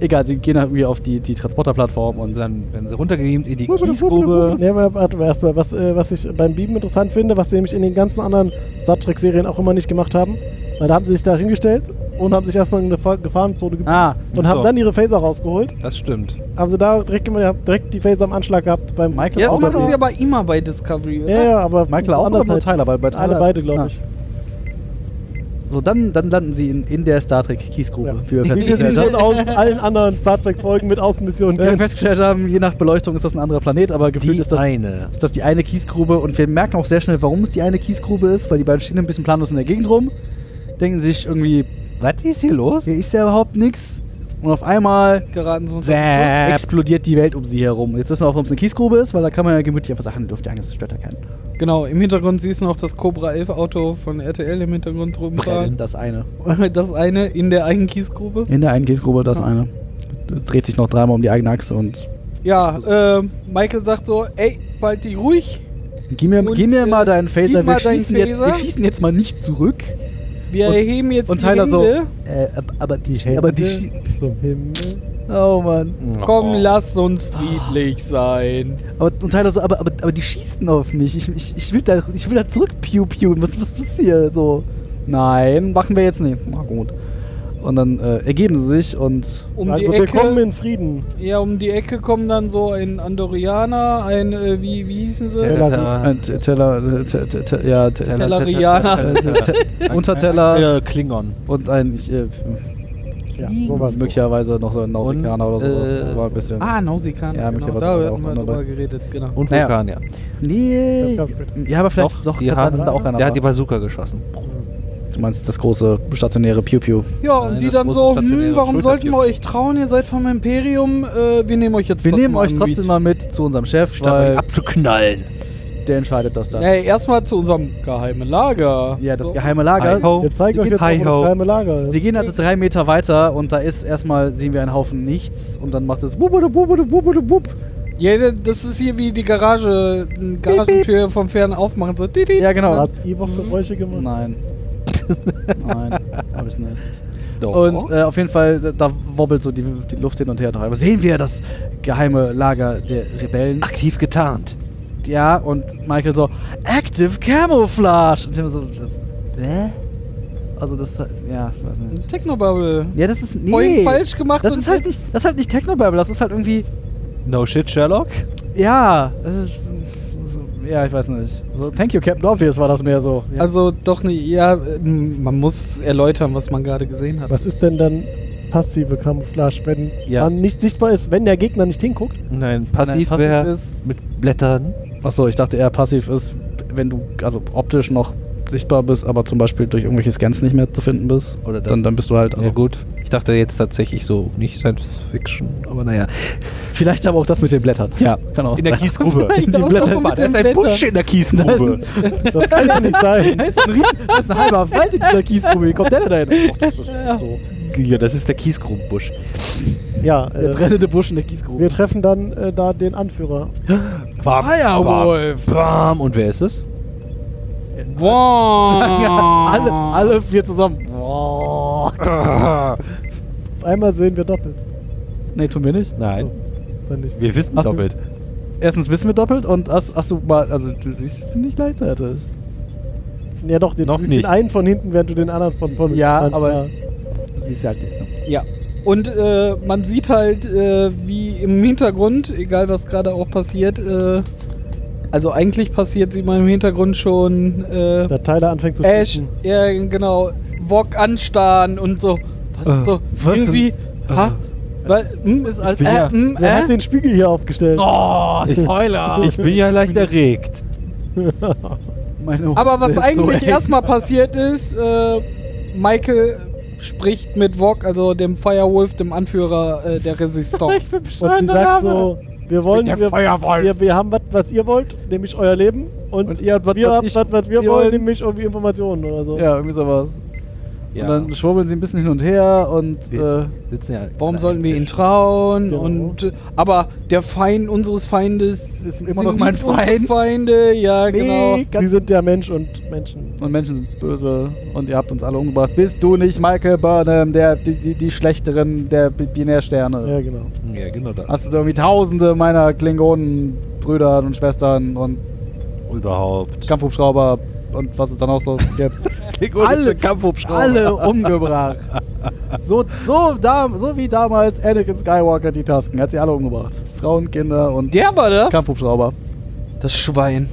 Speaker 1: Egal, sie gehen halt irgendwie auf die, die Transporterplattform und
Speaker 3: Und dann werden sie runtergebeamt in die
Speaker 4: Kiesgrube.
Speaker 3: Kiesgrube.
Speaker 4: Ja, aber warte mal erstmal, was, äh, was ich beim Beamen interessant finde, was sie nämlich in den ganzen anderen Star Trek-Serien auch immer nicht gemacht haben. Weil da haben sie sich da hingestellt und haben sich erstmal in eine Gefahr- Gefahrenzone gebieten
Speaker 1: Ah,
Speaker 4: und haben
Speaker 3: so.
Speaker 4: dann ihre Phaser rausgeholt.
Speaker 3: Das stimmt.
Speaker 4: Haben sie da direkt, immer- direkt die Phaser am Anschlag gehabt beim
Speaker 1: Michael
Speaker 2: Jetzt
Speaker 1: halt auch
Speaker 2: machen
Speaker 1: noch.
Speaker 2: sie aber immer bei Discovery, oder?
Speaker 4: Ja, ja, aber
Speaker 1: Michael auch oder
Speaker 4: anders
Speaker 1: nur
Speaker 4: halt.
Speaker 1: Tyler? Weil bei Tyler
Speaker 4: Alle beide, glaube ich.
Speaker 1: So, dann, dann landen sie in, in der Star Trek Kiesgrube.
Speaker 4: Ja.
Speaker 1: Wie wir
Speaker 4: Wie wir sie
Speaker 1: festgestellt
Speaker 4: schon
Speaker 1: haben.
Speaker 4: aus allen anderen Star Trek-Folgen mit Außenmissionen
Speaker 1: Wie wir
Speaker 4: kennen.
Speaker 1: festgestellt haben, je nach Beleuchtung ist das ein anderer Planet, aber gefühlt ist das,
Speaker 3: eine.
Speaker 1: ist das die eine Kiesgrube und wir merken auch sehr schnell, warum es die eine Kiesgrube ist, weil die beiden stehen ein bisschen planlos in der Gegend rum, denken sich irgendwie,
Speaker 3: Was ist hier los?
Speaker 1: hier ist ja überhaupt nichts und auf einmal
Speaker 2: Geraten sie uns. Äh,
Speaker 3: Zap.
Speaker 1: explodiert die Welt um sie herum. Jetzt wissen wir auch, warum es eine Kiesgrube ist, weil da kann man ja gemütlich einfach sagen, dürft ihr Angst, das stört ja keinen.
Speaker 2: Genau, im Hintergrund siehst du noch das Cobra 11 Auto von RTL im Hintergrund rumfahren.
Speaker 1: Das eine.
Speaker 2: Das eine in der eigenen Kiesgrube.
Speaker 1: In der einen Kiesgrube das eine. Es dreht sich noch dreimal um die eigene Achse und
Speaker 2: Ja, äh, Michael sagt so, ey, halt dich ruhig.
Speaker 1: Gib mir,
Speaker 2: Und,
Speaker 1: gib mir
Speaker 2: äh,
Speaker 1: mal deinen Phaser,
Speaker 2: gib
Speaker 1: wir
Speaker 2: mal deinen
Speaker 1: schießen, jetzt, wir
Speaker 2: Phaser.
Speaker 1: schießen jetzt mal nicht zurück.
Speaker 2: Wir
Speaker 1: Und-
Speaker 2: erheben jetzt
Speaker 1: Und
Speaker 2: die
Speaker 1: Tyler so,
Speaker 2: Hände.
Speaker 1: äh, ab- aber die, aber die, Schi-
Speaker 4: zum Himmel.
Speaker 1: oh Mann.
Speaker 2: Komm, lass uns friedlich sein.
Speaker 1: Aber, und Tyler so, aber, aber, aber die schießen auf mich, ich, ich, ich will da, ich will da zurück, piu, piu, was, was ist hier, so. Nein, machen wir jetzt nicht. Na gut. Und dann äh, ergeben sie sich und
Speaker 2: Um
Speaker 4: also,
Speaker 2: die
Speaker 4: wir kommen
Speaker 2: Ecke,
Speaker 4: in Frieden.
Speaker 2: ja, um die Ecke kommen dann so ein Andorianer, ein, äh, wie, wie hießen sie?
Speaker 4: Ja.
Speaker 1: äh, T- Teller, äh, T- T- T- ja, T- äh,
Speaker 2: Tellerianer.
Speaker 1: T- Unterteller
Speaker 3: Äh, Klingon.
Speaker 1: und ein, ich, äh,
Speaker 4: Ja, sowas.
Speaker 1: möglicherweise noch so ein Nausikaner oder
Speaker 3: Und,
Speaker 1: sowas.
Speaker 3: äh,
Speaker 1: Das war ein bisschen.
Speaker 2: Ah, Nausikan.
Speaker 1: Ja,
Speaker 2: genau,
Speaker 1: möglicherweise
Speaker 2: da
Speaker 1: war da auch
Speaker 2: hatten wir
Speaker 1: noch ne? dabei.
Speaker 2: drüber geredet, genau.
Speaker 3: Und
Speaker 1: Naja.
Speaker 3: Vulkanier.
Speaker 1: Nee.
Speaker 4: Das gab's später.
Speaker 1: Ja, aber vielleicht doch,
Speaker 3: die
Speaker 1: Katar
Speaker 3: haben,
Speaker 1: sind da auch einer.
Speaker 3: der hat die Bazooka geschossen.
Speaker 1: du meinst das große stationäre Pew Pew.
Speaker 2: Ja,
Speaker 3: Nein,
Speaker 2: und die
Speaker 3: das
Speaker 2: dann
Speaker 3: muss
Speaker 2: so,
Speaker 3: stationäre
Speaker 2: hm, warum
Speaker 3: Schulter
Speaker 2: sollten wir
Speaker 3: geben.
Speaker 2: euch trauen? Ihr seid vom Imperium. Äh, wir nehmen euch jetzt
Speaker 1: Wir
Speaker 2: trotzdem
Speaker 1: nehmen euch
Speaker 2: an,
Speaker 1: trotzdem
Speaker 2: Reed.
Speaker 1: mal mit zu unserem Chef,
Speaker 3: Statt euch
Speaker 1: weil
Speaker 3: abzuknallen.
Speaker 1: der entscheidet das dann.
Speaker 2: Ey, erstmal zu unserem geheimen Lager.
Speaker 1: Ja, das
Speaker 2: So.
Speaker 1: geheime Lager.
Speaker 3: Hi-ho.
Speaker 4: Wir zeigen
Speaker 1: Sie
Speaker 4: euch
Speaker 1: gehen-
Speaker 4: jetzt, wo das
Speaker 3: Hi-ho.
Speaker 4: geheime Lager ist.
Speaker 1: Sie gehen also drei Meter weiter und da ist erstmal, sehen wir einen Haufen nichts und dann macht es bubbudu bubbudu bubbudu bub.
Speaker 2: Ja, das ist hier wie die Garage, eine Garagentür vom Fern aufmachen. So. di- di-
Speaker 1: Ja, genau.
Speaker 4: Habt ihr was Geräusche gemacht?
Speaker 1: Nein. Nein, hab ich nicht. Und
Speaker 3: ähm,
Speaker 1: äh, auf jeden Fall, da- da wobbelt so die, die Luft hin und her. Aber sehen wir das geheime Lager der Rebellen?
Speaker 3: aktiv getarnt.
Speaker 1: Ja, und Michael so, Active Camouflage. Und ich hab so, hä? Also das, ist halt- ja, ich weiß nicht.
Speaker 2: Technobubble.
Speaker 1: Ja, das ist, nee.
Speaker 2: Voll falsch gemacht
Speaker 1: Das
Speaker 2: und
Speaker 1: ist halt nicht, das ist halt nicht Technobabble, das ist halt irgendwie,
Speaker 3: No shit, Sherlock.
Speaker 1: ja, das ist, so, ja, ich weiß nicht. So, thank you, Captain Obvious war das mehr so. Ja.
Speaker 2: Also doch nicht, ja, äh, man muss erläutern, was man gerade gesehen hat.
Speaker 4: Was ist denn dann passive Camouflage, wenn
Speaker 3: Ja.
Speaker 4: man nicht sichtbar ist, wenn der Gegner nicht hinguckt?
Speaker 3: Nein,
Speaker 1: Nein,
Speaker 3: passiv
Speaker 1: passiv
Speaker 3: wäre
Speaker 1: ist-
Speaker 3: mit Blättern.
Speaker 1: Achso, ich dachte eher passiv ist, wenn du, also optisch noch sichtbar bist, aber zum Beispiel durch irgendwelche Scans nicht mehr zu finden bist.
Speaker 3: Oder das.
Speaker 1: dann, dann bist du halt, also
Speaker 3: ja gut. Ich dachte jetzt tatsächlich so, nicht Science Fiction, aber naja.
Speaker 1: Vielleicht aber auch das mit den Blättern.
Speaker 3: Ja.
Speaker 1: kann auch
Speaker 3: In der
Speaker 1: sein.
Speaker 3: Kiesgrube.
Speaker 2: Ich
Speaker 1: Die
Speaker 2: glaub,
Speaker 1: Blätter-
Speaker 2: doch mal,
Speaker 1: Da
Speaker 2: mit
Speaker 1: ist
Speaker 2: den
Speaker 1: ein
Speaker 2: Blättern.
Speaker 1: Busch
Speaker 3: in der Kiesgrube.
Speaker 4: Das kann ja nicht sein.
Speaker 1: Da ist ein, riesen, da ist ein halber Wald in dieser Kiesgrube. Wie kommt der denn da hin? Och, das ist so.
Speaker 3: Ja, das ist der Kiesgrubenbusch.
Speaker 4: Ja,
Speaker 1: Der
Speaker 4: äh,
Speaker 1: brennende Busch in der Kiesgrube.
Speaker 4: wir treffen dann äh, da den Anführer.
Speaker 3: Bam,
Speaker 1: Ah
Speaker 2: Firewolf.
Speaker 3: Bam, bam. Und wer ist es?
Speaker 2: Wow.
Speaker 1: alle, alle vier zusammen.
Speaker 4: Auf einmal sehen wir doppelt.
Speaker 1: Nee, tun wir nicht.
Speaker 3: Nein,
Speaker 4: Dann nicht.
Speaker 3: wir wissen
Speaker 1: Ach so.
Speaker 3: doppelt.
Speaker 1: Erstens wissen wir doppelt und hast, hast du mal, also du siehst es nicht gleichzeitig.
Speaker 4: Ja doch, den,
Speaker 3: Noch
Speaker 4: den
Speaker 3: nicht.
Speaker 4: einen von hinten, während du den anderen von vorne
Speaker 1: Ja,
Speaker 4: dann-
Speaker 1: aber- Du siehst ja halt nicht. ne?
Speaker 2: Ja. Und äh, man sieht halt, äh, wie im Hintergrund, egal was gerade auch passiert, äh, also eigentlich passiert, sieht man im Hintergrund schon äh,
Speaker 4: der Tyler anfängt zu
Speaker 2: Ash,
Speaker 4: schießen.
Speaker 2: ja genau, Wok anstarren und so. Was
Speaker 3: Äh,
Speaker 2: so?
Speaker 3: was
Speaker 2: irgendwie, ha? Was? Hm,
Speaker 1: ist als-
Speaker 2: äh,
Speaker 1: ja.
Speaker 2: hm,
Speaker 4: Wer
Speaker 2: äh?
Speaker 4: hat den Spiegel hier aufgestellt?
Speaker 1: ähm, Oh, Spoiler!
Speaker 3: Ich bin ja leicht erregt.
Speaker 1: meine
Speaker 2: Aber was
Speaker 1: Hose ist
Speaker 2: eigentlich
Speaker 1: eng.
Speaker 2: erstmal passiert ist, äh, Michael spricht mit Wok, also dem Firewolf, dem Anführer äh, der Resistance.
Speaker 1: für ein
Speaker 4: Und sie
Speaker 1: bescheuerter
Speaker 4: sagt
Speaker 1: Name.
Speaker 4: so, Wir wollen,
Speaker 2: der
Speaker 4: wir,
Speaker 2: Feuerwolf.
Speaker 4: wir, wir haben was, was ihr wollt, nämlich euer Leben. Und,
Speaker 1: Und ihr habt was,
Speaker 4: wir
Speaker 1: was
Speaker 4: haben
Speaker 1: ich-
Speaker 4: was, was wir
Speaker 1: wir
Speaker 4: wollen,
Speaker 1: wollen.
Speaker 4: nämlich irgendwie Informationen oder so.
Speaker 1: Ja, irgendwie sowas.
Speaker 3: Ja.
Speaker 1: Und dann schwurbeln sie ein bisschen hin und her und äh,
Speaker 3: Wir sitzen ja
Speaker 2: Warum
Speaker 3: an
Speaker 2: sollten wir
Speaker 3: einem
Speaker 2: ihn
Speaker 3: Tisch.
Speaker 2: trauen?
Speaker 4: Genau.
Speaker 2: Und äh, aber der Feind unseres Feindes ist
Speaker 1: immer noch mein Feind.
Speaker 2: Feinde, ja genau.
Speaker 4: Sie sind ja Mensch und Menschen.
Speaker 1: Und Menschen sind böse und ihr habt uns alle umgebracht. Bist du nicht Michael Burnham, der, die, die, die Schlechterin der Bi- Binärsterne?
Speaker 4: Ja, genau.
Speaker 3: Ja, genau das.
Speaker 1: Hast du irgendwie tausende meiner Klingonen-Brüder und Schwestern und
Speaker 3: Überhaupt.
Speaker 1: Kampfhubschrauber und was es dann auch so gibt.
Speaker 3: Klingonische Kampfhubschrauber.
Speaker 1: alle umgebracht. So, so, da, so wie damals Anakin Skywalker die Tasken. Hat sie alle umgebracht. Frauen, Kinder und
Speaker 2: Der war das?
Speaker 1: Kampfhubschrauber.
Speaker 2: Das Schwein.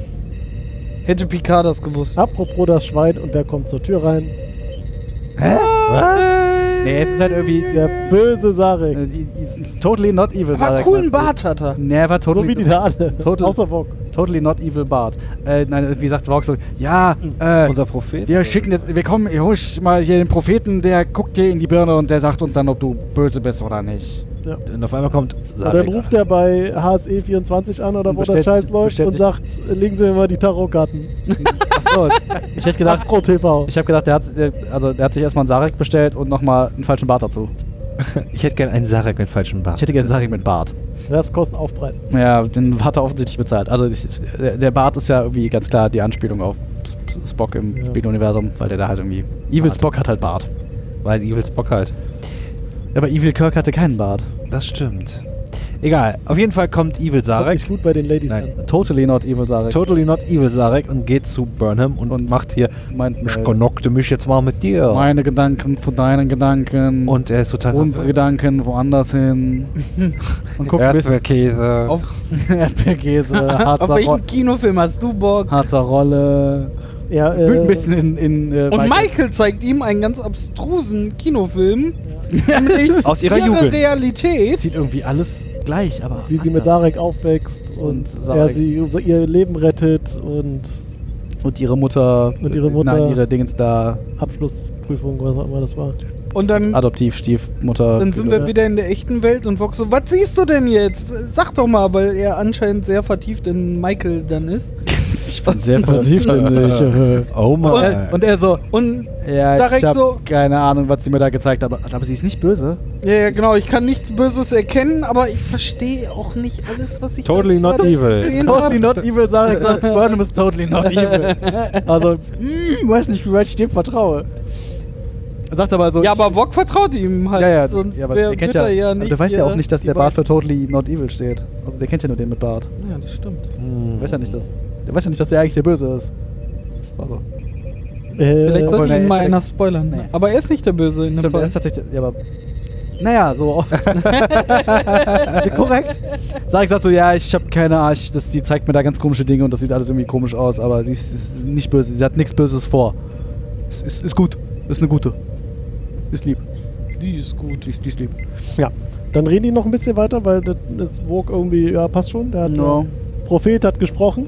Speaker 2: Hätte Picard das gewusst.
Speaker 4: Apropos das Schwein und wer kommt zur Tür rein?
Speaker 1: Nee, es ist halt irgendwie.
Speaker 4: Der böse
Speaker 1: Äh,
Speaker 4: Sarek.
Speaker 1: It's totally not evil.
Speaker 2: Aber
Speaker 1: Sarek,
Speaker 2: coolen
Speaker 1: weißt du.
Speaker 2: Bart hat er.
Speaker 1: Never
Speaker 4: So
Speaker 1: totally.
Speaker 4: wie die da alle.
Speaker 1: Total-
Speaker 4: Außer Vogue.
Speaker 1: Totally not evil Bart. Äh, nein, wie sagt Vox so, ja,
Speaker 2: Hm.
Speaker 1: äh,
Speaker 3: Unser Prophet.
Speaker 1: wir schicken jetzt, wir kommen, ich hol mal hier den Propheten, der guckt dir in die Birne und der sagt uns dann, ob du böse bist oder nicht.
Speaker 3: Und auf einmal kommt
Speaker 4: Und dann
Speaker 3: Sarek.
Speaker 4: ruft er bei HSE24 an oder wo
Speaker 1: Bestellt
Speaker 4: der Scheiß
Speaker 1: sich-
Speaker 4: läuft
Speaker 1: bestellt
Speaker 4: und
Speaker 1: sich-
Speaker 4: sagt, legen Sie mir mal die Tarotkarten.
Speaker 1: Achso, ich hätte
Speaker 4: Astro TV.
Speaker 1: ich habe gedacht, der hat, der- also der hat sich erstmal einen Sarek bestellt und nochmal einen falschen Bart dazu.
Speaker 3: Ich hätte gern einen Sarek mit falschem Bart.
Speaker 1: Ich hätte gerne einen Sarek mit Bart.
Speaker 4: Das kostet Aufpreis.
Speaker 1: Ja, den hat er offensichtlich bezahlt. Also ich, der der Bart ist ja irgendwie ganz klar die Anspielung auf S- S- Spock im
Speaker 4: Ja.
Speaker 1: Spieluniversum, weil der da halt irgendwie. Evil
Speaker 3: Bart.
Speaker 1: Spock hat halt Bart.
Speaker 3: Weil Evils Bock halt.
Speaker 1: Aber Evil Kirk hatte keinen Bart.
Speaker 3: Das stimmt. Egal. Auf jeden Fall kommt Evil
Speaker 4: Kommt nicht
Speaker 3: Sarek.
Speaker 4: gut bei den Ladies
Speaker 3: Nein.
Speaker 4: an.
Speaker 1: Totally not evil Sarek.
Speaker 3: Totally not evil Sarek und geht zu Burnham und,
Speaker 1: Und
Speaker 3: macht hier,
Speaker 1: meint,
Speaker 3: ich
Speaker 1: äh,
Speaker 3: connecte mich jetzt mal mit dir.
Speaker 1: Meine Gedanken zu deinen Gedanken.
Speaker 3: Und er ist total
Speaker 1: unsere Gedanken woanders hin. Und guckt ein bisschen
Speaker 3: Erdbeerkäse.
Speaker 2: Auf,
Speaker 1: Erdbeerkäse, Äh, harzer,
Speaker 2: auf
Speaker 1: Ro
Speaker 2: welchen Kinofilm hast du Bock?
Speaker 1: harzer Rolle.
Speaker 4: Ja, äh,
Speaker 1: Wühlt ein bisschen in. in äh,
Speaker 2: Und Michael zeigt ihm einen ganz abstrusen Kinofilm, nämlich
Speaker 3: Aus ihrer
Speaker 2: ihre
Speaker 3: Jugend.
Speaker 2: Realität.
Speaker 1: Sieht irgendwie alles gleich, aber.
Speaker 4: wie sie mit
Speaker 1: anders.
Speaker 4: Sarek aufwächst
Speaker 1: Und
Speaker 4: und, er
Speaker 1: Sarek-
Speaker 4: sie unser- ihr Leben rettet und
Speaker 1: Und ihre Mutter.
Speaker 4: Und ihre Mutter.
Speaker 1: Nein, ihre Dingens da.
Speaker 4: Abschlussprüfung, was auch immer das war.
Speaker 2: Und dann,
Speaker 1: Adoptivstiefmutter.
Speaker 2: dann sind
Speaker 4: ja.
Speaker 2: wir wieder in der echten Welt und Vox so, was siehst du denn jetzt? Sag doch mal, weil er anscheinend sehr vertieft in Michael dann ist.
Speaker 1: ich bin sehr vertieft in dich.
Speaker 3: oh mein.
Speaker 1: Und, und er so.
Speaker 2: Und
Speaker 1: Ja,
Speaker 2: Sarek
Speaker 1: ich hab
Speaker 2: so-
Speaker 1: keine Ahnung, was sie mir da gezeigt hat. Aber, aber sie ist nicht böse.
Speaker 2: Ja, ja, genau, ich kann nichts Böses erkennen, aber ich verstehe auch nicht alles, was ich
Speaker 3: Totally
Speaker 2: da
Speaker 3: not
Speaker 2: gerade
Speaker 3: evil.
Speaker 2: gesehen
Speaker 1: Totally not
Speaker 2: hab.
Speaker 1: evil, Sarek sagt, Burnham is totally not evil. Also, mm, weiß nicht, wie weit ich dem vertraue. Er sagt aber so.
Speaker 2: Ja,
Speaker 1: ich-
Speaker 2: aber Wok vertraut ihm halt.
Speaker 1: ja, ja,
Speaker 2: sonst
Speaker 1: ja, aber
Speaker 2: wär-
Speaker 1: der kennt
Speaker 2: wird
Speaker 1: ja,
Speaker 2: er ja
Speaker 1: aber
Speaker 2: nicht.
Speaker 1: der weiß ja
Speaker 2: hier
Speaker 1: auch nicht, dass
Speaker 2: die
Speaker 1: der Bart für
Speaker 2: beiden-
Speaker 1: totally not evil steht. Also der kennt ja nur den mit Bart.
Speaker 2: Ja, das stimmt.
Speaker 1: Äh,
Speaker 3: Hm.
Speaker 1: Der weiß ja nicht, dass der weiß ja nicht, dass der eigentlich der Böse ist. Also,
Speaker 4: Äh,
Speaker 2: Vielleicht sollte
Speaker 1: nee,
Speaker 2: ihn mal
Speaker 1: vielleicht-
Speaker 2: einer spoilern.
Speaker 1: Nee.
Speaker 2: Ne? Aber er ist nicht der Böse in dem
Speaker 1: stimmt, er
Speaker 2: Fall.
Speaker 1: ist tatsächlich, ja, aber naja, so korrekt. Sag ich sagt so, ja, ich habe keine Ahnung, ich- das, die zeigt mir da ganz komische Dinge und das sieht alles irgendwie komisch aus, aber sie ist, ist nicht böse, sie hat nichts Böses vor. Ist, ist, ist gut, ist eine gute, ist lieb. halt-
Speaker 2: Die ist gut.
Speaker 1: Die ist, die ist lieb.
Speaker 4: ja. Dann reden die noch ein bisschen weiter, weil das ist Vogue irgendwie, ja, passt schon. Der hat,
Speaker 1: No.
Speaker 4: äh, Prophet hat gesprochen.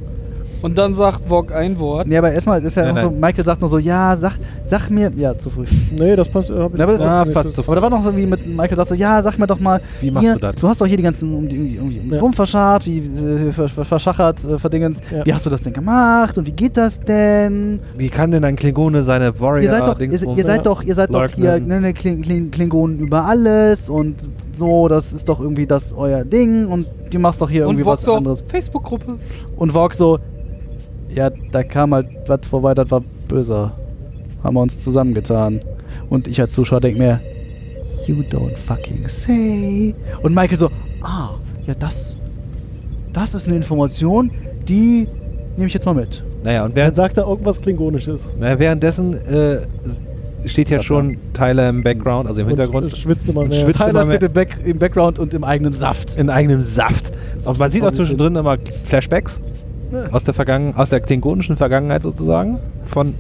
Speaker 2: Und dann sagt Wok ein Wort.
Speaker 1: Nee, aber erstmal ist ja
Speaker 3: Nein,
Speaker 1: noch so,
Speaker 3: nein.
Speaker 1: Michael sagt nur so, ja, sag, sag mir, ja, zu früh.
Speaker 4: Nee, das passt. äh, Hab ich
Speaker 1: Ja, aber das-
Speaker 3: Ah,
Speaker 4: Nee,
Speaker 3: fast
Speaker 4: das-
Speaker 3: so.
Speaker 1: Aber da war noch so wie mit Michael sagt so, ja, sag mir doch mal,
Speaker 3: Wie machst
Speaker 1: hier,
Speaker 3: du das?
Speaker 1: Du hast doch hier die ganzen um, die- irgendwie, irgendwie um die
Speaker 4: Ja.
Speaker 1: rum verscharrt, wie äh, ver- ver- verschachert, äh, verdingens.
Speaker 4: Ja.
Speaker 1: Wie hast du das denn gemacht und wie geht das denn?
Speaker 3: Wie kann denn ein Klingone seine Warrior
Speaker 1: ihr seid doch, ihr,
Speaker 3: Dings
Speaker 1: se-
Speaker 3: um-
Speaker 1: ihr seid doch, ihr seid doch hier
Speaker 3: leugnen?
Speaker 1: ne, ne, Kling, Kling, Klingonen über alles und so, das ist doch irgendwie das euer Ding und du machst doch hier irgendwie
Speaker 2: Und Wok
Speaker 1: was
Speaker 2: so,
Speaker 1: anderes.
Speaker 2: Facebook-Gruppe.
Speaker 1: Und Vox so, ja, da kam halt was vorbei, das war böser. Haben wir uns zusammengetan. Und ich als Zuschauer denke mir, you don't fucking say. Und Michael so, ah, ja, das, das ist eine Information, die nehme ich jetzt mal mit.
Speaker 3: Naja, und
Speaker 4: Dann
Speaker 3: während,
Speaker 4: sagt er irgendwas Klingonisches.
Speaker 3: na, währenddessen äh, steht ja schon Tyler im Background, also im
Speaker 4: Und, äh,
Speaker 3: Hintergrund,
Speaker 4: schwitzt immer
Speaker 3: Und
Speaker 4: mehr.
Speaker 3: schwitzt- Tyler
Speaker 1: Tyler
Speaker 3: steht
Speaker 1: steht im, Background und im eigenen Saft.
Speaker 3: in eigenem Saft. Und man sieht auch
Speaker 1: Vor sich
Speaker 3: zwischendrin immer Flashbacks aus der Vergangen aus der klingonischen Vergangenheit sozusagen von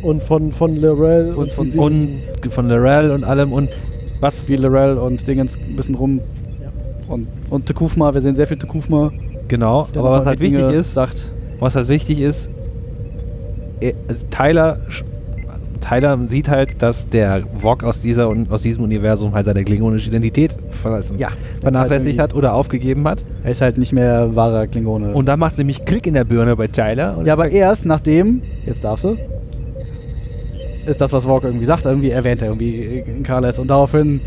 Speaker 4: und von, von Lorel
Speaker 1: Und von-
Speaker 4: wie sie-
Speaker 3: und von Lorel und allem und was
Speaker 1: Wie Lorel und Dingens ein bisschen rum.
Speaker 4: Ja.
Speaker 1: Und, und Tekufma, wir sehen sehr viel Tekufma.
Speaker 3: genau,
Speaker 1: der
Speaker 3: aber was
Speaker 1: nochmal
Speaker 3: halt
Speaker 1: die
Speaker 3: wichtig
Speaker 1: Dinge
Speaker 3: ist,
Speaker 1: sagt,
Speaker 3: was halt wichtig ist, er, also Tyler, sch- Tyler sieht halt, dass der Vog aus, dieser, aus diesem Universum halt seine klingonische Identität verlassen,
Speaker 1: Ja.
Speaker 3: vernachlässigt hat oder aufgegeben hat.
Speaker 1: Er ist halt nicht mehr wahrer Klingone.
Speaker 3: Und dann macht es nämlich Klick in der Birne bei Tyler. Und
Speaker 1: ja, aber erst nachdem, jetzt darfst du, ist das, was Walker irgendwie sagt, irgendwie erwähnt er irgendwie in Carles und daraufhin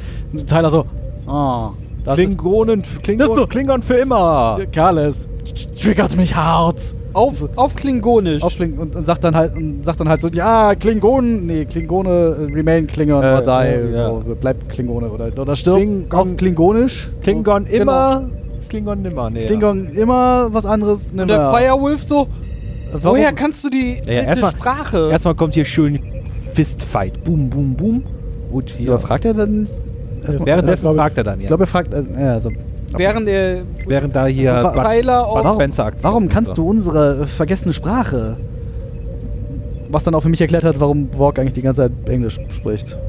Speaker 1: Tyler so, oh, das
Speaker 3: Klingonen,
Speaker 1: Das ist so-
Speaker 3: Klingon, Klingon für immer.
Speaker 1: ist, Carles tr- triggert mich hart.
Speaker 2: Auf, auf Klingonisch.
Speaker 1: Aufschlingt und, und sagt dann halt und sagt dann halt so, ja, Klingonen, nee, Klingone, äh, remain Klingon
Speaker 3: Äh,
Speaker 1: or die,
Speaker 3: äh, ja.
Speaker 1: so, bleib Klingone oder, oder stirb.
Speaker 3: Klingon-
Speaker 1: auf Klingonisch.
Speaker 3: Klingon
Speaker 1: So, genau.
Speaker 3: immer, Genau. Klingon nimmer. Nee,
Speaker 1: Klingon immer was anderes.
Speaker 2: und der Firewolf so,
Speaker 1: Äh, Warum-
Speaker 2: woher kannst du die
Speaker 3: Ja, ja,
Speaker 2: alte
Speaker 3: erstmal-
Speaker 2: Sprache?
Speaker 3: Erstmal kommt hier schön Fistfight. Boom, boom, boom. Und hier.
Speaker 1: Überfragt er dann?
Speaker 3: Währenddessen
Speaker 4: Ja, glaub ich.
Speaker 3: fragt er dann, ja.
Speaker 1: Ich glaube, er fragt. äh, ja, also,
Speaker 2: während er
Speaker 3: Während da hier
Speaker 1: Wa-
Speaker 3: Bud-
Speaker 2: Tyler
Speaker 3: Bud
Speaker 2: auf-
Speaker 3: Spencer Aktion.
Speaker 1: warum kannst du unsere äh, vergessene Sprache? Was dann auch für mich erklärt hat, warum Walk eigentlich die ganze Zeit Englisch spricht.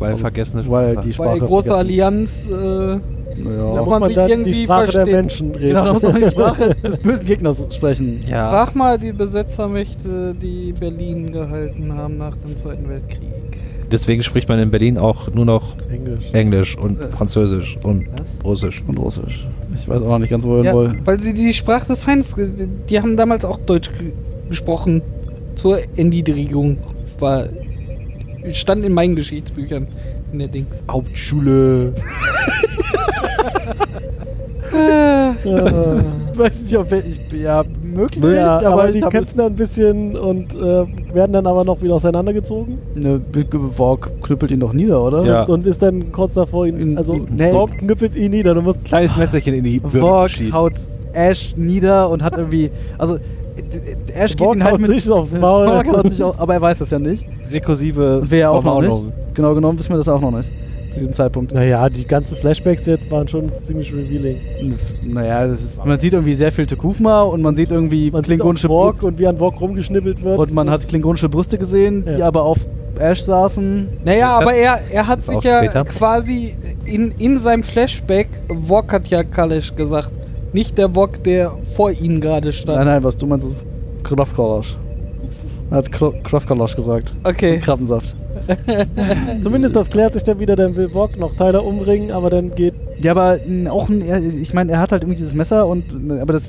Speaker 3: Weil vergessene
Speaker 1: Weil die
Speaker 2: bei
Speaker 1: Sprache.
Speaker 2: große
Speaker 1: vergessen.
Speaker 2: Allianz äh,
Speaker 1: Ja.
Speaker 2: Dass
Speaker 4: Da
Speaker 1: Genau,
Speaker 2: man
Speaker 4: muss man
Speaker 2: sich
Speaker 4: dann
Speaker 2: irgendwie
Speaker 4: die Sprache der
Speaker 2: versteht.
Speaker 4: Menschen reden.
Speaker 1: da muss man die Sprache des bösen Gegners sprechen.
Speaker 3: Ja.
Speaker 2: Frag mal die Besetzermächte, die Berlin gehalten haben nach dem Zweiten Weltkrieg.
Speaker 3: Deswegen spricht man in Berlin auch nur noch
Speaker 4: Englisch.
Speaker 3: Englisch und
Speaker 1: Äh.
Speaker 3: Französisch und
Speaker 2: Was?
Speaker 3: Russisch.
Speaker 1: Und Russisch. Ich weiß auch noch nicht ganz, wohin
Speaker 2: Ja,
Speaker 1: wohl.
Speaker 2: weil sie die Sprache des Feindes, ge- die haben damals auch Deutsch ge gesprochen. Zur Erniedrigung war, stand in meinen Geschichtsbüchern in der Dings.
Speaker 3: Hauptschule.
Speaker 4: Ja.
Speaker 1: Ich weiß nicht, ob wir- ich. Ja, möglich,
Speaker 4: Ja, aber, die
Speaker 1: hab-
Speaker 4: kämpfen dann ein bisschen und äh, werden dann aber noch wieder auseinandergezogen
Speaker 1: Ne, Big Walk knüppelt ihn doch nieder, oder?
Speaker 3: Ja.
Speaker 4: und ist dann kurz davor, ihn,
Speaker 1: In-
Speaker 4: also
Speaker 1: Nee.
Speaker 4: Sorg knüppelt ihn nieder. Du musst
Speaker 3: Kleines Messerchen in die Birne
Speaker 1: Vork
Speaker 3: geschieden.
Speaker 1: haut Ash nieder und hat irgendwie. Also, d- d- Ash geht
Speaker 4: Vork
Speaker 1: ihn halt
Speaker 4: haut
Speaker 1: mit.
Speaker 4: sich aufs Maul.
Speaker 1: Vork haut sich auf, aber er weiß das ja nicht.
Speaker 3: Rekursive
Speaker 1: Und wir ja auch noch
Speaker 3: Verordnung.
Speaker 1: nicht. Genau genommen wissen wir das auch noch nicht. Zu diesem Zeitpunkt.
Speaker 4: Naja, die ganzen Flashbacks jetzt waren schon ziemlich revealing.
Speaker 1: Naja, das ist, man sieht irgendwie sehr viel Tekufma und man sieht irgendwie
Speaker 4: Man sieht
Speaker 1: klingonische
Speaker 4: auch Borg und wie an Borg rumgeschnippelt
Speaker 1: Br-
Speaker 4: wird.
Speaker 1: und man hat klingonische Brüste gesehen, die
Speaker 4: Ja.
Speaker 1: aber auf Ash saßen.
Speaker 2: Naja, aber er, er hat
Speaker 3: Ist
Speaker 2: sich
Speaker 3: auch
Speaker 2: ja
Speaker 3: später.
Speaker 2: quasi in, in seinem Flashback, Wok hat ja Kalesch gesagt, nicht der Wok, der vor ihm gerade
Speaker 1: Nein,
Speaker 2: stand.
Speaker 1: nein, was du meinst, ist Kraftkalosch. Er hat Kro- Kraftkalosch gesagt.
Speaker 2: Okay.
Speaker 1: Krabbensaft.
Speaker 4: Zumindest das klärt sich dann wieder, dann will Borg noch Tyler umbringen, aber dann geht
Speaker 1: Ja, aber n, auch, n, er- ich meine, er hat halt irgendwie dieses Messer und, n, aber das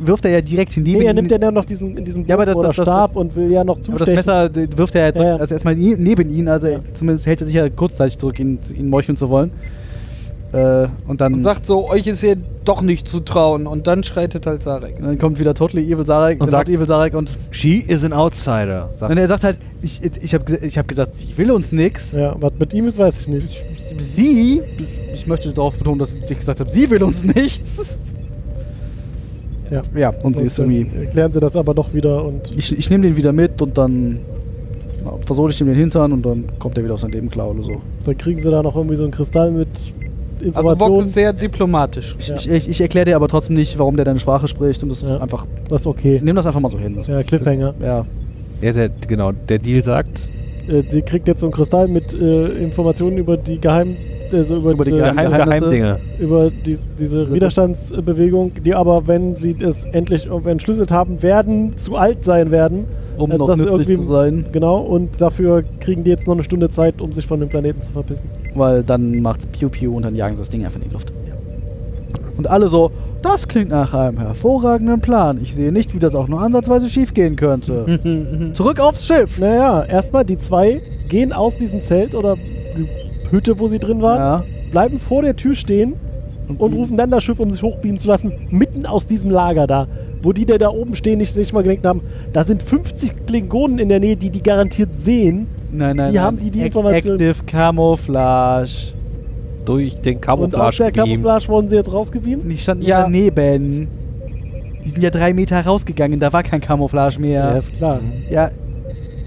Speaker 1: wirft er ja direkt hinüber.
Speaker 4: Nee, er nimmt ja noch diesen, in diesem
Speaker 1: Ja, aber das-
Speaker 4: oder
Speaker 1: das- das-
Speaker 4: Stab
Speaker 1: das-
Speaker 4: und will ja noch
Speaker 1: aber das
Speaker 4: zustechen.
Speaker 1: Messer d- wirft er ja,
Speaker 4: Ja, ja.
Speaker 1: also erstmal nie- neben ihn, also
Speaker 4: Ja.
Speaker 1: zumindest hält er sich ja kurzzeitig zurück, ihn, ihn meucheln zu wollen. Äh, und dann,
Speaker 2: Und sagt so, euch ist hier doch nicht zu trauen. Und dann schreitet halt Sarek.
Speaker 1: dann kommt wieder Totally Evil Sarek
Speaker 3: Und
Speaker 1: dann sagt
Speaker 3: sagt-
Speaker 1: Evil Sarek und
Speaker 3: She is an outsider. Sagt
Speaker 1: Nein, er sagt halt, ich, ich habe ich hab gesagt, sie will uns nix.
Speaker 4: ja, was mit ihm ist, weiß ich nicht.
Speaker 1: Sie, ich möchte darauf betonen, dass ich gesagt habe, sie will uns nichts.
Speaker 4: Ja.
Speaker 1: Ja, und sie ist
Speaker 4: dann
Speaker 1: irgendwie,
Speaker 4: Erklären sie das aber doch wieder und
Speaker 1: ich, ich nehme den wieder mit und dann na, versohle ich ihm den Hintern und dann kommt er wieder auf sein Leben klar oder so.
Speaker 4: dann kriegen sie da noch irgendwie so einen Kristall mit
Speaker 2: Also Wok
Speaker 4: Informationen.
Speaker 2: ist sehr diplomatisch.
Speaker 1: Ich,
Speaker 4: Ja.
Speaker 1: ich, ich, ich erkläre dir aber trotzdem nicht, warum der deine Sprache spricht und das
Speaker 4: Ja.
Speaker 1: ist einfach,
Speaker 4: das ist okay.
Speaker 1: nimm das einfach mal so hin. Das,
Speaker 4: Ja, Cliffhanger.
Speaker 1: ja.
Speaker 3: Ja, der, genau, der Deal sagt.
Speaker 4: Äh, sie kriegt jetzt so einen Kristall mit äh, Informationen über die Geheim... Also über,
Speaker 1: Über die
Speaker 4: diese-
Speaker 1: Geheim-
Speaker 3: Geheim,
Speaker 1: Geheimnisse.
Speaker 3: Geheimdinge.
Speaker 4: über dies, diese Widerstandsbewegung, die aber, wenn sie es endlich irgendwie entschlüsselt haben werden, zu alt sein werden.
Speaker 1: Um
Speaker 4: Äh,
Speaker 1: noch
Speaker 4: das ist
Speaker 1: nützlich zu
Speaker 4: irgendwie-
Speaker 1: sein,
Speaker 4: Genau, und dafür kriegen die jetzt noch eine Stunde Zeit, um sich von dem Planeten zu verpissen.
Speaker 1: weil dann macht's Piu Piu und dann jagen sie das Ding einfach in die Luft. Und alle so, das klingt nach einem hervorragenden Plan. Ich sehe nicht, wie das auch nur ansatzweise schiefgehen
Speaker 4: Hm.
Speaker 1: könnte. Zurück aufs Schiff!
Speaker 4: Naja, erstmal die zwei gehen aus diesem Zelt oder Hütte, wo sie drin waren, bleiben vor der Tür stehen und rufen dann das Schiff, um sich hochbeamen zu lassen, mitten aus diesem Lager da. Wo die, die da oben stehen, nicht, nicht mal gedacht haben, da sind 50 Klingonen in der Nähe, die die garantiert sehen.
Speaker 1: Nein, nein,
Speaker 4: Wie
Speaker 1: nein.
Speaker 4: haben die die
Speaker 1: Ac-
Speaker 4: Information?
Speaker 1: Active Camouflage.
Speaker 3: Durch den
Speaker 4: Und aus
Speaker 3: Camouflage
Speaker 4: der
Speaker 3: beamt.
Speaker 4: Camouflage wurden sie jetzt rausgebeamt.
Speaker 1: Die standen
Speaker 2: Ja.
Speaker 1: daneben. Die sind ja drei Meter rausgegangen, da war kein Camouflage mehr.
Speaker 4: ist klar.
Speaker 1: Ja,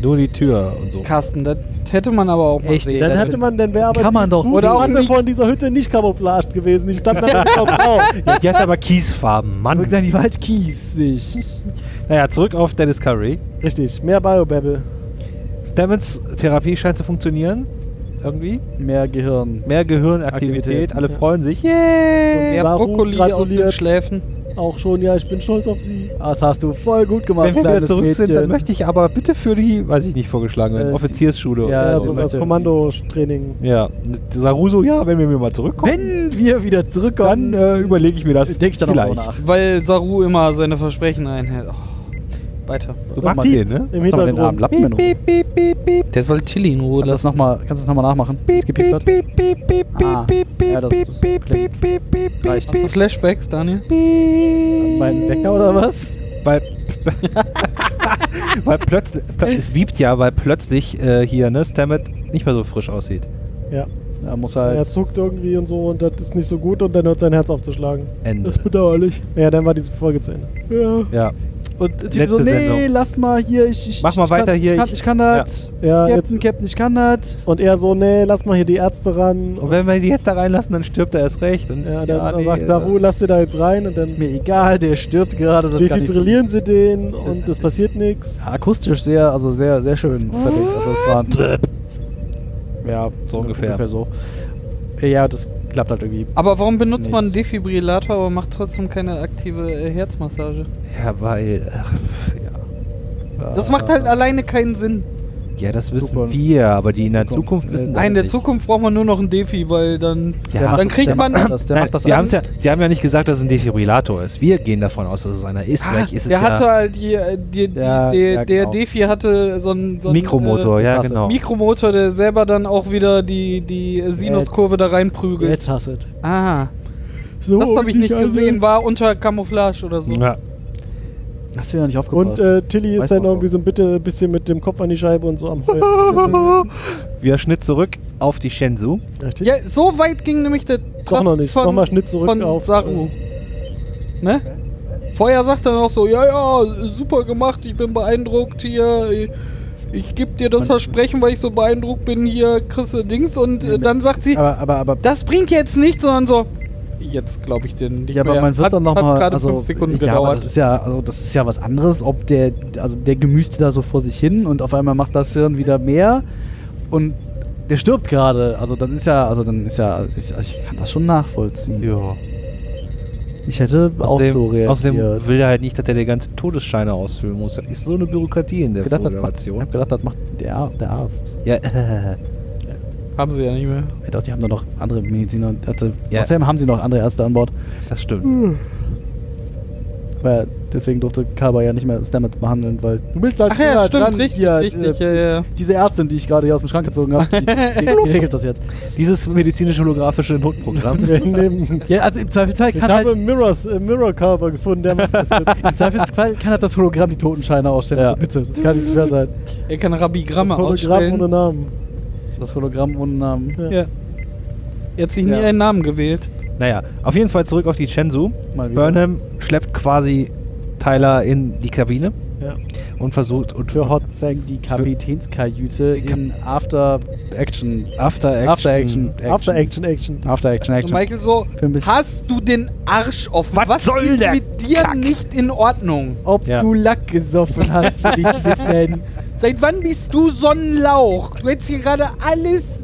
Speaker 3: Nur die Tür und so.
Speaker 2: Carsten, das hätte man aber auch mal
Speaker 1: Echt,
Speaker 2: sehen.
Speaker 4: Dann
Speaker 1: Ja,
Speaker 4: hätte man, dann wäre aber
Speaker 1: kann man doch.
Speaker 4: oder
Speaker 2: Oder auch
Speaker 4: auch
Speaker 2: nicht.
Speaker 4: von dieser Hütte nicht camouflaged gewesen. Die standen dann drauf.
Speaker 3: Ja, die hat aber Kiesfarben,
Speaker 1: Ich
Speaker 3: Mann.
Speaker 1: würde sagen, die war halt kiesig.
Speaker 3: Naja, zurück auf der Discovery.
Speaker 4: Richtig, mehr Biobabble.
Speaker 3: Stamets Therapie scheint zu funktionieren. Irgendwie.
Speaker 1: Mehr Gehirn.
Speaker 3: Mehr Gehirnaktivität,
Speaker 1: Aktivität,
Speaker 3: alle
Speaker 4: ja.
Speaker 3: freuen sich.
Speaker 4: Und
Speaker 3: Yay!
Speaker 2: Mehr
Speaker 4: Saru
Speaker 2: Brokkoli aus den
Speaker 4: gratuliert.
Speaker 2: Schläfen.
Speaker 4: Auch schon, ja, ich bin stolz auf sie.
Speaker 1: Das hast du voll gut gemacht,
Speaker 3: Wenn wir wieder
Speaker 1: kleines
Speaker 3: zurück
Speaker 1: Mädchen.
Speaker 3: sind, dann möchte ich aber bitte für die, weiß ich nicht, vorgeschlagen werden,
Speaker 1: Äh,
Speaker 3: Offiziersschule.
Speaker 1: ja,
Speaker 3: oder
Speaker 4: Ja,
Speaker 1: sie
Speaker 4: so das
Speaker 1: möchte-
Speaker 4: Kommandotraining.
Speaker 3: Ja, Saruso, ja, wenn wir mir mal zurückkommen,
Speaker 1: Wenn wir wieder zurückkommen,
Speaker 3: dann äh, überlege ich mir das.
Speaker 1: denke ich dann auch
Speaker 3: vielleicht.
Speaker 1: mal nach.
Speaker 2: Weil Saru immer seine Versprechen einhält. Oh. Weiter.
Speaker 3: Du magst den,
Speaker 4: Martin,
Speaker 3: ne?
Speaker 4: Im
Speaker 1: Mach doch mal den
Speaker 4: Hintergrund.
Speaker 1: armen Lappen in Ruhe.
Speaker 3: piep, piep, piep.
Speaker 2: Der soll Tilly in Ruhe
Speaker 1: Kannst du das
Speaker 2: lassen.
Speaker 1: nochmal, kannst du das nochmal nachmachen? Das gepiept wird? Ah, ja, das- das klingt- reicht.
Speaker 2: Hast du Flashbacks, Daniel?
Speaker 1: Mein Wecker oder was?
Speaker 3: Weil, weil plötzlich, plö- es wiebt ja, weil plötzlich äh, hier, ne, Stammet nicht mehr so frisch aussieht.
Speaker 4: Ja.
Speaker 1: Da muss halt.
Speaker 4: Er zuckt irgendwie und so und das ist nicht so gut und dann hört sein Herz aufzuschlagen.
Speaker 3: Ende.
Speaker 4: bedauerlich. Ja, dann war diese Folge zu Ende. Ja.
Speaker 3: Ja.
Speaker 1: Und der Typ
Speaker 3: Letzte
Speaker 1: so, nee,
Speaker 3: Sendung.
Speaker 1: lass mal hier, ich, ich
Speaker 3: Mach mal
Speaker 1: ich
Speaker 3: weiter
Speaker 1: kann,
Speaker 3: hier,
Speaker 1: ich kann,
Speaker 3: ich-
Speaker 1: ich kann das.
Speaker 4: Ja, jetzt,
Speaker 1: Captain, Captain, ich kann das.
Speaker 4: und er so, nee, lass mal hier die Ärzte ran.
Speaker 3: Und wenn wir die jetzt da reinlassen, dann stirbt er erst recht. Und,
Speaker 4: ja, dann dann
Speaker 3: nee,
Speaker 4: sagt
Speaker 3: äh,
Speaker 4: Saru, lass dir da jetzt rein und
Speaker 1: Ist
Speaker 4: dann
Speaker 1: mir egal, der stirbt gerade. Das kann ich-
Speaker 4: defibrillieren sie den und es passiert nichts.
Speaker 1: Ja, Akustisch sehr, also sehr, sehr schön. Fertig. Also es war ein ja, so
Speaker 3: Ungefähr.
Speaker 1: ungefähr so. Ja, das klappt halt irgendwie.
Speaker 2: Aber warum benutzt man einen
Speaker 1: Nichts.
Speaker 2: Defibrillator, aber macht trotzdem keine aktive äh, Herzmassage?
Speaker 3: Ja, weil. Ach, ja.
Speaker 2: Das macht halt alleine keinen Sinn.
Speaker 3: ja, das wissen
Speaker 1: Super.
Speaker 3: wir, aber die in der
Speaker 1: Komm,
Speaker 3: Zukunft
Speaker 1: äh,
Speaker 3: wissen das
Speaker 2: Nein, in der
Speaker 3: nicht.
Speaker 2: Zukunft braucht man nur noch einen Defi, weil dann.
Speaker 3: Ja,
Speaker 1: Der macht
Speaker 2: dann
Speaker 1: das-
Speaker 2: kriegt
Speaker 1: der
Speaker 2: man-
Speaker 1: Macht das, der
Speaker 3: Nein,
Speaker 1: macht das
Speaker 3: sie,
Speaker 1: an.
Speaker 3: haben's ja, sie haben ja nicht gesagt, dass es ein Defibrillator ist. Wir gehen davon aus, dass es einer ist.
Speaker 2: Ah,
Speaker 3: Vielleicht ist es
Speaker 2: der hatte
Speaker 3: ja
Speaker 2: halt die, äh, die, die,
Speaker 1: Ja,
Speaker 2: der,
Speaker 1: ja,
Speaker 2: der
Speaker 1: genau.
Speaker 2: Defi hatte so einen, so einen
Speaker 3: Mikromotor.
Speaker 2: äh,
Speaker 3: ja,
Speaker 1: krass.
Speaker 3: genau.
Speaker 2: Mikromotor, der selber dann auch wieder die, die äh, Sinuskurve da reinprügelt.
Speaker 1: Jetzt hasset.
Speaker 2: Ah,
Speaker 4: So,
Speaker 2: das habe ich
Speaker 4: die
Speaker 2: nicht
Speaker 4: Geige.
Speaker 2: gesehen, war unter Camouflage oder so.
Speaker 3: ja.
Speaker 1: Hast du ja nicht aufgepasst.
Speaker 4: Und äh, Tilly ist
Speaker 1: Weiß
Speaker 4: dann
Speaker 1: man
Speaker 4: irgendwie so ein bitte, bisschen mit dem Kopf an die Scheibe und so am Heulen.
Speaker 3: Wir Schnitt zurück auf die Shenzhou.
Speaker 4: Ja, Tilly-
Speaker 2: Ja, so weit ging nämlich der Treffer
Speaker 4: noch nicht.
Speaker 2: von,
Speaker 4: Mach mal Schnitt zurück
Speaker 2: von
Speaker 4: auf-
Speaker 2: Saru. Ne? Vorher sagt er noch so, ja, ja, super gemacht, ich bin beeindruckt hier. ich- Ich gebe dir das Versprechen, weil ich so beeindruckt bin, hier kriegst du Dings. Und äh, dann sagt sie,
Speaker 1: aber, aber, aber.
Speaker 2: das bringt jetzt nichts, sondern so, jetzt glaube ich dir nicht
Speaker 1: Ja, aber
Speaker 2: mehr.
Speaker 1: man wird
Speaker 2: Hat-
Speaker 1: dann
Speaker 2: Hat
Speaker 1: nochmal.
Speaker 2: gerade
Speaker 1: Also,
Speaker 2: fünf Sekunden
Speaker 1: ja, aber das
Speaker 2: gedauert.
Speaker 1: ist ja, also das ist ja was anderes, ob der, also der gemüste da so vor sich hin und auf einmal macht das Hirn wieder mehr und der stirbt gerade. Also dann ist ja, also dann ist ja, ist, ich kann das schon nachvollziehen.
Speaker 3: Ja.
Speaker 1: Ich hätte
Speaker 3: Außerdem,
Speaker 1: auch so reagiert.
Speaker 3: außerdem will er halt nicht, dass er die ganzen Todesscheine ausfüllen muss. Das ist so eine Bürokratie in der
Speaker 1: gedacht, das macht, ich
Speaker 3: Föderation.
Speaker 1: hab gedacht, das macht der, Ar- der Arzt.
Speaker 3: Ja, äh,
Speaker 2: Haben sie ja nicht mehr.
Speaker 1: Ich dachte, die haben da noch andere Mediziner. und Hatte,
Speaker 3: Ja.
Speaker 1: Außerdem haben sie noch andere Ärzte an Bord.
Speaker 3: das stimmt.
Speaker 1: Weil deswegen durfte Kaba ja nicht mehr Stamets behandeln, weil du bist halt
Speaker 2: Ach ja,
Speaker 1: näher
Speaker 2: stimmt,
Speaker 1: dran
Speaker 2: richtig,
Speaker 1: hier,
Speaker 2: richtig,
Speaker 1: äh,
Speaker 2: ja, ja.
Speaker 1: Diese Ärztin, die ich gerade hier aus dem Schrank gezogen habe, die, die, die regelt das jetzt.
Speaker 3: Dieses medizinisch-holographische Notprogramm.
Speaker 4: In äh, dem-
Speaker 1: Ja, also im Zweifelsfall
Speaker 4: Ich
Speaker 1: kann halt,
Speaker 4: habe Mirrors, äh, Mirror Cover gefunden, der macht das mit.
Speaker 1: im Zweifelsfall kann halt das Hologramm die Totenscheine ausstellen.
Speaker 3: Ja.
Speaker 1: Also bitte, das kann nicht schwer sein.
Speaker 2: Er kann Rabigramme
Speaker 4: Hologramm ohne
Speaker 2: ausstellen.
Speaker 4: Namen.
Speaker 1: Das Hologramm ähm, ohne Namen.
Speaker 2: Ja. Er hat sich nie
Speaker 1: Ja.
Speaker 2: einen Namen gewählt.
Speaker 3: naja, auf jeden Fall zurück auf die Shenzhou.
Speaker 1: Mal wieder.
Speaker 3: Burnham schleppt quasi Tyler in die Kabine
Speaker 4: Ja.
Speaker 3: und versucht und
Speaker 4: Für Hot Sex.
Speaker 1: Die Kapitänskajüte in After Action.
Speaker 3: After Action.
Speaker 1: After Action.
Speaker 4: After Action Action.
Speaker 1: After Action
Speaker 2: Und
Speaker 1: Action.
Speaker 2: Michael so,
Speaker 1: Für mich.
Speaker 2: hast du den Arsch offen?
Speaker 3: Was soll
Speaker 2: ist
Speaker 3: der
Speaker 2: mit dir
Speaker 3: Kack?
Speaker 2: nicht in Ordnung?
Speaker 1: Ob
Speaker 3: Ja.
Speaker 1: du Lack gesoffen hast, will ich wissen.
Speaker 2: Seit wann bist du so ein Lauch? Du hättest hier gerade alles...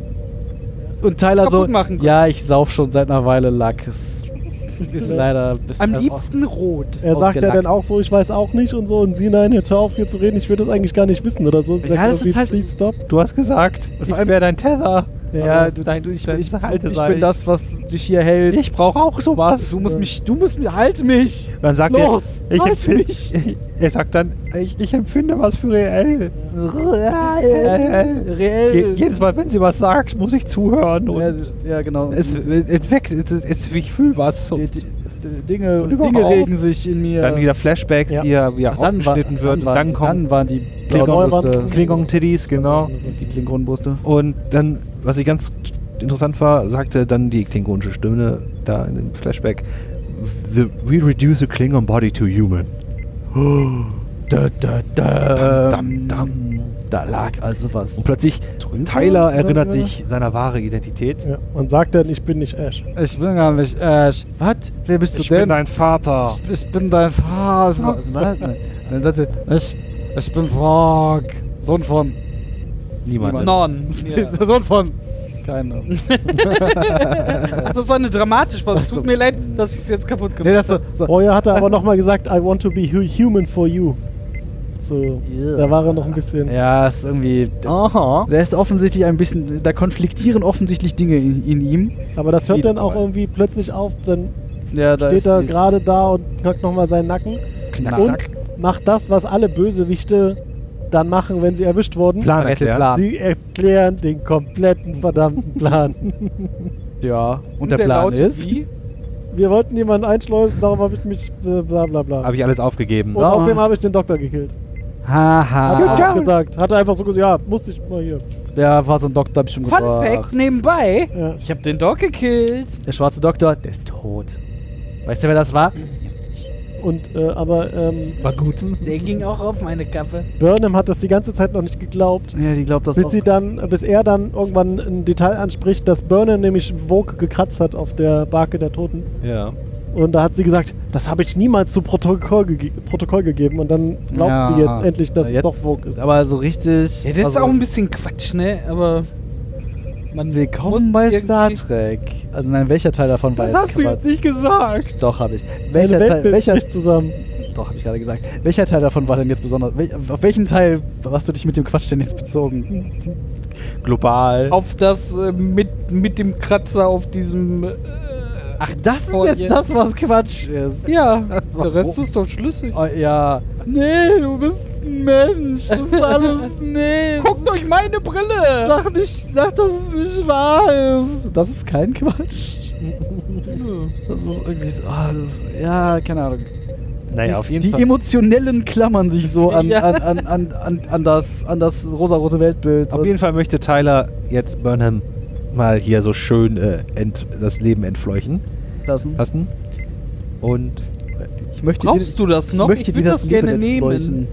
Speaker 1: Und Tyler so,
Speaker 2: Kaputt machen können.
Speaker 1: ja, ich sauf schon seit einer Weile Lack. Es ist leider... Ist
Speaker 2: Am
Speaker 1: also-
Speaker 2: liebsten rot.
Speaker 4: Er sagt ja
Speaker 1: ausgelackt.
Speaker 4: dann auch so, ich weiß auch nicht und so. Und sie, nein, jetzt hör auf hier zu reden, ich will das eigentlich gar nicht wissen oder so. Sagt
Speaker 1: Ja,
Speaker 4: er
Speaker 1: das
Speaker 4: irgendwie,
Speaker 1: ist halt-
Speaker 4: Please stop.
Speaker 3: Du hast gesagt, ich wäre dein Tether.
Speaker 1: Ja,
Speaker 3: Also
Speaker 1: du,
Speaker 3: dein,
Speaker 1: du, ich,
Speaker 3: dein
Speaker 1: ich,
Speaker 3: Halte
Speaker 1: ich
Speaker 3: sei.
Speaker 1: bin das, was dich hier hält.
Speaker 3: Ich brauche auch sowas.
Speaker 1: Du musst mich, du musst mich, halt mich!
Speaker 3: Dann sagt
Speaker 1: Los,
Speaker 3: er, ich
Speaker 1: halt
Speaker 3: empfinde,
Speaker 1: mich.
Speaker 3: er sagt dann, ich, ich empfinde was für reell. Äh,
Speaker 1: Reell.
Speaker 3: Je,
Speaker 1: Reell.
Speaker 3: jedes Mal, wenn sie was sagt, muss ich zuhören und
Speaker 1: Ja, sie- ja, genau.
Speaker 3: es, es, es weckt, es, es, ich fühle was.
Speaker 1: die,
Speaker 3: Und
Speaker 1: die, die Dinge,
Speaker 3: Und überhaupt.
Speaker 1: Dinge regen sich in mir.
Speaker 3: dann wieder Flashbacks,
Speaker 4: Ja.
Speaker 3: die ja wieder
Speaker 1: Ach, dann war,
Speaker 3: aufgeschnitten wird.
Speaker 1: Dann, war,
Speaker 3: und dann kommen
Speaker 1: dann waren die
Speaker 4: Neuwand-
Speaker 1: Klingonbrüste.
Speaker 3: Klingon-Tiddies, genau.
Speaker 1: Die Klingonbrüste.
Speaker 3: Und dann, was ich ganz interessant war, sagte dann die klingonische Stimme da in dem Flashback, the, we reduce the Klingon body to human.
Speaker 1: Da, da, da, ähm,
Speaker 3: Dam, dam, dam.
Speaker 1: da lag also was.
Speaker 3: Und plötzlich, Tyler erinnert sich seiner wahre Identität.
Speaker 4: Ja. Und sagt dann, ich bin nicht Ash.
Speaker 1: Ich bin gar nicht Ash. Was? Wer bist du
Speaker 3: Ich
Speaker 1: denn?
Speaker 3: bin dein Vater.
Speaker 1: ich, ich bin dein Vater. Also, Was? Dann sagte er, ich, ich bin Frog. Sohn von.
Speaker 3: Niemand.
Speaker 1: Niemand.
Speaker 2: Non. Ja.
Speaker 1: Sohn von. Keine.
Speaker 2: Das war eine dramatische Pause.
Speaker 1: Ach so.
Speaker 2: Tut mir leid, dass ich es jetzt kaputt gemacht
Speaker 1: Nee, das so,
Speaker 2: habe.
Speaker 1: so.
Speaker 4: Vorher hat er aber nochmal gesagt, I want to be hu- human for you. So,
Speaker 1: Yeah.
Speaker 4: da war er noch ein bisschen.
Speaker 1: Ja, ist irgendwie.
Speaker 2: Aha.
Speaker 1: Der ist offensichtlich ein bisschen. Da konfliktieren offensichtlich Dinge in, in ihm.
Speaker 4: Aber das hört dann auch
Speaker 1: Wiedermal.
Speaker 4: irgendwie plötzlich auf, dann
Speaker 1: Ja, da
Speaker 4: steht er gerade da und knackt nochmal seinen Nacken
Speaker 1: knack.
Speaker 4: und macht das, was alle Bösewichte dann machen, wenn sie erwischt wurden.
Speaker 3: Plan
Speaker 1: Rettet
Speaker 3: erklärt.
Speaker 1: Plan.
Speaker 4: Sie erklären den kompletten verdammten Plan.
Speaker 1: Ja, und der, Plan
Speaker 2: lautet
Speaker 1: ist.
Speaker 2: Wie?
Speaker 4: Wir wollten jemanden einschleusen, darum habe ich mich äh, bla bla bla.
Speaker 3: Habe ich alles aufgegeben.
Speaker 4: und
Speaker 1: Ja.
Speaker 4: außerdem habe ich den Doktor gekillt. Hat er
Speaker 1: Haha.
Speaker 4: auch gesagt. Hat er einfach so gesagt, ja, musste ich mal hier.
Speaker 1: Ja, war so ein Doktor, hab ich schon
Speaker 2: Fun
Speaker 1: gebracht.
Speaker 2: Fact nebenbei:
Speaker 4: Ja.
Speaker 2: Ich habe den Dog gekillt.
Speaker 1: Der schwarze Doktor, der ist tot. Weißt du, wer das war?
Speaker 4: Und, äh, aber ähm,
Speaker 1: War gut.
Speaker 2: Der ging auch auf meine Kappe.
Speaker 4: Burnham hat das die ganze Zeit noch nicht geglaubt.
Speaker 1: Ja, die glaubt das
Speaker 4: Bis,
Speaker 1: auch.
Speaker 4: sie dann, bis er dann irgendwann ein Detail anspricht, dass Burnham nämlich Vogue gekratzt hat auf der Barke der Toten.
Speaker 3: Ja.
Speaker 4: Und da hat sie gesagt, das habe ich niemals zu Protokoll, gege Protokoll gegeben. Und dann glaubt
Speaker 1: Ja.
Speaker 4: sie jetzt endlich, dass
Speaker 1: Ja,
Speaker 4: es
Speaker 1: jetzt-
Speaker 4: doch Vogue ist.
Speaker 1: Aber so richtig.
Speaker 2: Ja, das ist
Speaker 1: also-
Speaker 2: auch ein bisschen Quatsch, ne? Aber man
Speaker 1: Willkommen
Speaker 2: muss
Speaker 1: bei
Speaker 2: irgendwie-
Speaker 1: Star Trek. Also nein, welcher Teil davon war
Speaker 2: Das
Speaker 1: jetzt
Speaker 2: hast du
Speaker 1: Quatsch?
Speaker 2: jetzt nicht gesagt.
Speaker 1: Doch, habe ich.
Speaker 4: Meine
Speaker 1: Welcher
Speaker 4: Welt
Speaker 1: Teil,
Speaker 4: bildet
Speaker 1: welcher,
Speaker 4: sich zusammen.
Speaker 1: doch, habe ich gerade gesagt. Welcher Teil davon war denn jetzt besonders? Wel, auf welchen Teil hast du dich mit dem Quatsch denn jetzt bezogen?
Speaker 3: Global.
Speaker 2: Auf das äh, mit, mit dem Kratzer auf diesem. Äh,
Speaker 1: Ach, das ist
Speaker 2: Oh,
Speaker 1: jetzt
Speaker 2: je.
Speaker 1: das, was Quatsch ist.
Speaker 2: ja, der Rest ist doch schlüssig.
Speaker 1: Oh, ja. Nee, du bist ein Mensch. Das ist alles. Nee.
Speaker 2: Guckt euch meine Brille!
Speaker 1: Sag nicht, sag, dass es nicht wahr ist. Das ist kein Quatsch. Das ist irgendwie so. ah, das ist, ja, keine Ahnung. die,
Speaker 3: naja, auf jeden
Speaker 1: die
Speaker 3: Fall.
Speaker 1: Emotionellen klammern sich so an,
Speaker 2: Ja.
Speaker 1: an, an, an, an, an das, an das rosarote Weltbild.
Speaker 3: auf jeden Fall möchte Tyler jetzt Burnham mal hier so schön äh, ent, das Leben entfleuchen
Speaker 1: Fall lassen.
Speaker 3: lassen. Und
Speaker 1: Ich möchte
Speaker 2: Brauchst du das noch?
Speaker 1: Ich möchte
Speaker 2: Ich will
Speaker 1: dir
Speaker 2: das
Speaker 1: Leben
Speaker 2: gerne nehmen.
Speaker 1: entfleuchen.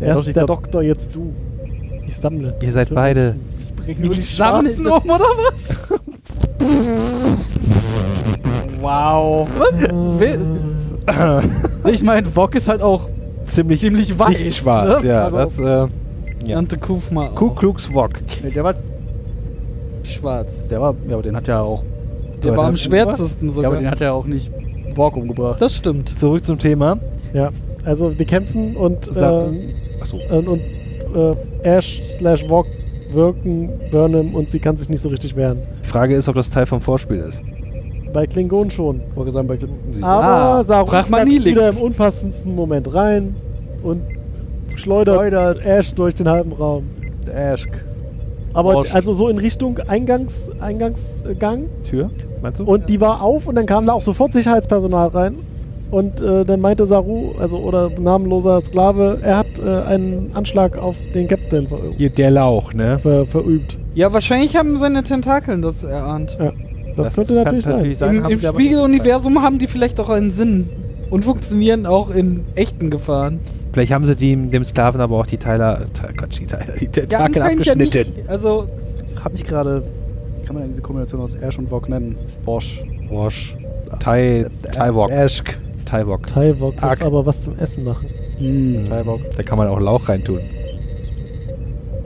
Speaker 1: Ja,
Speaker 4: Erst
Speaker 1: doch, ich
Speaker 4: der
Speaker 1: glaub,
Speaker 4: Doktor, jetzt du. Ich sammle.
Speaker 3: ihr seid beide.
Speaker 1: ich bring
Speaker 2: Nur
Speaker 1: nur
Speaker 2: die
Speaker 1: die
Speaker 2: Schwarzen
Speaker 1: Schwarzen um, oder was?
Speaker 2: Wow.
Speaker 1: was? Will- Ich meine, Wok ist halt auch
Speaker 3: ziemlich,
Speaker 1: ziemlich weiß.
Speaker 3: nicht schwarz.
Speaker 1: ne?
Speaker 3: Ja,
Speaker 1: Also-
Speaker 3: das. Äh, ja.
Speaker 2: Ante Kufma. oh,
Speaker 3: Ku Klux Wok.
Speaker 1: Nee, der war,
Speaker 2: schwarz.
Speaker 1: der war, ja, aber den hat ja auch,
Speaker 2: Der
Speaker 3: Ja,
Speaker 2: war
Speaker 3: der
Speaker 2: am
Speaker 3: hat-
Speaker 2: schwärzesten
Speaker 1: ja, aber
Speaker 2: sogar.
Speaker 1: den hat ja auch nicht Wok umgebracht.
Speaker 2: das stimmt.
Speaker 3: Zurück zum Thema.
Speaker 4: Ja. Also die kämpfen und,
Speaker 3: Sa-
Speaker 4: äh,
Speaker 3: Achso.
Speaker 4: und, und äh, Ash slash Vogue wirken Burnham und sie kann sich nicht so richtig wehren.
Speaker 3: Die Frage ist, ob das Teil vom Vorspiel ist.
Speaker 4: Bei Klingon schon.
Speaker 1: Wollte sagen, bei-
Speaker 4: Aber
Speaker 1: Ah,
Speaker 4: Saru
Speaker 2: frag mal
Speaker 4: knackt
Speaker 2: Neelix.
Speaker 4: wieder im unpassendsten Moment rein und schleudert, Ash durch den halben Raum.
Speaker 1: Ash.
Speaker 4: Aber
Speaker 1: Borscht.
Speaker 4: also so in Richtung Eingangs, Eingangsgang
Speaker 3: Tür, meinst du?
Speaker 4: und die war auf und dann kam da auch sofort Sicherheitspersonal rein und äh, dann meinte Saru, also oder namenloser Sklave, er hat äh, einen Anschlag auf den Captain ver
Speaker 3: Hier der Lauch, ne?
Speaker 4: ver verübt.
Speaker 2: Ja, wahrscheinlich haben seine Tentakeln das erahnt.
Speaker 4: Das, könnte
Speaker 3: kann
Speaker 4: natürlich sein.
Speaker 2: Im,
Speaker 3: haben
Speaker 2: im
Speaker 3: sie aber
Speaker 2: Spiegeluniversum haben die vielleicht auch einen Sinn und funktionieren auch in echten Gefahren.
Speaker 3: nicht. Vielleicht haben sie dem, dem Sklaven aber auch die Teiler, Te- Quatsch, die Teiler, die Tentakel
Speaker 2: anscheinend
Speaker 3: abgeschnitten.
Speaker 2: nicht. Also,
Speaker 1: Ich hab mich gerade. wie Kann man denn diese Kombination aus Ash und Wok nennen? Bosch.
Speaker 3: Wash. Tai, Tai Wok.
Speaker 1: Ashk.
Speaker 3: Tai Wok.
Speaker 4: Taiwok
Speaker 3: Arg.
Speaker 4: jetzt aber was zum Essen machen.
Speaker 1: Hm, Tai Wok.
Speaker 3: Da kann man auch Lauch reintun.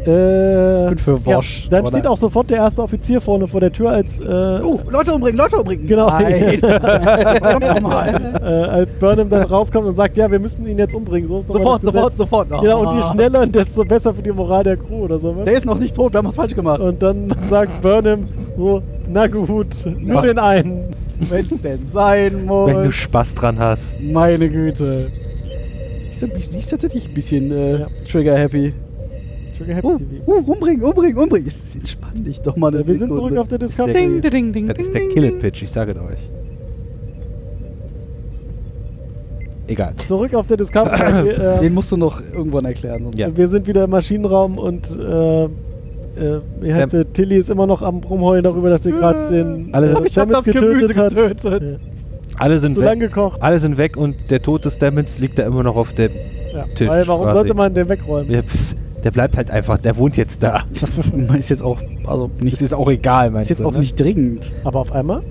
Speaker 4: Äh,
Speaker 1: Gut für Wosch.
Speaker 4: Ja, dann
Speaker 1: Aber
Speaker 4: steht
Speaker 1: da-
Speaker 4: auch sofort der erste Offizier vorne vor der Tür als äh,
Speaker 1: Oh, Leute umbringen, Leute umbringen.
Speaker 4: Genau.
Speaker 1: Nein. Komm doch mal.
Speaker 4: äh, als Burnham dann rauskommt und sagt, ja, wir müssen ihn jetzt umbringen. So ist nochmal
Speaker 1: Sofort,
Speaker 4: das Gesetz.
Speaker 1: sofort, sofort. Oh.
Speaker 4: Ja, und je schneller, desto besser für die Moral der Crew oder so.
Speaker 1: Der
Speaker 4: Was?
Speaker 1: ist noch nicht tot, wir haben was falsch gemacht.
Speaker 4: Und dann sagt Burnham so, na gut,
Speaker 1: Ja.
Speaker 4: nur den einen.
Speaker 1: Wenn es denn sein
Speaker 3: Wenn du
Speaker 1: muss.
Speaker 3: Spaß dran hast.
Speaker 1: Meine Güte. Ich bin ich ist tatsächlich ein bisschen äh,
Speaker 4: Ja.
Speaker 1: trigger-happy.
Speaker 4: Trigger Happy
Speaker 1: Oh,
Speaker 4: TV.
Speaker 1: oh, umbringen, umbringen, umbringen. Jetzt entspann dich doch mal eine
Speaker 4: Wir sind
Speaker 1: Sekunde.
Speaker 4: zurück auf der
Speaker 2: ding,
Speaker 4: Discovery.
Speaker 2: ding, ding, ding.
Speaker 3: Das ist der
Speaker 2: ding, ding.
Speaker 3: Kill-It-Pitch, ich sage es euch. Egal.
Speaker 4: Zurück auf der Discovery. Wir, äh,
Speaker 1: Den musst du noch irgendwann erklären. sonst-
Speaker 3: Ja.
Speaker 4: wir sind wieder im Maschinenraum und äh, äh, wie heißt
Speaker 3: Ähm.
Speaker 4: sie? Tilly ist immer noch am Rumheulen darüber, dass sie gerade den
Speaker 3: Alle-
Speaker 4: äh,
Speaker 1: Ich hab das
Speaker 4: Stamets
Speaker 1: Gemüse
Speaker 4: getötet hat.
Speaker 1: getötet.
Speaker 4: Ja.
Speaker 3: Hm. Alle sind
Speaker 4: Zu
Speaker 3: weg.
Speaker 4: lang gekocht.
Speaker 3: Alle sind weg und der Tod des Stamets liegt da immer noch auf dem
Speaker 4: Ja.
Speaker 3: Tisch
Speaker 4: Weil warum
Speaker 3: quasi.
Speaker 4: sollte man den wegräumen?
Speaker 3: Ja, pff, der bleibt halt einfach, der wohnt jetzt da.
Speaker 1: Man ist jetzt auch, also
Speaker 3: Ist
Speaker 1: nicht,
Speaker 3: jetzt auch egal,
Speaker 1: ist
Speaker 3: meinst
Speaker 1: jetzt
Speaker 3: du?
Speaker 1: auch
Speaker 3: ne?
Speaker 1: nicht dringend.
Speaker 4: Aber auf einmal,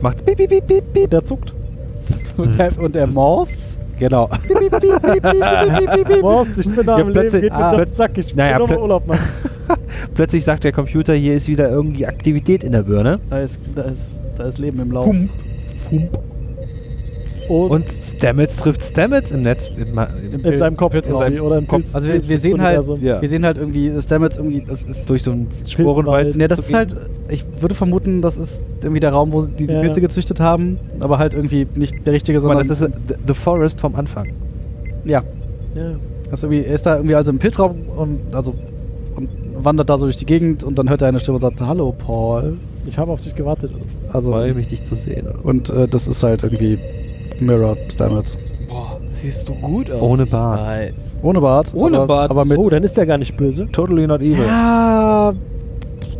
Speaker 3: Macht's piep, piep, piep, piep, piep.
Speaker 4: der zuckt.
Speaker 1: Und der, ne? und der Morse?
Speaker 3: Genau.
Speaker 4: Morst, ich bin da
Speaker 3: Ja,
Speaker 4: am Leben,
Speaker 3: plötzlich-
Speaker 4: geht mir
Speaker 3: ah,
Speaker 4: doch
Speaker 3: plöt-
Speaker 4: Sack, ich
Speaker 3: naja,
Speaker 4: will
Speaker 3: plö-
Speaker 4: nochmal Urlaub machen.
Speaker 3: plötzlich sagt der Computer, hier ist wieder irgendwie Aktivität in der Birne.
Speaker 1: Da ist, da ist, da ist Leben im Lauf.
Speaker 3: Hump. Hump.
Speaker 4: Und,
Speaker 3: Und Stamets trifft Stamets im Netz. Im, Ma- im,
Speaker 4: in seinem Kopf jetzt,
Speaker 3: in
Speaker 4: glaube
Speaker 3: seinem
Speaker 4: ich, oder im
Speaker 3: Kopf.
Speaker 4: Pilz-
Speaker 1: Also wir, wir
Speaker 4: Pilz-
Speaker 1: sehen halt,
Speaker 4: Universum.
Speaker 3: Ja.
Speaker 1: wir sehen halt irgendwie, Stamets irgendwie, das ist
Speaker 3: durch so einen Sporenwald.
Speaker 1: Ne, das
Speaker 3: zu
Speaker 1: ist
Speaker 3: gehen.
Speaker 1: halt, ich würde vermuten, das ist irgendwie der Raum, wo sie die, die
Speaker 4: Ja,
Speaker 1: Pilze
Speaker 4: ja.
Speaker 1: gezüchtet haben, aber halt irgendwie nicht der richtige,
Speaker 3: Guck
Speaker 1: sondern.
Speaker 3: mal, das ist äh, The- The Forest vom Anfang.
Speaker 1: ja,
Speaker 4: Ja.
Speaker 1: das ist irgendwie, er ist da irgendwie also im Pilzraum und, also, und wandert da so durch die Gegend und dann hört er eine Stimme und sagt: Hallo, Paul.
Speaker 4: Ich habe auf dich gewartet.
Speaker 1: Also,
Speaker 3: Freue mich, dich zu sehen.
Speaker 1: und äh, das ist halt irgendwie Mirror Stamets.
Speaker 2: Boah, siehst du gut aus.
Speaker 3: Ohne
Speaker 2: Ich
Speaker 3: Bart.
Speaker 2: weiß.
Speaker 1: Ohne Bart.
Speaker 2: Ohne
Speaker 1: aber,
Speaker 2: Bart.
Speaker 1: Aber mit.
Speaker 4: Oh, dann ist der gar nicht böse.
Speaker 3: Totally not evil.
Speaker 1: ja,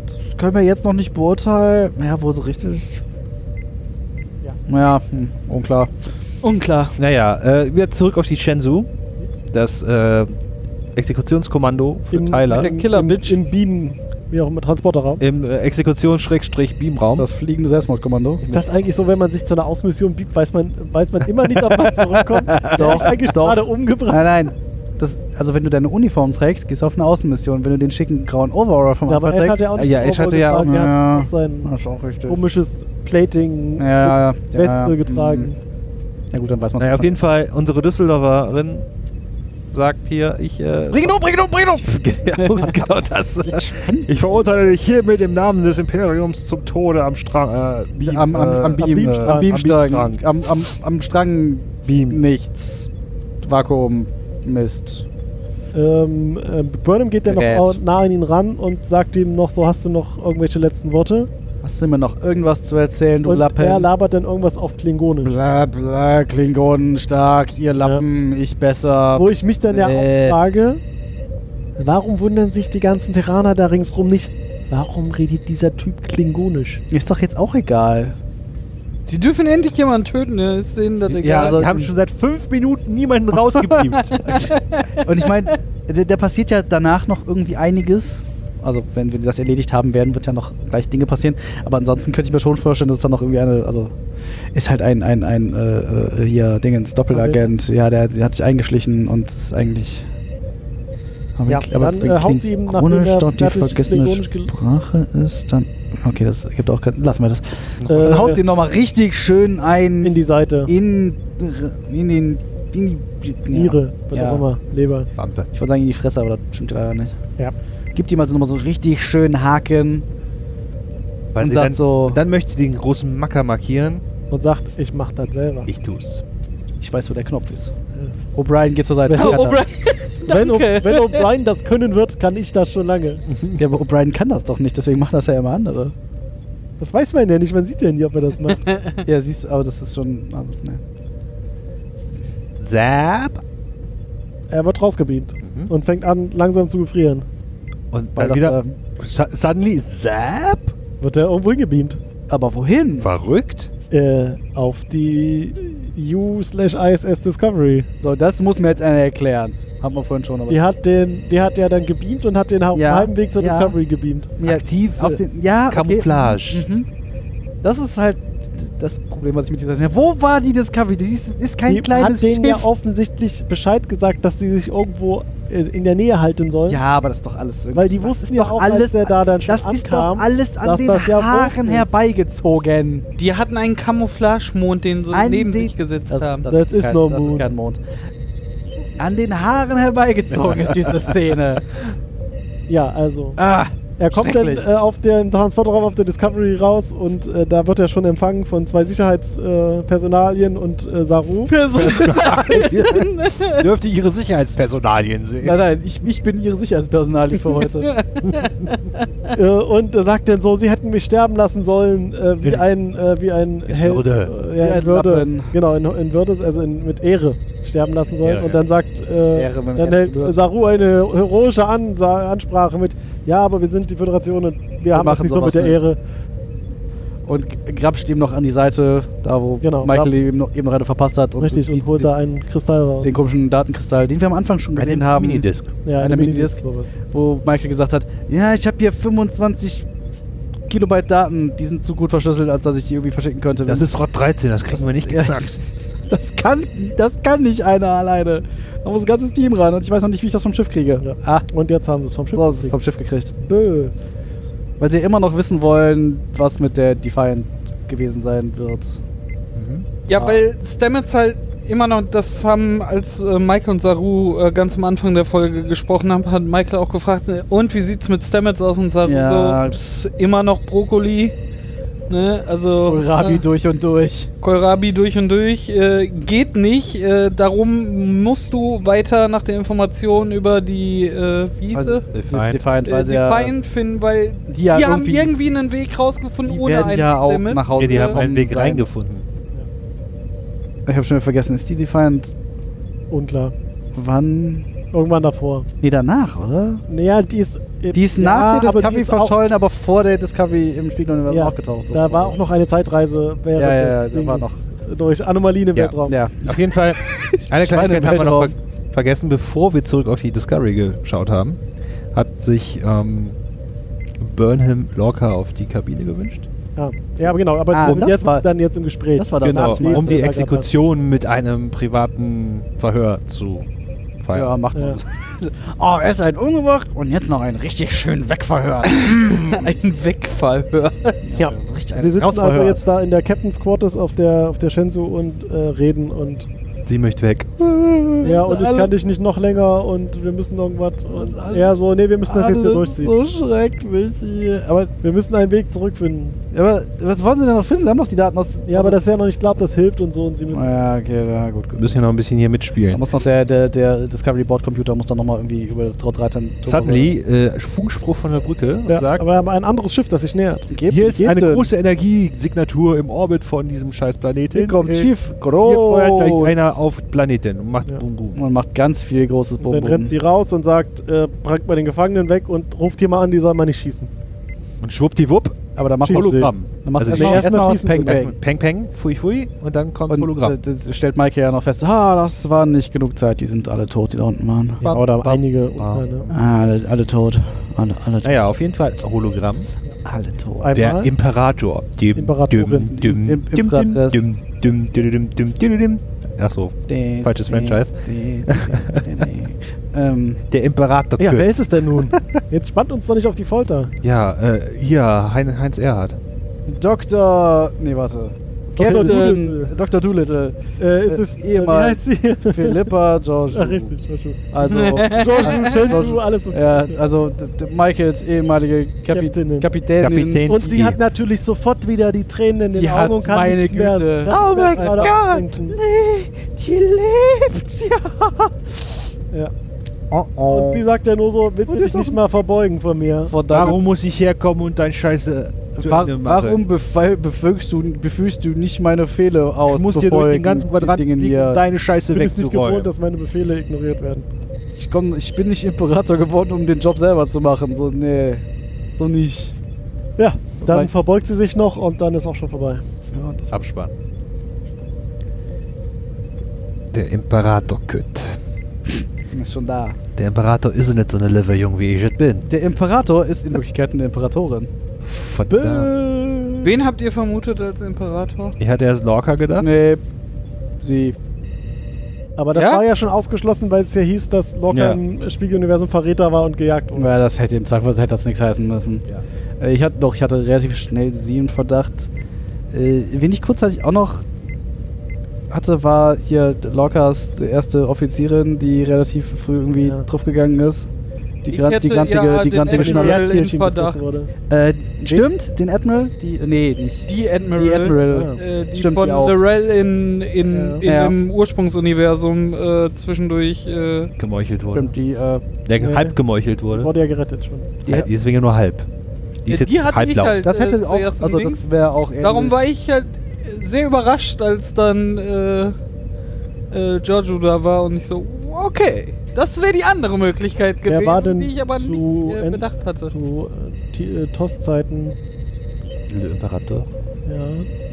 Speaker 1: das können wir jetzt noch nicht beurteilen. Ja, wo so richtig.
Speaker 4: Ja.
Speaker 1: Ja, hm, unklar.
Speaker 2: Unklar.
Speaker 3: Naja, äh, wieder zurück auf die Shenzhou. Das äh, Exekutionskommando für
Speaker 4: Im-
Speaker 3: Tyler.
Speaker 2: der Killer
Speaker 4: im,
Speaker 2: Bitch.
Speaker 4: Im Bienen, wie auch immer, Transporterraum.
Speaker 3: Im äh, Exekutions-Beamraum.
Speaker 1: Das fliegende Selbstmordkommando.
Speaker 4: Ist das eigentlich so, wenn man sich zu einer Ausmission biegt, weiß man, weiß man immer nicht, ob man zurückkommt? doch, eigentlich
Speaker 1: doch.
Speaker 4: gerade umgebracht.
Speaker 1: Nein, nein. Das, also wenn du deine Uniform trägst, gehst du auf eine Außenmission. Wenn du den schicken grauen Overall vom
Speaker 4: Ja, aber
Speaker 1: Anfang
Speaker 4: Ash hat
Speaker 1: trägst,
Speaker 4: ja auch nicht
Speaker 3: Ja, Ash hatte ja
Speaker 4: Overall
Speaker 1: auch-
Speaker 4: getragen, er
Speaker 1: ja.
Speaker 4: hat auch sein
Speaker 1: das ist auch richtig.
Speaker 4: komisches Plating
Speaker 1: Ja, ja, ja.
Speaker 4: Weste
Speaker 1: Ja,
Speaker 4: getragen.
Speaker 1: Ja gut, dann weiß man.
Speaker 3: Naja, auf jeden Fall, unsere Düsseldorferin sagt hier, ich. Äh,
Speaker 1: Bring ihn um, bring ihn um, bring ihn um!
Speaker 3: genau, genau das.
Speaker 5: Ich verurteile dich hiermit im Namen des Imperiums zum Tode am Strang. Äh, Beam,
Speaker 1: Am, am, am
Speaker 5: äh,
Speaker 1: Beam,
Speaker 4: Beamstrang.
Speaker 1: am Beamstrang,
Speaker 5: Am
Speaker 1: am,
Speaker 5: Beamstrang.
Speaker 1: am, am, Strang
Speaker 5: Beam.
Speaker 1: nichts. Vakuum, Mist.
Speaker 4: Ähm, äh, Burnham geht dann
Speaker 1: Mhm. Gerät.
Speaker 4: noch au- nah an ihn ran und sagt ihm noch so, hast du noch irgendwelche letzten Worte?
Speaker 1: Hast du mir noch irgendwas zu erzählen, du
Speaker 4: und
Speaker 1: Lappen?
Speaker 4: er labert dann irgendwas auf Klingonisch.
Speaker 1: bla bla, Klingonen stark, ihr Lappen, ich besser.
Speaker 4: Wo ich mich dann ja
Speaker 1: Äh.
Speaker 4: auch frage, warum wundern sich die ganzen Terraner da ringsrum nicht? Warum redet dieser Typ Klingonisch?
Speaker 1: Ist doch jetzt auch egal.
Speaker 2: Die dürfen endlich jemanden töten, ne? ist denen das egal.
Speaker 3: Ja,
Speaker 1: also-
Speaker 3: die haben schon seit fünf Minuten niemanden rausgebeamt.
Speaker 1: Und ich meine, da, da passiert ja danach noch irgendwie einiges. Also, wenn wir das erledigt haben werden, wird ja noch gleich Dinge passieren. Aber ansonsten könnte ich mir schon vorstellen, dass da noch irgendwie eine, also ist halt ein, ein, ein, äh, äh, hier, Dingens, Doppelagent. Ja, der, der hat sich eingeschlichen und ist eigentlich. Aber
Speaker 4: Ja,
Speaker 1: kl- aber
Speaker 4: dann,
Speaker 1: wenn
Speaker 4: äh, haut sie ihm, nachdem
Speaker 1: klingonisch
Speaker 4: er
Speaker 1: dort die
Speaker 4: fertig
Speaker 1: vergessene
Speaker 4: klingonisch gel-
Speaker 1: Sprache ist, dann. Okay, das gibt auch keinen. Lassen wir das.
Speaker 4: Äh,
Speaker 1: Dann haut sie nochmal richtig schön ein
Speaker 4: in die Seite.
Speaker 1: in, in den. In die.
Speaker 4: Niere, was
Speaker 1: Ja.
Speaker 4: auch immer, Leber.
Speaker 1: Ich wollte sagen in die Fresse, aber das stimmt leider nicht.
Speaker 4: Ja.
Speaker 1: Gibt ihm also nochmal so einen richtig schönen Haken.
Speaker 3: Weil
Speaker 1: Und
Speaker 3: sie
Speaker 1: sagt
Speaker 3: dann,
Speaker 1: so-
Speaker 3: dann möchte sie den großen Macker markieren.
Speaker 4: Und sagt, ich mach das selber.
Speaker 3: Ich tu's.
Speaker 1: Ich weiß, wo der Knopf ist. O'Brien geht zur Seite.
Speaker 4: Oh,
Speaker 1: Kann er.
Speaker 4: Wenn O-
Speaker 2: Danke.
Speaker 4: wenn O'Brien das können wird, kann ich das schon lange.
Speaker 1: Ja, aber O'Brien kann das doch nicht, deswegen machen das ja immer andere.
Speaker 4: Das weiß man ja nicht, man sieht ja nie, ob er das macht.
Speaker 1: Ja, siehst du, aber das ist schon. Also, ne.
Speaker 3: Zap.
Speaker 4: Er wird rausgebeamt
Speaker 3: Mhm.
Speaker 4: und fängt an, langsam zu gefrieren.
Speaker 3: Und
Speaker 1: Weil
Speaker 3: dann
Speaker 1: das,
Speaker 3: wieder.
Speaker 1: ähm,
Speaker 3: Su- Suddenly, Zap.
Speaker 4: Wird er irgendwo hingebeamt.
Speaker 1: aber wohin?
Speaker 3: Verrückt.
Speaker 4: Äh, auf die U-ISS Discovery.
Speaker 1: So, das muss mir jetzt einer erklären. Haben wir vorhin schon. Aber
Speaker 4: Die hat den, die hat ja dann gebeamt und hat den auf
Speaker 1: Ja,
Speaker 4: dem halben Weg zur
Speaker 1: ja.
Speaker 4: Discovery gebeamt.
Speaker 1: ja,
Speaker 3: aktiv,
Speaker 1: Auf
Speaker 3: äh,
Speaker 1: den, ja, okay.
Speaker 3: Camouflage.
Speaker 1: Mhm. Das ist halt das Problem, was ich mit dieser. Ja, Wo war die Discovery? Die ist, ist kein
Speaker 4: die
Speaker 1: kleines
Speaker 4: hat denen
Speaker 1: Schiff.
Speaker 4: ja offensichtlich Bescheid gesagt, dass sie sich irgendwo in, in der Nähe halten sollen.
Speaker 1: Ja, aber das ist doch alles irgendwie-
Speaker 4: Weil die
Speaker 1: das
Speaker 4: wussten
Speaker 1: ist
Speaker 4: ja
Speaker 1: doch
Speaker 4: auch,
Speaker 1: alles,
Speaker 4: als der da dann schon
Speaker 1: Das
Speaker 4: ankam,
Speaker 1: ist doch alles an
Speaker 4: dass
Speaker 1: den
Speaker 4: das ja Wurst
Speaker 1: Haaren
Speaker 4: ist.
Speaker 1: herbeigezogen.
Speaker 2: Die hatten einen Camouflage-Mond, den sie
Speaker 1: An
Speaker 2: neben
Speaker 1: den-
Speaker 2: sich gesetzt haben.
Speaker 4: das ist
Speaker 1: kein,
Speaker 4: no
Speaker 1: das
Speaker 4: moon.
Speaker 1: ist kein Mond. An den Haaren herbeigezogen ist diese Szene.
Speaker 4: Ja, also.
Speaker 1: Ah,
Speaker 4: Er kommt dann
Speaker 1: schrecklich.
Speaker 4: äh, auf den Transporterraum auf der Discovery raus und äh, da wird er schon empfangen von zwei Sicherheitspersonalien äh, Personalien und äh, Saru.
Speaker 3: Dürfte ihre Sicherheitspersonalien sehen.
Speaker 1: Nein, nein, ich, ich bin ihre Sicherheitspersonal für heute.
Speaker 4: äh, und er sagt dann so, sie hätten mich sterben lassen sollen, äh, wie
Speaker 3: In-
Speaker 4: ein äh, wie ein
Speaker 3: in
Speaker 4: Held-
Speaker 3: Würde.
Speaker 4: Äh, ja,
Speaker 1: Wie
Speaker 4: in
Speaker 1: ein
Speaker 4: Würde.
Speaker 1: Lappen.
Speaker 4: Genau, in, in Würde, also in, mit Ehre sterben lassen sollen.
Speaker 3: Ehre,
Speaker 4: und
Speaker 3: ja.
Speaker 4: dann sagt äh,
Speaker 1: Ehre, wenn
Speaker 4: dann
Speaker 1: wir
Speaker 4: hält
Speaker 1: Würde.
Speaker 4: Saru eine heroische An Sa- Ansprache mit, ja, aber wir sind die Föderation und wir, haben das
Speaker 1: machen
Speaker 4: nicht so
Speaker 1: sowas
Speaker 4: mit der
Speaker 1: nicht.
Speaker 4: Ehre.
Speaker 1: Und g- grapscht ihm noch an die Seite, da wo
Speaker 4: Genau,
Speaker 1: Michael
Speaker 4: grab-
Speaker 1: ihm noch, eben noch eine verpasst hat. Und
Speaker 4: Richtig, und
Speaker 1: sieht
Speaker 4: holt da
Speaker 1: den,
Speaker 4: einen Kristall raus.
Speaker 1: den komischen Datenkristall, den wir am Anfang schon gesehen haben.
Speaker 3: Minidisc.
Speaker 4: Ja,
Speaker 1: einer Minidisc.
Speaker 4: sowas.
Speaker 1: wo Michael gesagt hat, ja, ich habe hier 25 Kilobyte Daten, die sind zu gut verschlüsselt, als dass ich die irgendwie verschicken könnte.
Speaker 3: Das ist Rot 13, das kriegen wir nicht
Speaker 1: Ja.
Speaker 3: geknackt.
Speaker 1: Das kann, das kann nicht einer alleine. Da muss ein ganzes Team ran und ich weiß noch nicht, wie ich das vom Schiff kriege.
Speaker 4: Ja.
Speaker 1: Ah,
Speaker 4: Und jetzt haben sie es vom Schiff.
Speaker 1: so ist es
Speaker 4: gekriegt.
Speaker 1: vom Schiff gekriegt.
Speaker 4: Bö.
Speaker 1: Weil sie immer noch wissen wollen, was mit der Defiant gewesen sein wird.
Speaker 2: Ja,
Speaker 1: Ah.
Speaker 2: weil Stamets halt immer noch, das haben, als äh, Michael und Saru äh, ganz am Anfang der Folge gesprochen haben, hat Michael auch gefragt, ne, und wie sieht's mit Stamets aus und Saru
Speaker 1: Ja.
Speaker 2: so, "Pss, immer noch Brokkoli, ne,
Speaker 4: Oh,
Speaker 2: also
Speaker 1: Kohlrabi
Speaker 2: äh,
Speaker 1: durch und durch.
Speaker 2: Kohlrabi durch und durch, äh, geht nicht, äh, darum musst du weiter nach den Informationen über die, äh, wie hieß
Speaker 1: Also
Speaker 2: sie?
Speaker 1: Die
Speaker 3: Defiant.
Speaker 1: Defiant, weil
Speaker 2: Äh,
Speaker 1: sie ja.
Speaker 2: Defiant finden, weil
Speaker 1: Die ja
Speaker 2: haben
Speaker 1: irgendwie-
Speaker 2: irgendwie einen Weg rausgefunden
Speaker 1: Die
Speaker 2: ohne
Speaker 1: werden
Speaker 2: einen
Speaker 1: ja auch
Speaker 2: Stamets.
Speaker 1: nach Hause
Speaker 3: Ja, die haben
Speaker 1: gekommen
Speaker 3: einen Weg
Speaker 1: sein.
Speaker 3: reingefunden.
Speaker 1: Ich habe schon wieder vergessen, ist die Defiant
Speaker 4: Unklar.
Speaker 1: wann?
Speaker 4: Irgendwann davor.
Speaker 1: Nee, danach, oder?
Speaker 4: Naja, die ist.
Speaker 1: Die ist
Speaker 4: ja,
Speaker 1: nach der
Speaker 4: aber die
Speaker 1: Discovery
Speaker 4: ist auch-
Speaker 1: verschollen, aber vor der Discovery im Spiegeluniversum
Speaker 4: Ja,
Speaker 1: aufgetaucht. so.
Speaker 4: da war auch noch eine Zeitreise während
Speaker 1: Ja, ja, ja,
Speaker 4: des
Speaker 1: da war
Speaker 4: Dingens. durch Anomalien im
Speaker 3: Ja.
Speaker 4: Weltraum.
Speaker 1: Ja.
Speaker 3: Auf jeden Fall,
Speaker 1: Schweine
Speaker 3: eine Kleinigkeit
Speaker 1: im
Speaker 3: haben wir noch
Speaker 1: Weltraum.
Speaker 3: ver vergessen, bevor wir zurück auf die Discovery geschaut haben, hat sich ähm, Burnham Lorca auf die Kabine gewünscht.
Speaker 4: Ja. ja, aber genau, aber
Speaker 1: Ah,
Speaker 4: wir sind
Speaker 1: das
Speaker 4: jetzt
Speaker 1: war-
Speaker 4: dann jetzt im Gespräch.
Speaker 1: Das war das
Speaker 3: Genau,
Speaker 1: Abendmahl.
Speaker 3: um die
Speaker 4: Ja,
Speaker 3: Exekution mit einem privaten Verhör zu
Speaker 1: Ja,
Speaker 3: feiern.
Speaker 1: macht
Speaker 4: Ja.
Speaker 1: man. Oh, er ist ein umgebracht und jetzt noch einen richtig schönen Wegverhör. Mm.
Speaker 2: ein Wegfallhör.
Speaker 4: ja.
Speaker 1: Richtig
Speaker 4: Sie sitzen also
Speaker 1: Rausverhör.
Speaker 4: jetzt da in der Captain's Quarters auf der auf der Shenzhou und äh, reden und
Speaker 3: Sie möchte weg.
Speaker 4: ja und ich
Speaker 1: alles-
Speaker 4: kann dich nicht noch länger und wir müssen irgendwas und ja so nee wir müssen das jetzt hier
Speaker 1: Alles
Speaker 4: durchziehen.
Speaker 1: Ah, so schrecklich hier. Aber,
Speaker 4: Wir müssen einen Weg zurückfinden.
Speaker 1: aber was wollen sie denn noch finden? Sie haben doch die Daten aus.
Speaker 4: Ja, aber das ist ja noch nicht klar, ob das hilft und so und sie müssen
Speaker 1: Ja, okay, ja, gut,
Speaker 3: Wir
Speaker 1: gut.
Speaker 3: müssen ja noch ein bisschen hier
Speaker 1: Da
Speaker 3: mitspielen.
Speaker 1: muss noch der, der, der Discovery Board Computer muss dann nochmal irgendwie über Trotreitern.
Speaker 3: Suddenly, äh, Funkspruch von der Brücke
Speaker 4: ja,
Speaker 3: und sagt,
Speaker 4: aber wir haben ein anderes Schiff, das sich nähert.
Speaker 1: Gebt,
Speaker 3: hier ist
Speaker 1: gebt
Speaker 3: eine
Speaker 1: den.
Speaker 3: große Energiesignatur im Orbit von diesem scheiß Planeten.
Speaker 1: Hier kommt
Speaker 3: Äh,
Speaker 1: Schiff.
Speaker 3: Hier feuert gleich
Speaker 1: Groß.
Speaker 3: einer auf Planeten und macht
Speaker 4: Oh. Ja.
Speaker 3: Boom Boom.
Speaker 1: Und macht ganz viel großes
Speaker 4: Und dann rennt sie
Speaker 1: Bum-Bum.
Speaker 4: raus und sagt, äh, bringt mal den Gefangenen weg und ruft hier mal an, die sollen mal nicht schießen.
Speaker 3: Und schwuppdiwupp,
Speaker 1: Aber da macht
Speaker 4: Schießt
Speaker 1: man
Speaker 4: sie.
Speaker 3: Hologramm.
Speaker 1: Dann macht
Speaker 3: Also
Speaker 1: also
Speaker 4: erst mal
Speaker 1: erstmal was
Speaker 4: schießen
Speaker 1: Peng
Speaker 4: und
Speaker 1: Peng.
Speaker 3: Peng, Peng, Peng, Fui Fui und dann kommt
Speaker 1: Und äh,
Speaker 3: Hologramm.
Speaker 1: das stellt Maike ja noch fest, ah, das war nicht genug Zeit, die sind alle tot, die da unten waren.
Speaker 4: Ja, oder
Speaker 3: bam,
Speaker 4: einige ne?
Speaker 3: bam.
Speaker 4: Ukraine.
Speaker 1: Ah, alle, alle tot. Alle, alle, tot.
Speaker 3: Naja, auf jeden Fall Hologramm.
Speaker 1: alle tot.
Speaker 4: Einmal.
Speaker 3: Der Imperator. Dim,
Speaker 4: Imperatorin.
Speaker 3: dim,
Speaker 1: Im-
Speaker 3: dim, dim,
Speaker 1: Imperatrice.
Speaker 3: dim, dim, dim, dim, dim, dim. Ach so,
Speaker 1: Dä-
Speaker 3: falsches
Speaker 1: dä-
Speaker 3: Franchise.
Speaker 1: dä- dä- dä- dä. ähm,
Speaker 3: der Imperator.
Speaker 4: Ja, wer ist es denn nun? Jetzt spannt uns doch nicht auf die Folter.
Speaker 3: Ja, äh, hier, Hein, Heinz Erhardt.
Speaker 1: Dr. Nee, warte.
Speaker 4: Dr.
Speaker 1: Captain
Speaker 4: Doolittle.
Speaker 1: Dr. Doolittle.
Speaker 4: Äh,
Speaker 1: Äh,
Speaker 4: ist es
Speaker 1: ehemals-
Speaker 4: Wie heißt sie?
Speaker 1: Philippa George.
Speaker 4: Ach, richtig. Entschuldigung.
Speaker 1: Also,
Speaker 4: George, Shenzhou, alles ist
Speaker 1: ja, also d- d- Michaels ehemalige Kapi
Speaker 4: Kapitänin.
Speaker 1: Kapitänin.
Speaker 3: Kapitän.
Speaker 4: Ähm, Und die
Speaker 3: Sie.
Speaker 4: hat natürlich sofort wieder die Tränen in den
Speaker 1: Die hat
Speaker 4: Augen und kann
Speaker 1: meine
Speaker 4: nichts mehr.
Speaker 1: Güte.
Speaker 4: kann
Speaker 1: Oh
Speaker 4: nicht mehr
Speaker 1: mein
Speaker 4: gerade
Speaker 1: Gott.
Speaker 4: abdenken.
Speaker 1: Nee, die lebt, ja.
Speaker 4: Ja.
Speaker 3: Oh,
Speaker 4: Und die sagt ja nur so, willst
Speaker 1: Und
Speaker 4: du
Speaker 1: ist
Speaker 4: dich
Speaker 1: auch
Speaker 4: nicht
Speaker 1: ein-
Speaker 4: mal verbeugen von mir?
Speaker 1: Von daher-
Speaker 3: Warum muss ich herkommen und dein Scheiße äh, zu
Speaker 1: Wa
Speaker 3: Ende machen?
Speaker 1: warum befall- befügst du, befügst du nicht meine Fehler aus?
Speaker 3: Ich muss dir durch den ganzen Quadrant
Speaker 1: Dingen
Speaker 3: fliegen, um
Speaker 1: hier.
Speaker 3: deine Scheiße
Speaker 4: Ich bin es nicht gewohnt,
Speaker 3: wegzuräumen.
Speaker 4: dass meine Befehle ignoriert werden.
Speaker 1: Ich, komm, ich bin nicht Imperator geworden, um den Job selber zu machen. So, nee, so nicht.
Speaker 4: Ja, dann
Speaker 1: Wobei-
Speaker 4: verbeugt sie sich noch und dann ist auch schon vorbei.
Speaker 1: Ja, das
Speaker 3: Abspann. Der Imperator Kütt.
Speaker 1: ist schon da.
Speaker 3: Der Imperator ist nicht so eine Leverjung, wie ich es bin.
Speaker 1: Der Imperator ist in Wirklichkeit eine Imperatorin.
Speaker 3: Verdammt.
Speaker 2: Wen habt ihr vermutet als Imperator?
Speaker 3: Ich hatte erst Lorca gedacht.
Speaker 1: Nee, sie.
Speaker 4: Aber das
Speaker 2: Ja?
Speaker 4: war ja schon ausgeschlossen, weil es ja hieß, dass Lorca
Speaker 3: Ja.
Speaker 4: im Spiegeluniversum Verräter war und gejagt wurde.
Speaker 1: Ja, das hätte im Zweifel hätte das nichts heißen müssen.
Speaker 3: Ja.
Speaker 1: Äh, Ich hatte doch, ich hatte relativ schnell sie im Verdacht. Äh, wen ich kurzzeitig auch noch hatte, war hier Lorcas erste Offizierin, die relativ früh irgendwie
Speaker 4: Ja.
Speaker 1: draufgegangen ist. Die,
Speaker 2: Ich
Speaker 1: gran die
Speaker 2: hätte
Speaker 1: grantige,
Speaker 2: ja
Speaker 1: die
Speaker 2: den
Speaker 1: grantige
Speaker 2: Admiral
Speaker 1: Schnalle.
Speaker 4: hat
Speaker 2: in
Speaker 4: Hirnchen getroffen
Speaker 2: Verdacht.
Speaker 4: wurde.
Speaker 1: Äh, stimmt, den Admiral? Die, nee, nicht.
Speaker 2: Die Admiral.
Speaker 1: Die Admiral.
Speaker 2: Äh, die
Speaker 1: Stimmt,
Speaker 2: von
Speaker 1: die auch.
Speaker 2: Lorel in, in,
Speaker 4: Ja.
Speaker 2: in
Speaker 1: Ja.
Speaker 2: dem Ursprungsuniversum äh, zwischendurch. Äh,
Speaker 4: Ah,
Speaker 3: Gemeuchelt wurde.
Speaker 1: Stimmt, die, äh,
Speaker 3: Der
Speaker 4: Nee.
Speaker 3: halb gemeuchelt wurde.
Speaker 4: Wurde ja gerettet schon.
Speaker 3: Die ja. Deswegen nur halb. Die ist
Speaker 2: äh,
Speaker 3: jetzt
Speaker 2: die hatte ich
Speaker 3: halblau.
Speaker 2: halt,
Speaker 1: das
Speaker 2: äh,
Speaker 1: hätte
Speaker 2: zuerst
Speaker 1: auch,
Speaker 2: im
Speaker 1: also
Speaker 2: Dings.
Speaker 1: das wäre auch ähnlich.
Speaker 2: Darum war ich halt äh, sehr überrascht, als dann äh, äh, Giorgio da war und ich so, okay, das wäre die andere Möglichkeit gewesen,
Speaker 4: Wer war denn
Speaker 2: die ich aber
Speaker 4: zu
Speaker 2: nicht äh,
Speaker 4: End-
Speaker 2: bedacht hatte.
Speaker 4: Zu äh, T- äh, TOS-Zeiten.
Speaker 3: Der Imperator.
Speaker 4: Ja.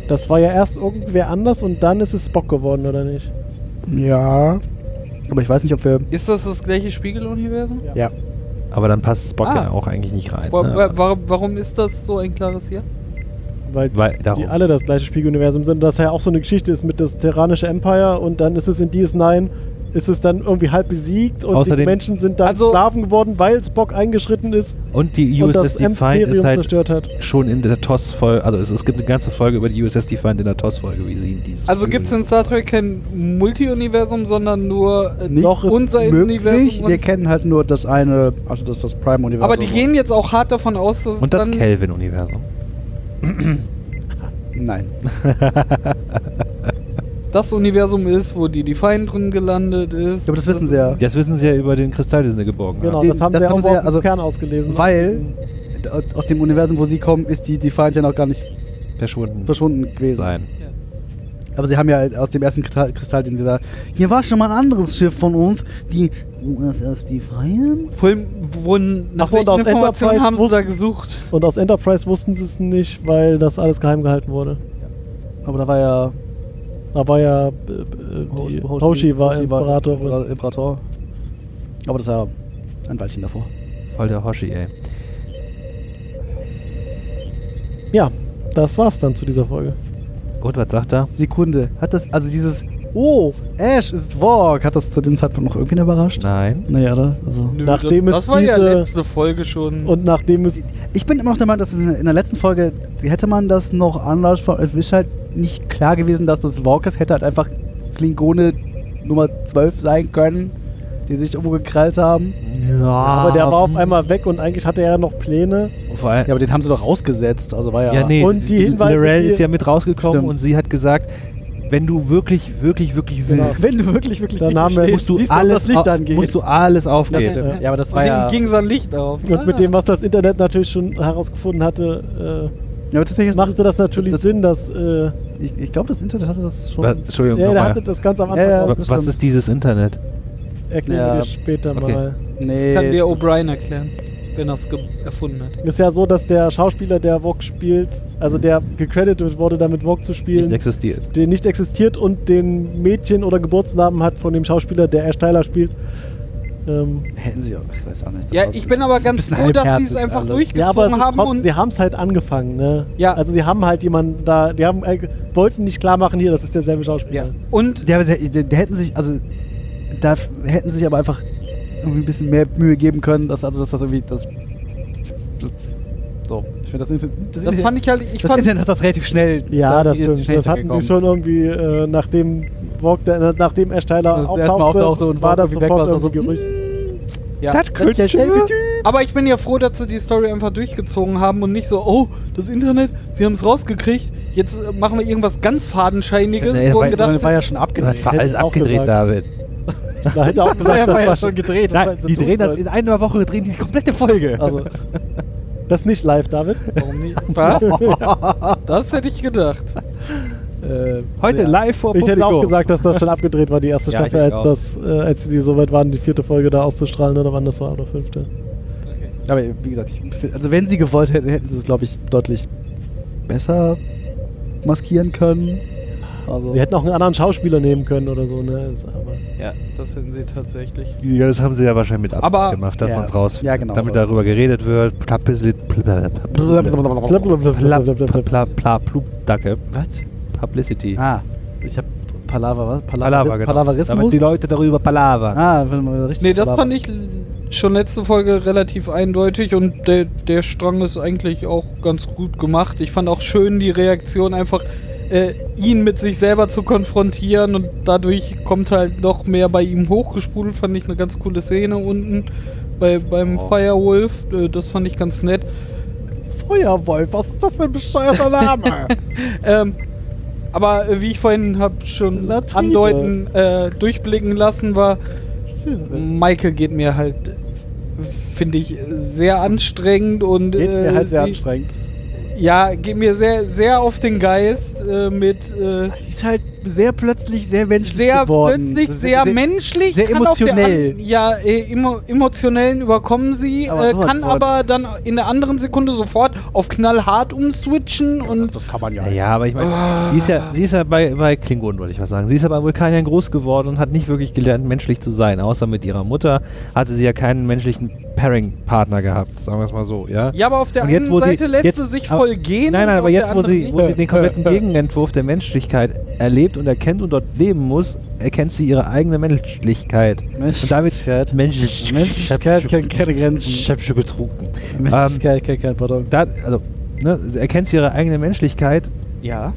Speaker 4: Das war ja erst irgendwer anders und dann ist es Spock geworden, oder nicht?
Speaker 1: Ja. Aber ich weiß nicht, ob wir.
Speaker 2: Ist das das gleiche Spiegeluniversum?
Speaker 4: Ja.
Speaker 1: Ja.
Speaker 3: Aber dann passt Spock
Speaker 2: Ah.
Speaker 3: ja auch eigentlich nicht rein.
Speaker 2: Wa
Speaker 3: ne?
Speaker 2: wa wa warum ist das so ein klares Ja?
Speaker 4: Weil,
Speaker 3: Weil- darum.
Speaker 4: die alle das gleiche Spiegeluniversum sind. Das ja auch so eine Geschichte ist mit das Terranische Empire und dann ist es in DS9 ist es dann irgendwie halb besiegt und die
Speaker 3: Außerdem-
Speaker 4: Menschen sind dann
Speaker 2: Also-
Speaker 4: Sklaven geworden, weil Spock eingeschritten ist
Speaker 3: Und die
Speaker 4: und das
Speaker 3: USS Defiant
Speaker 4: Imperium
Speaker 3: ist halt
Speaker 4: zerstört hat.
Speaker 3: schon in der TOS-Folge, also es, es gibt eine ganze Folge über die USS Defiant in der TOS-Folge, wie sie in dieses
Speaker 2: Also gibt es in Star Trek kein Multi-Universum, sondern nur äh,
Speaker 1: Nicht
Speaker 4: Doch, ist
Speaker 2: unser
Speaker 1: Möglich,
Speaker 2: Universum.
Speaker 1: wir
Speaker 2: und-
Speaker 1: kennen halt nur das eine, also das, das Prime-Universum.
Speaker 2: Aber die gehen jetzt auch hart davon aus, dass
Speaker 3: Und das
Speaker 2: dann
Speaker 3: Kelvin-Universum.
Speaker 1: Nein.
Speaker 2: das Universum ist, wo die Defiant drin gelandet ist.
Speaker 1: Aber das wissen sie ja.
Speaker 3: Das wissen sie ja über den Kristall, den sie geborgen
Speaker 4: Genau,
Speaker 3: haben.
Speaker 1: Den-
Speaker 4: das haben
Speaker 1: das
Speaker 4: sie ja
Speaker 1: haben
Speaker 4: auch
Speaker 1: sie
Speaker 4: auf
Speaker 1: ja-
Speaker 4: dem
Speaker 1: also-
Speaker 4: Kern ausgelesen. ne?
Speaker 1: Weil d- aus dem Universum, wo sie kommen, ist die Defiant ja noch gar nicht
Speaker 3: ne? Verschwunden
Speaker 1: verschwunden gewesen.
Speaker 3: sein.
Speaker 1: Aber sie haben ja aus dem ersten Kristall, Kristall, den sie da. Hier war schon mal ein anderes Schiff von uns, die USS Defiant.
Speaker 2: Vor allem, wo nach
Speaker 4: Ach so, und
Speaker 2: welchen
Speaker 4: auf
Speaker 2: Informationen
Speaker 4: Enterprise
Speaker 2: haben sie
Speaker 4: wussten-
Speaker 2: da gesucht?
Speaker 4: Und aus Enterprise wussten sie es nicht, weil das alles geheim gehalten wurde.
Speaker 1: Aber da war ja
Speaker 4: Da war ja äh, äh, die, Hoshi, war Imperator.
Speaker 1: Imperator. Imperator. Aber das war ja ein Weilchen davor.
Speaker 3: Voll der Hoshi, ey.
Speaker 4: Ja, das war's dann zu dieser Folge.
Speaker 3: Und was sagt er?
Speaker 1: Sekunde. Hat das, also dieses, oh, Ash ist Vork, hat das zu dem Zeitpunkt noch irgendwen überrascht?
Speaker 3: Nein.
Speaker 1: Naja, oder? Also.
Speaker 2: Nö,
Speaker 4: Nachdem
Speaker 2: das,
Speaker 4: es
Speaker 2: das war ja
Speaker 4: diese-
Speaker 2: letzte Folge schon.
Speaker 4: Und nachdem es
Speaker 1: Ich bin immer noch der Meinung, dass es in in der letzten Folge hätte man das noch anders ver- Es ist halt nicht klar gewesen, dass das Walk ist. Hätte halt einfach Klingone Nummer 12 sein können, die sich umgekrallt haben.
Speaker 3: Ja,
Speaker 1: Ah,
Speaker 4: Aber der war auf einmal weg und eigentlich hatte er ja noch Pläne.
Speaker 3: Vor allem,
Speaker 1: Ja, aber den haben sie doch rausgesetzt. Also war ja.
Speaker 3: Ja, nee.
Speaker 4: Und die Hinweise,
Speaker 3: Lorel
Speaker 4: die-
Speaker 3: ist ja mit rausgekommen
Speaker 1: Stimmt.
Speaker 3: und sie hat gesagt, wenn du wirklich, wirklich, wirklich
Speaker 4: Genau.
Speaker 3: willst,
Speaker 1: Wenn du wirklich, wirklich
Speaker 4: Dann haben wir-
Speaker 1: stehst,
Speaker 4: musst
Speaker 3: du
Speaker 1: siehst, ob
Speaker 3: alles,
Speaker 1: das Licht
Speaker 3: au-
Speaker 1: angeht.
Speaker 3: musst du alles
Speaker 1: das
Speaker 3: aufgeben.
Speaker 1: stimmt. Ja, aber das war
Speaker 2: Denen
Speaker 1: ja.
Speaker 2: ging sein Licht auf. Ah.
Speaker 4: Und
Speaker 1: Ah.
Speaker 4: mit dem, was das Internet natürlich schon herausgefunden hatte,
Speaker 1: Ja, aber tatsächlich
Speaker 4: äh,
Speaker 1: ist-
Speaker 4: machte das natürlich
Speaker 1: das-
Speaker 4: Sinn, dass äh,
Speaker 1: Ich, ich glaube, das Internet hatte das schon.
Speaker 3: Wa- Entschuldigung,
Speaker 4: ja, der
Speaker 3: nochmal.
Speaker 4: hatte das ganz am
Speaker 1: Ja, ja.
Speaker 4: Anfang.
Speaker 3: Wa-
Speaker 1: das
Speaker 3: Was
Speaker 1: stimmt.
Speaker 3: ist dieses Internet?
Speaker 4: Erklären
Speaker 1: Ja.
Speaker 4: wir dir später
Speaker 3: Okay.
Speaker 4: mal.
Speaker 2: Das
Speaker 1: nee.
Speaker 2: kann dir O'Brien erklären, wenn er es erfunden hat.
Speaker 4: Ist ja so, dass der Schauspieler, der Vogue spielt, also der gecredited wurde, damit Vogue zu
Speaker 3: Nicht
Speaker 4: spielen,
Speaker 3: existiert.
Speaker 4: den nicht existiert und den Mädchen- oder Geburtsnamen hat von dem Schauspieler, der Ash Tyler spielt. Ähm,
Speaker 1: Hätten sie auch. Ich weiß auch nicht.
Speaker 2: Ja,
Speaker 1: Das
Speaker 2: ich
Speaker 1: war-
Speaker 2: bin aber
Speaker 1: das ist ein
Speaker 2: ganz
Speaker 1: bisschen
Speaker 2: froh, dass sie es
Speaker 1: halbherzig also
Speaker 2: einfach
Speaker 1: alles.
Speaker 2: durchgezogen
Speaker 4: Ja, aber es ist
Speaker 2: haben
Speaker 4: trotzdem-
Speaker 2: und
Speaker 4: sie haben es halt angefangen, ne?
Speaker 2: Ja.
Speaker 4: Also sie haben halt jemanden da, die haben äh, wollten nicht klar machen, hier, das ist derselbe
Speaker 2: Ja.
Speaker 4: Schauspieler.
Speaker 2: Und
Speaker 1: Ja, aber sie- die, die hätten sich, also da f- hätten sich aber einfach irgendwie ein bisschen mehr Mühe geben können, dass also dass das irgendwie das. So, ich finde das, Inter- das,
Speaker 2: das fand ich halt, ich
Speaker 1: das
Speaker 2: fand,
Speaker 1: Internet hat das relativ schnell.
Speaker 4: Ja,
Speaker 1: da-
Speaker 4: das stimmt.
Speaker 1: schnell
Speaker 4: Das hatten die
Speaker 1: hintergekommen.
Speaker 4: schon irgendwie, äh, nachdem Vogue, der, äh, nachdem Ash
Speaker 1: Dass
Speaker 4: Tyler
Speaker 1: der erstmal auftauchte und
Speaker 4: war
Speaker 1: Vogue
Speaker 4: das
Speaker 1: irgendwie weg
Speaker 4: sofort
Speaker 1: war, das war
Speaker 4: irgendwie
Speaker 1: so,
Speaker 4: Gerücht.
Speaker 2: ja.
Speaker 1: Das ist ja schnell getü-
Speaker 2: aber ich bin ja froh, dass sie die Story einfach durchgezogen haben und nicht so, oh, das Internet, sie haben es rausgekriegt, jetzt äh, machen wir irgendwas ganz Fadenscheiniges,
Speaker 3: Nee,
Speaker 2: wo
Speaker 3: weil-
Speaker 2: man gedacht
Speaker 1: Das war
Speaker 2: hat,
Speaker 1: ja schon abgedreht.
Speaker 3: Das war alles
Speaker 4: Hätte ich auch
Speaker 3: abgedreht,
Speaker 4: gesagt.
Speaker 3: David.
Speaker 4: Da hätte auch gesagt, das war schon
Speaker 1: gedreht.
Speaker 3: Nein, die drehen das in einer Woche, drehen die komplette Folge.
Speaker 1: Also,
Speaker 4: Das ist nicht live, David.
Speaker 2: warum nicht? Was? das hätte ich gedacht.
Speaker 1: äh,
Speaker 3: heute live vor
Speaker 4: Ich hätte auch
Speaker 3: Publikum.
Speaker 4: gesagt, dass das schon abgedreht war, die erste
Speaker 3: Ja, ich
Speaker 4: Staffel, als,
Speaker 3: denke
Speaker 4: das, äh, als die so weit waren, die vierte Folge da auszustrahlen oder wann das war, oder fünfte.
Speaker 1: aber wie gesagt, ich, find- also wenn sie gewollt hätten, hätten sie es, glaube ich, deutlich besser maskieren können. Also,
Speaker 4: Die hätten auch einen anderen Schauspieler nehmen können oder so, ne? Ist aber
Speaker 2: Ja, das hätten sie tatsächlich.
Speaker 3: Ja, das haben sie ja wahrscheinlich mit Absicht
Speaker 2: Aber-
Speaker 3: gemacht, dass
Speaker 1: ja.
Speaker 3: man es raus,
Speaker 1: Ja, genau.
Speaker 3: damit darüber geredet wird. Publicity, Plapplapplapplapplapplapplapplapplapplapplapplapplapplapplapplapplapplapplapplapplapplapplapplapplapplapplapplapplapplapplapplapplapplapplapplap-
Speaker 1: was?
Speaker 3: Publicity.
Speaker 1: Ah, ich habe Palaver, was?
Speaker 3: Palaver, genau. Damit
Speaker 1: Palaverismus?
Speaker 3: die Leute darüber palavern.
Speaker 1: Ah, wenn man richtig.
Speaker 2: Nee, das
Speaker 1: Palaver-
Speaker 2: fand ich l- schon letzte Folge relativ eindeutig und der, der Strang ist eigentlich auch ganz gut gemacht. Ich fand auch schön die Reaktion, einfach äh, ihn mit sich selber zu konfrontieren und dadurch kommt halt noch mehr bei ihm hochgespudelt. Fand ich eine ganz coole Szene unten bei, beim Firewolf. Äh, das fand ich ganz nett.
Speaker 1: Feuerwolf, was ist das für ein bescheuerter Name?
Speaker 2: Ähm, aber äh, wie ich vorhin hab schon
Speaker 1: Latrine.
Speaker 2: andeuten, äh, durchblicken lassen war, Michael geht mir halt, finde ich, sehr anstrengend und.
Speaker 1: Geht
Speaker 2: äh,
Speaker 1: mir halt sehr
Speaker 2: sie-
Speaker 1: anstrengend.
Speaker 2: Ja, geht mir sehr, sehr auf den Geist äh, mit. Äh,
Speaker 1: Die ist halt sehr plötzlich sehr menschlich
Speaker 2: sehr
Speaker 1: geworden.
Speaker 2: plötzlich,
Speaker 1: Das-
Speaker 2: sehr, menschlich.
Speaker 1: sehr
Speaker 2: kann auf der
Speaker 1: emotionell.
Speaker 2: an- ja, äh, emo, emotionellen überkommen sie,
Speaker 1: Aber
Speaker 2: äh,
Speaker 1: sowas
Speaker 2: kann
Speaker 1: von.
Speaker 2: aber dann in der anderen Sekunde sofort auf knallhart umswitchen und.
Speaker 1: Das kann man ja.
Speaker 3: Naja, aber ich meine, die ist ja, sie ist ja bei, bei Klingonen, wollte ich was sagen. Sie ist ja bei Vulkaniern groß geworden und hat nicht wirklich gelernt, menschlich zu sein. Außer mit ihrer Mutter hatte sie ja keinen menschlichen Pairing-Partner gehabt, sagen wir es mal so, ja?
Speaker 2: Ja, aber auf der
Speaker 3: Und jetzt, wo
Speaker 2: anderen
Speaker 3: sie-
Speaker 2: Seite lässt
Speaker 3: jetzt-
Speaker 2: sie sich
Speaker 3: aber-
Speaker 2: voll gehen.
Speaker 3: Nein,
Speaker 2: und
Speaker 3: nein,
Speaker 2: auf
Speaker 3: aber
Speaker 2: der
Speaker 3: jetzt, wo
Speaker 2: anderen
Speaker 3: sie,
Speaker 2: nicht.
Speaker 3: wo sie den kompletten Gegenentwurf der Menschlichkeit erlebt und erkennt und dort leben muss, erkennt sie ihre eigene Menschlichkeit. Und damit
Speaker 1: Menschlichkeit.
Speaker 3: Menschlichkeit.
Speaker 1: Menschlichkeit kennt keine
Speaker 3: Ich
Speaker 1: Grenzen. Ähm,
Speaker 3: hab schon getrunken.
Speaker 1: Menschlichkeit kennt kein Pardon.
Speaker 3: Da, also, ne, erkennt sie ihre eigene Menschlichkeit.
Speaker 2: Ja.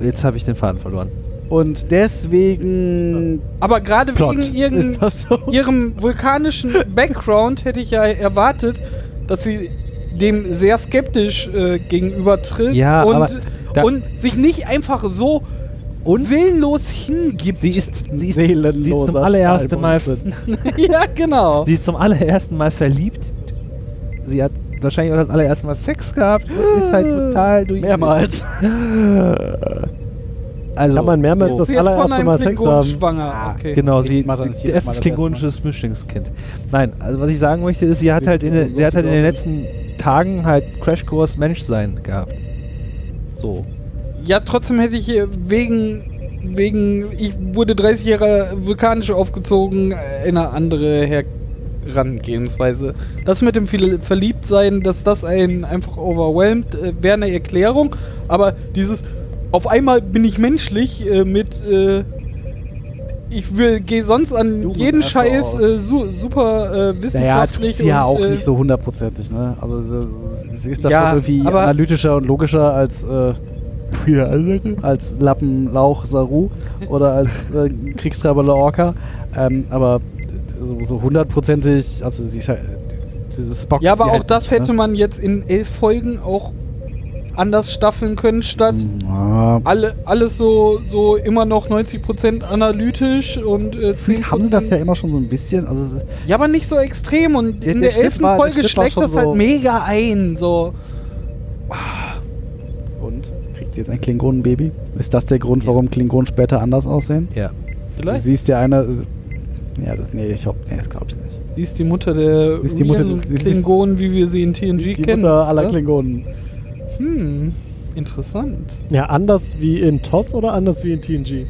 Speaker 3: Jetzt habe ich den Faden verloren.
Speaker 1: Und deswegen.
Speaker 2: Aber gerade
Speaker 3: Plot.
Speaker 2: wegen ihren,
Speaker 1: Ist das so?
Speaker 2: ihrem vulkanischen Background hätte ich ja erwartet, dass sie dem sehr skeptisch äh, gegenübertritt
Speaker 3: Ja, aber
Speaker 2: und,
Speaker 3: da-
Speaker 2: und sich nicht einfach so willenlos hingibt.
Speaker 3: Sie ist, sie ist, sie
Speaker 1: Seelenloser
Speaker 3: ist zum allerersten Mal
Speaker 1: Schwalbunzen.
Speaker 2: ja, genau.
Speaker 3: Sie ist zum allerersten Mal verliebt. Sie hat wahrscheinlich auch das allererste Mal Sex gehabt. und Ist halt total durch.
Speaker 1: Mehrmals.
Speaker 3: Also,
Speaker 4: Kann man halt mehrmals das
Speaker 2: Sie ist von
Speaker 4: allererste
Speaker 2: einem
Speaker 4: Mal Sex
Speaker 2: Klingon
Speaker 4: haben.
Speaker 2: schwanger. Okay.
Speaker 3: Genau,
Speaker 1: Ich
Speaker 3: sie
Speaker 1: mache das nicht
Speaker 3: sie-
Speaker 1: jedes
Speaker 3: es
Speaker 1: Mal,
Speaker 3: ist
Speaker 1: das
Speaker 3: klingonisches Mischlingskind. Nein, also was ich sagen möchte ist, sie hat
Speaker 1: Sie-
Speaker 3: halt in,
Speaker 1: so
Speaker 3: den- sie hat halt in den
Speaker 1: sieht
Speaker 3: letzten Tagen halt Crashkurs Menschsein gehabt. So.
Speaker 2: Ja, trotzdem hätte ich hier wegen, wegen, ich wurde 30 Jahre vulkanisch aufgezogen, äh, in eine andere Herangehensweise. Das mit dem Verl- Verliebtsein, dass das einen einfach overwhelmt, äh, wäre eine Erklärung, aber dieses auf einmal bin ich menschlich äh, mit, äh, ich will, gehe sonst an
Speaker 1: Jugend
Speaker 2: jeden
Speaker 1: einfach
Speaker 2: Scheiß
Speaker 1: aus.
Speaker 2: äh, su super äh,
Speaker 1: Naja, tut
Speaker 2: wissenschaftlich.
Speaker 1: sie ja
Speaker 2: und,
Speaker 1: auch
Speaker 2: äh,
Speaker 1: nicht so hundertprozentig, ne? Also sie, sie ist da
Speaker 2: Ja,
Speaker 1: schon irgendwie
Speaker 2: aber-
Speaker 1: analytischer und logischer als, äh, als Lappenlauch Saru oder als äh, Kriegstreiber Laorca. Ähm, aber so, so hundertprozentig, also sie ist halt. diese Spock
Speaker 2: Ja,
Speaker 1: ist
Speaker 2: aber
Speaker 1: sie
Speaker 2: auch
Speaker 1: halt
Speaker 2: das
Speaker 1: nicht,
Speaker 2: hätte man jetzt in elf Folgen auch anders staffeln können, statt
Speaker 1: ne? Ja,
Speaker 2: alle, alles so, so immer noch 90% analytisch und äh, 10%.
Speaker 1: Gefühlt haben sie das ja immer schon so ein bisschen. Also es ist,
Speaker 2: Ja, aber nicht so extrem und
Speaker 1: Der-
Speaker 2: in
Speaker 1: der
Speaker 2: der
Speaker 1: Schnitt
Speaker 2: elften
Speaker 1: war- der
Speaker 2: Folge
Speaker 1: Schnitt war
Speaker 2: schlägt
Speaker 1: schon
Speaker 2: das halt
Speaker 1: so-
Speaker 2: mega ein. So.
Speaker 1: und kriegt sie jetzt ein Klingonenbaby? Ist das der Grund, warum Klingonen später anders aussehen?
Speaker 3: Ja.
Speaker 2: Vielleicht.
Speaker 1: Sie ist ja eine. Ja, das nee, ich hoffe, nee, das glaube ich nicht.
Speaker 2: Sie ist die Mutter der
Speaker 1: Sie ist die Mutter-
Speaker 2: realen
Speaker 1: sie ist-
Speaker 2: Klingonen, wie wir sie in
Speaker 1: Die
Speaker 2: TNG kennen.
Speaker 1: Mutter aller
Speaker 2: oder?
Speaker 1: Klingonen.
Speaker 2: Hm, interessant.
Speaker 4: Ja, anders wie in TOS oder anders wie in TNG?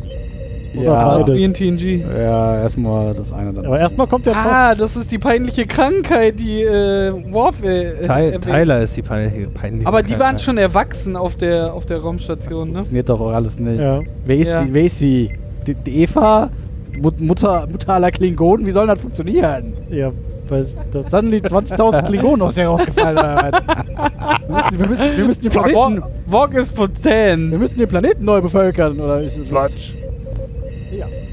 Speaker 4: Oder
Speaker 1: Ja.
Speaker 2: Also
Speaker 4: beide?
Speaker 2: wie in TNG.
Speaker 1: Ja, erstmal das eine dann.
Speaker 4: Aber erstmal kommt ja TOS.
Speaker 2: Ah, das ist die peinliche Krankheit, die äh, Worf äh,
Speaker 3: Ty
Speaker 2: erwähnt.
Speaker 3: Tyler ist die peinliche, peinliche
Speaker 2: Aber die waren
Speaker 3: Krankheit.
Speaker 2: schon erwachsen auf der, auf der Raumstation, ne?
Speaker 1: Funktioniert doch auch alles nicht.
Speaker 4: Ja.
Speaker 1: Wer ist
Speaker 2: Ja.
Speaker 1: sie? Wer ist sie? Die, die Eva? Mut- Mutter, Mutter aller Klingonen? Wie soll das funktionieren?
Speaker 4: Ja, weil das
Speaker 1: Suddenly 20.000 Klingonen aus ihr rausgefallen. oder was? wir, müssen, wir, müssen, wir, müssen den Planeten,
Speaker 2: Wor- Worg ist
Speaker 1: wir
Speaker 2: potent.
Speaker 1: müssen den Planeten neu bevölkern. Oder ist es-
Speaker 5: Flatsch.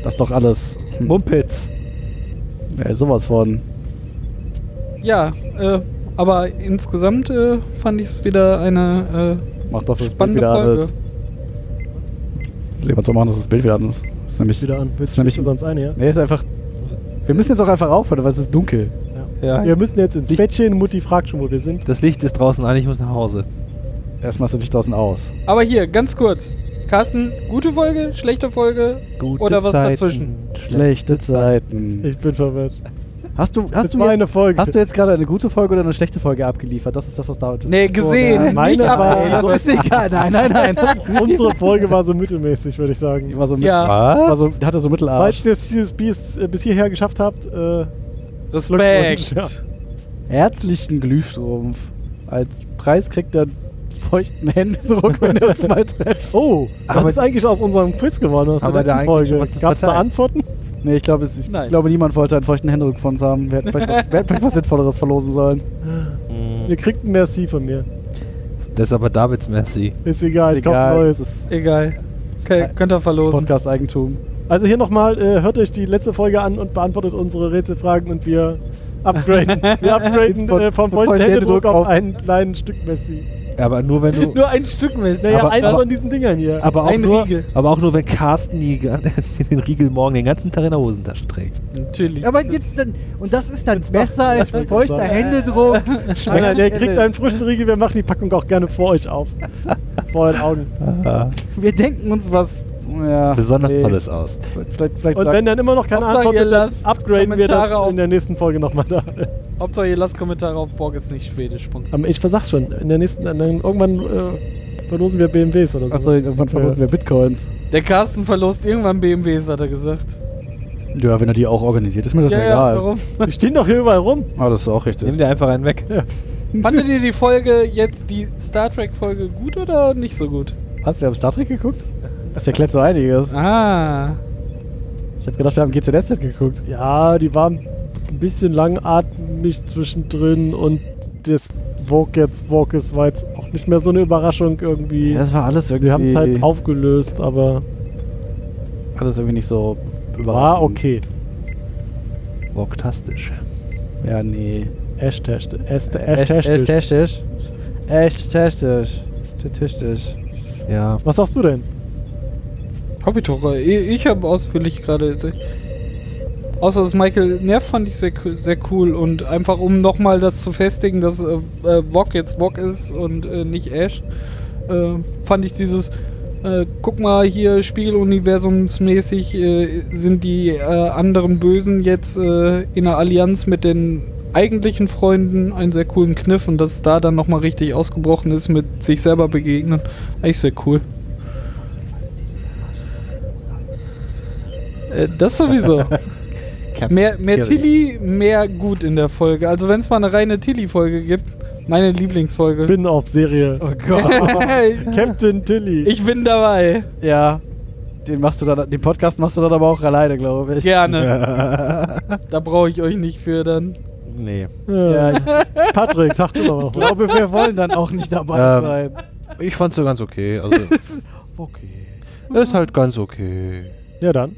Speaker 1: Das ist doch alles. Hm.
Speaker 3: Mumpitz.
Speaker 1: Ja, sowas von.
Speaker 2: Ja, äh, aber insgesamt äh, fand ich es wieder eine. äh,
Speaker 1: Macht das das Bild
Speaker 2: Spannende
Speaker 1: wieder
Speaker 2: Folge.
Speaker 1: anders. Sehen wir so machen, dass das Bild wieder anders ist. nämlich
Speaker 4: ist wieder an. Willst
Speaker 1: ist nämlich,
Speaker 4: du sonst eine, ja?
Speaker 1: Nee, ist einfach. Wir müssen jetzt auch einfach aufhören, weil es ist dunkel.
Speaker 3: Ja.
Speaker 4: Wir müssen jetzt ins Bettchen. Mutti fragt schon, wo wir sind.
Speaker 3: Das Licht ist draußen an, ich muss nach Hause.
Speaker 1: Erstmal hast du dich draußen aus.
Speaker 2: Äh, aber hier, ganz kurz. Carsten, gute Folge, schlechte Folge?
Speaker 3: Gute
Speaker 2: Oder was
Speaker 3: Zeiten,
Speaker 2: dazwischen?
Speaker 3: Schlecht.
Speaker 1: Schlechte Zeiten.
Speaker 4: Ich bin verwirrt.
Speaker 1: Hast du, hast
Speaker 4: Das
Speaker 1: du,
Speaker 4: war
Speaker 1: jetzt,
Speaker 4: eine Folge.
Speaker 1: hast du jetzt gerade eine gute Folge oder eine schlechte Folge abgeliefert? Das ist das, was David
Speaker 2: Nee, gesehen.
Speaker 1: nein.
Speaker 4: Meine
Speaker 2: nicht
Speaker 4: war-
Speaker 2: abgelesen.
Speaker 1: Das ist egal. Nein, nein, nein. Das ist nicht
Speaker 4: Unsere Folge war so mittelmäßig, würde ich
Speaker 1: die
Speaker 4: sagen.
Speaker 1: war so ah. mit,
Speaker 2: Ja.
Speaker 1: war
Speaker 3: Was?
Speaker 1: so, die hatte so
Speaker 4: Falls
Speaker 1: Mittelarsch.
Speaker 4: ihr es dieses bis, äh, bis hierher geschafft habt, äh,
Speaker 2: Respekt.
Speaker 4: Ja.
Speaker 1: Herzlichen Glühstrumpf. Als Preis kriegt er einen feuchten Händedruck, wenn er uns mal trifft.
Speaker 4: Oh, was
Speaker 3: Aber-
Speaker 4: ist eigentlich aus unserem Quiz geworden? Aus
Speaker 3: Haben wir
Speaker 4: der
Speaker 3: da
Speaker 4: letzten
Speaker 3: eigentlich schon
Speaker 4: Folge.
Speaker 3: was zu
Speaker 4: Gab es da
Speaker 3: verteilen?
Speaker 4: Antworten?
Speaker 1: Nee, ich glaube, es- ich,
Speaker 2: Nein.
Speaker 1: ich glaube, niemand wollte einen feuchten Händedruck von uns haben. Wir hätten vielleicht was, wir hätten vielleicht was Sinnvolleres verlosen sollen. Hm.
Speaker 4: Ihr kriegt ein Merci von mir.
Speaker 3: Das ist aber Davids Merci.
Speaker 4: Ist egal, ich kaufe ein
Speaker 1: Egal,
Speaker 4: neues.
Speaker 2: Egal. Okay, könnt ihr verlosen.
Speaker 1: Podcast-Eigentum.
Speaker 4: Also hier nochmal, äh, hört euch die letzte Folge an und beantwortet unsere Rätselfragen und wir upgraden. wir upgraden
Speaker 1: Von-
Speaker 4: äh, vom
Speaker 1: von
Speaker 4: vollen Händedruck
Speaker 1: Händedruck
Speaker 4: auf
Speaker 1: auf-
Speaker 4: ein kleines Stück Messi.
Speaker 3: Aber nur wenn du.
Speaker 2: Nur ein Stück Mist.
Speaker 4: Naja,
Speaker 3: Aber-
Speaker 4: eins
Speaker 3: aber-
Speaker 4: von diesen Dingern hier.
Speaker 3: Aber auch
Speaker 2: Ein
Speaker 3: nur,
Speaker 2: Riegel.
Speaker 3: aber auch nur, wenn Carsten die, gan- den Riegel morgen den ganzen Tag in der Hosentasche trägt.
Speaker 2: Natürlich.
Speaker 1: Aber jetzt dann, und das ist dann besser als ein feuchter Händedruck.
Speaker 4: nein, nein, ihr kriegt einen frischen Riegel, wir machen die Packung auch gerne vor euch auf. vor euren Augen.
Speaker 1: Wir denken uns was ja,
Speaker 3: Besonders
Speaker 1: nee.
Speaker 3: tolles aus.
Speaker 1: Vielleicht, vielleicht
Speaker 4: Und
Speaker 1: sagt-
Speaker 4: wenn dann immer noch keine
Speaker 2: Hauptsache,
Speaker 4: Antwort
Speaker 2: ihr
Speaker 4: ist, dann
Speaker 2: lasst
Speaker 4: upgraden wir
Speaker 2: Kommentare
Speaker 4: das
Speaker 2: auf-
Speaker 4: in der nächsten Folge nochmal da.
Speaker 2: Hauptsache, ihr lasst Kommentare auf Borg ist nicht schwedisch. Punkt.
Speaker 4: Aber ich versag's schon, in der nächsten, dann irgendwann äh, verlosen wir BMWs oder so.
Speaker 1: Achso, irgendwann verlosen wir Bitcoins.
Speaker 2: Der Carsten verlost irgendwann BMWs, hat er gesagt.
Speaker 1: Ja, wenn er die auch organisiert, ist mir das
Speaker 2: ja, ja,
Speaker 1: egal.
Speaker 2: warum?
Speaker 4: Die stehen doch hier überall rum.
Speaker 1: Ah, das ist auch richtig.
Speaker 3: Nimm dir einfach einen weg.
Speaker 2: Fandet ihr die Folge jetzt, die Star Trek-Folge, gut oder nicht so gut?
Speaker 1: Hast du, wir haben Star Trek geguckt? Das erklärt so einiges.
Speaker 2: Ah.
Speaker 1: Ich habe gedacht, wir haben GZSZ geguckt.
Speaker 4: Ja, die waren ein bisschen langatmig zwischendrin und das Walk jetzt, Walk ist, war jetzt auch nicht mehr so eine Überraschung irgendwie.
Speaker 1: Ja, das war alles irgendwie,
Speaker 4: die haben es halt aufgelöst, aber
Speaker 1: alles irgendwie nicht so Ah, überraschend.
Speaker 4: war okay.
Speaker 3: Walktastisch.
Speaker 1: Ja, nee.
Speaker 4: Hashtag, Hashtag,
Speaker 1: Echt
Speaker 4: Hashtag.
Speaker 1: technisch. Echt technisch. Statistisch.
Speaker 3: Ja.
Speaker 4: Was sagst du denn?
Speaker 2: Hobbytora. Ich, ich habe ausführlich gerade. Außer das Michael Nerv fand ich sehr, coo- sehr cool und einfach um nochmal das zu festigen, dass äh, äh, Wok jetzt Wok ist und äh, nicht Ash, äh, fand ich dieses. Äh, guck mal hier, Spiegeluniversumsmäßig äh, sind die äh, anderen Bösen jetzt äh, in der Allianz mit den eigentlichen Freunden einen sehr coolen Kniff und dass da dann nochmal richtig ausgebrochen ist mit sich selber begegnen, eigentlich sehr cool. Äh, das sowieso. mehr mehr Tilly, mehr gut in der Folge. Also wenn es mal eine reine Tilly-Folge gibt, meine Lieblingsfolge.
Speaker 4: Spin-off-Serie.
Speaker 1: Oh Gott.
Speaker 4: Captain Tilly.
Speaker 2: ich bin dabei.
Speaker 1: ja. Den machst du dann, den Podcast machst du dann aber auch alleine, glaube ich.
Speaker 2: Gerne. da brauche ich euch nicht für dann.
Speaker 3: Nee.
Speaker 1: Ja,
Speaker 4: Ja.
Speaker 1: ich
Speaker 4: Patrick, sag du doch
Speaker 1: Ich
Speaker 4: mal.
Speaker 1: glaube, wir wollen dann auch nicht dabei
Speaker 3: Ähm.
Speaker 1: sein.
Speaker 3: Ich fand's ja ganz okay. Also. okay. Ist halt ganz okay.
Speaker 4: Ja, dann.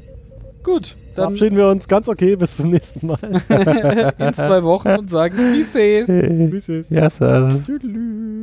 Speaker 2: Gut, dann
Speaker 4: Verabschieden wir uns ganz okay. Bis zum nächsten Mal.
Speaker 2: in zwei Wochen und sagen, wie seh's.
Speaker 4: Tschüss.
Speaker 3: Ja, Sir.
Speaker 4: Tschüdelü.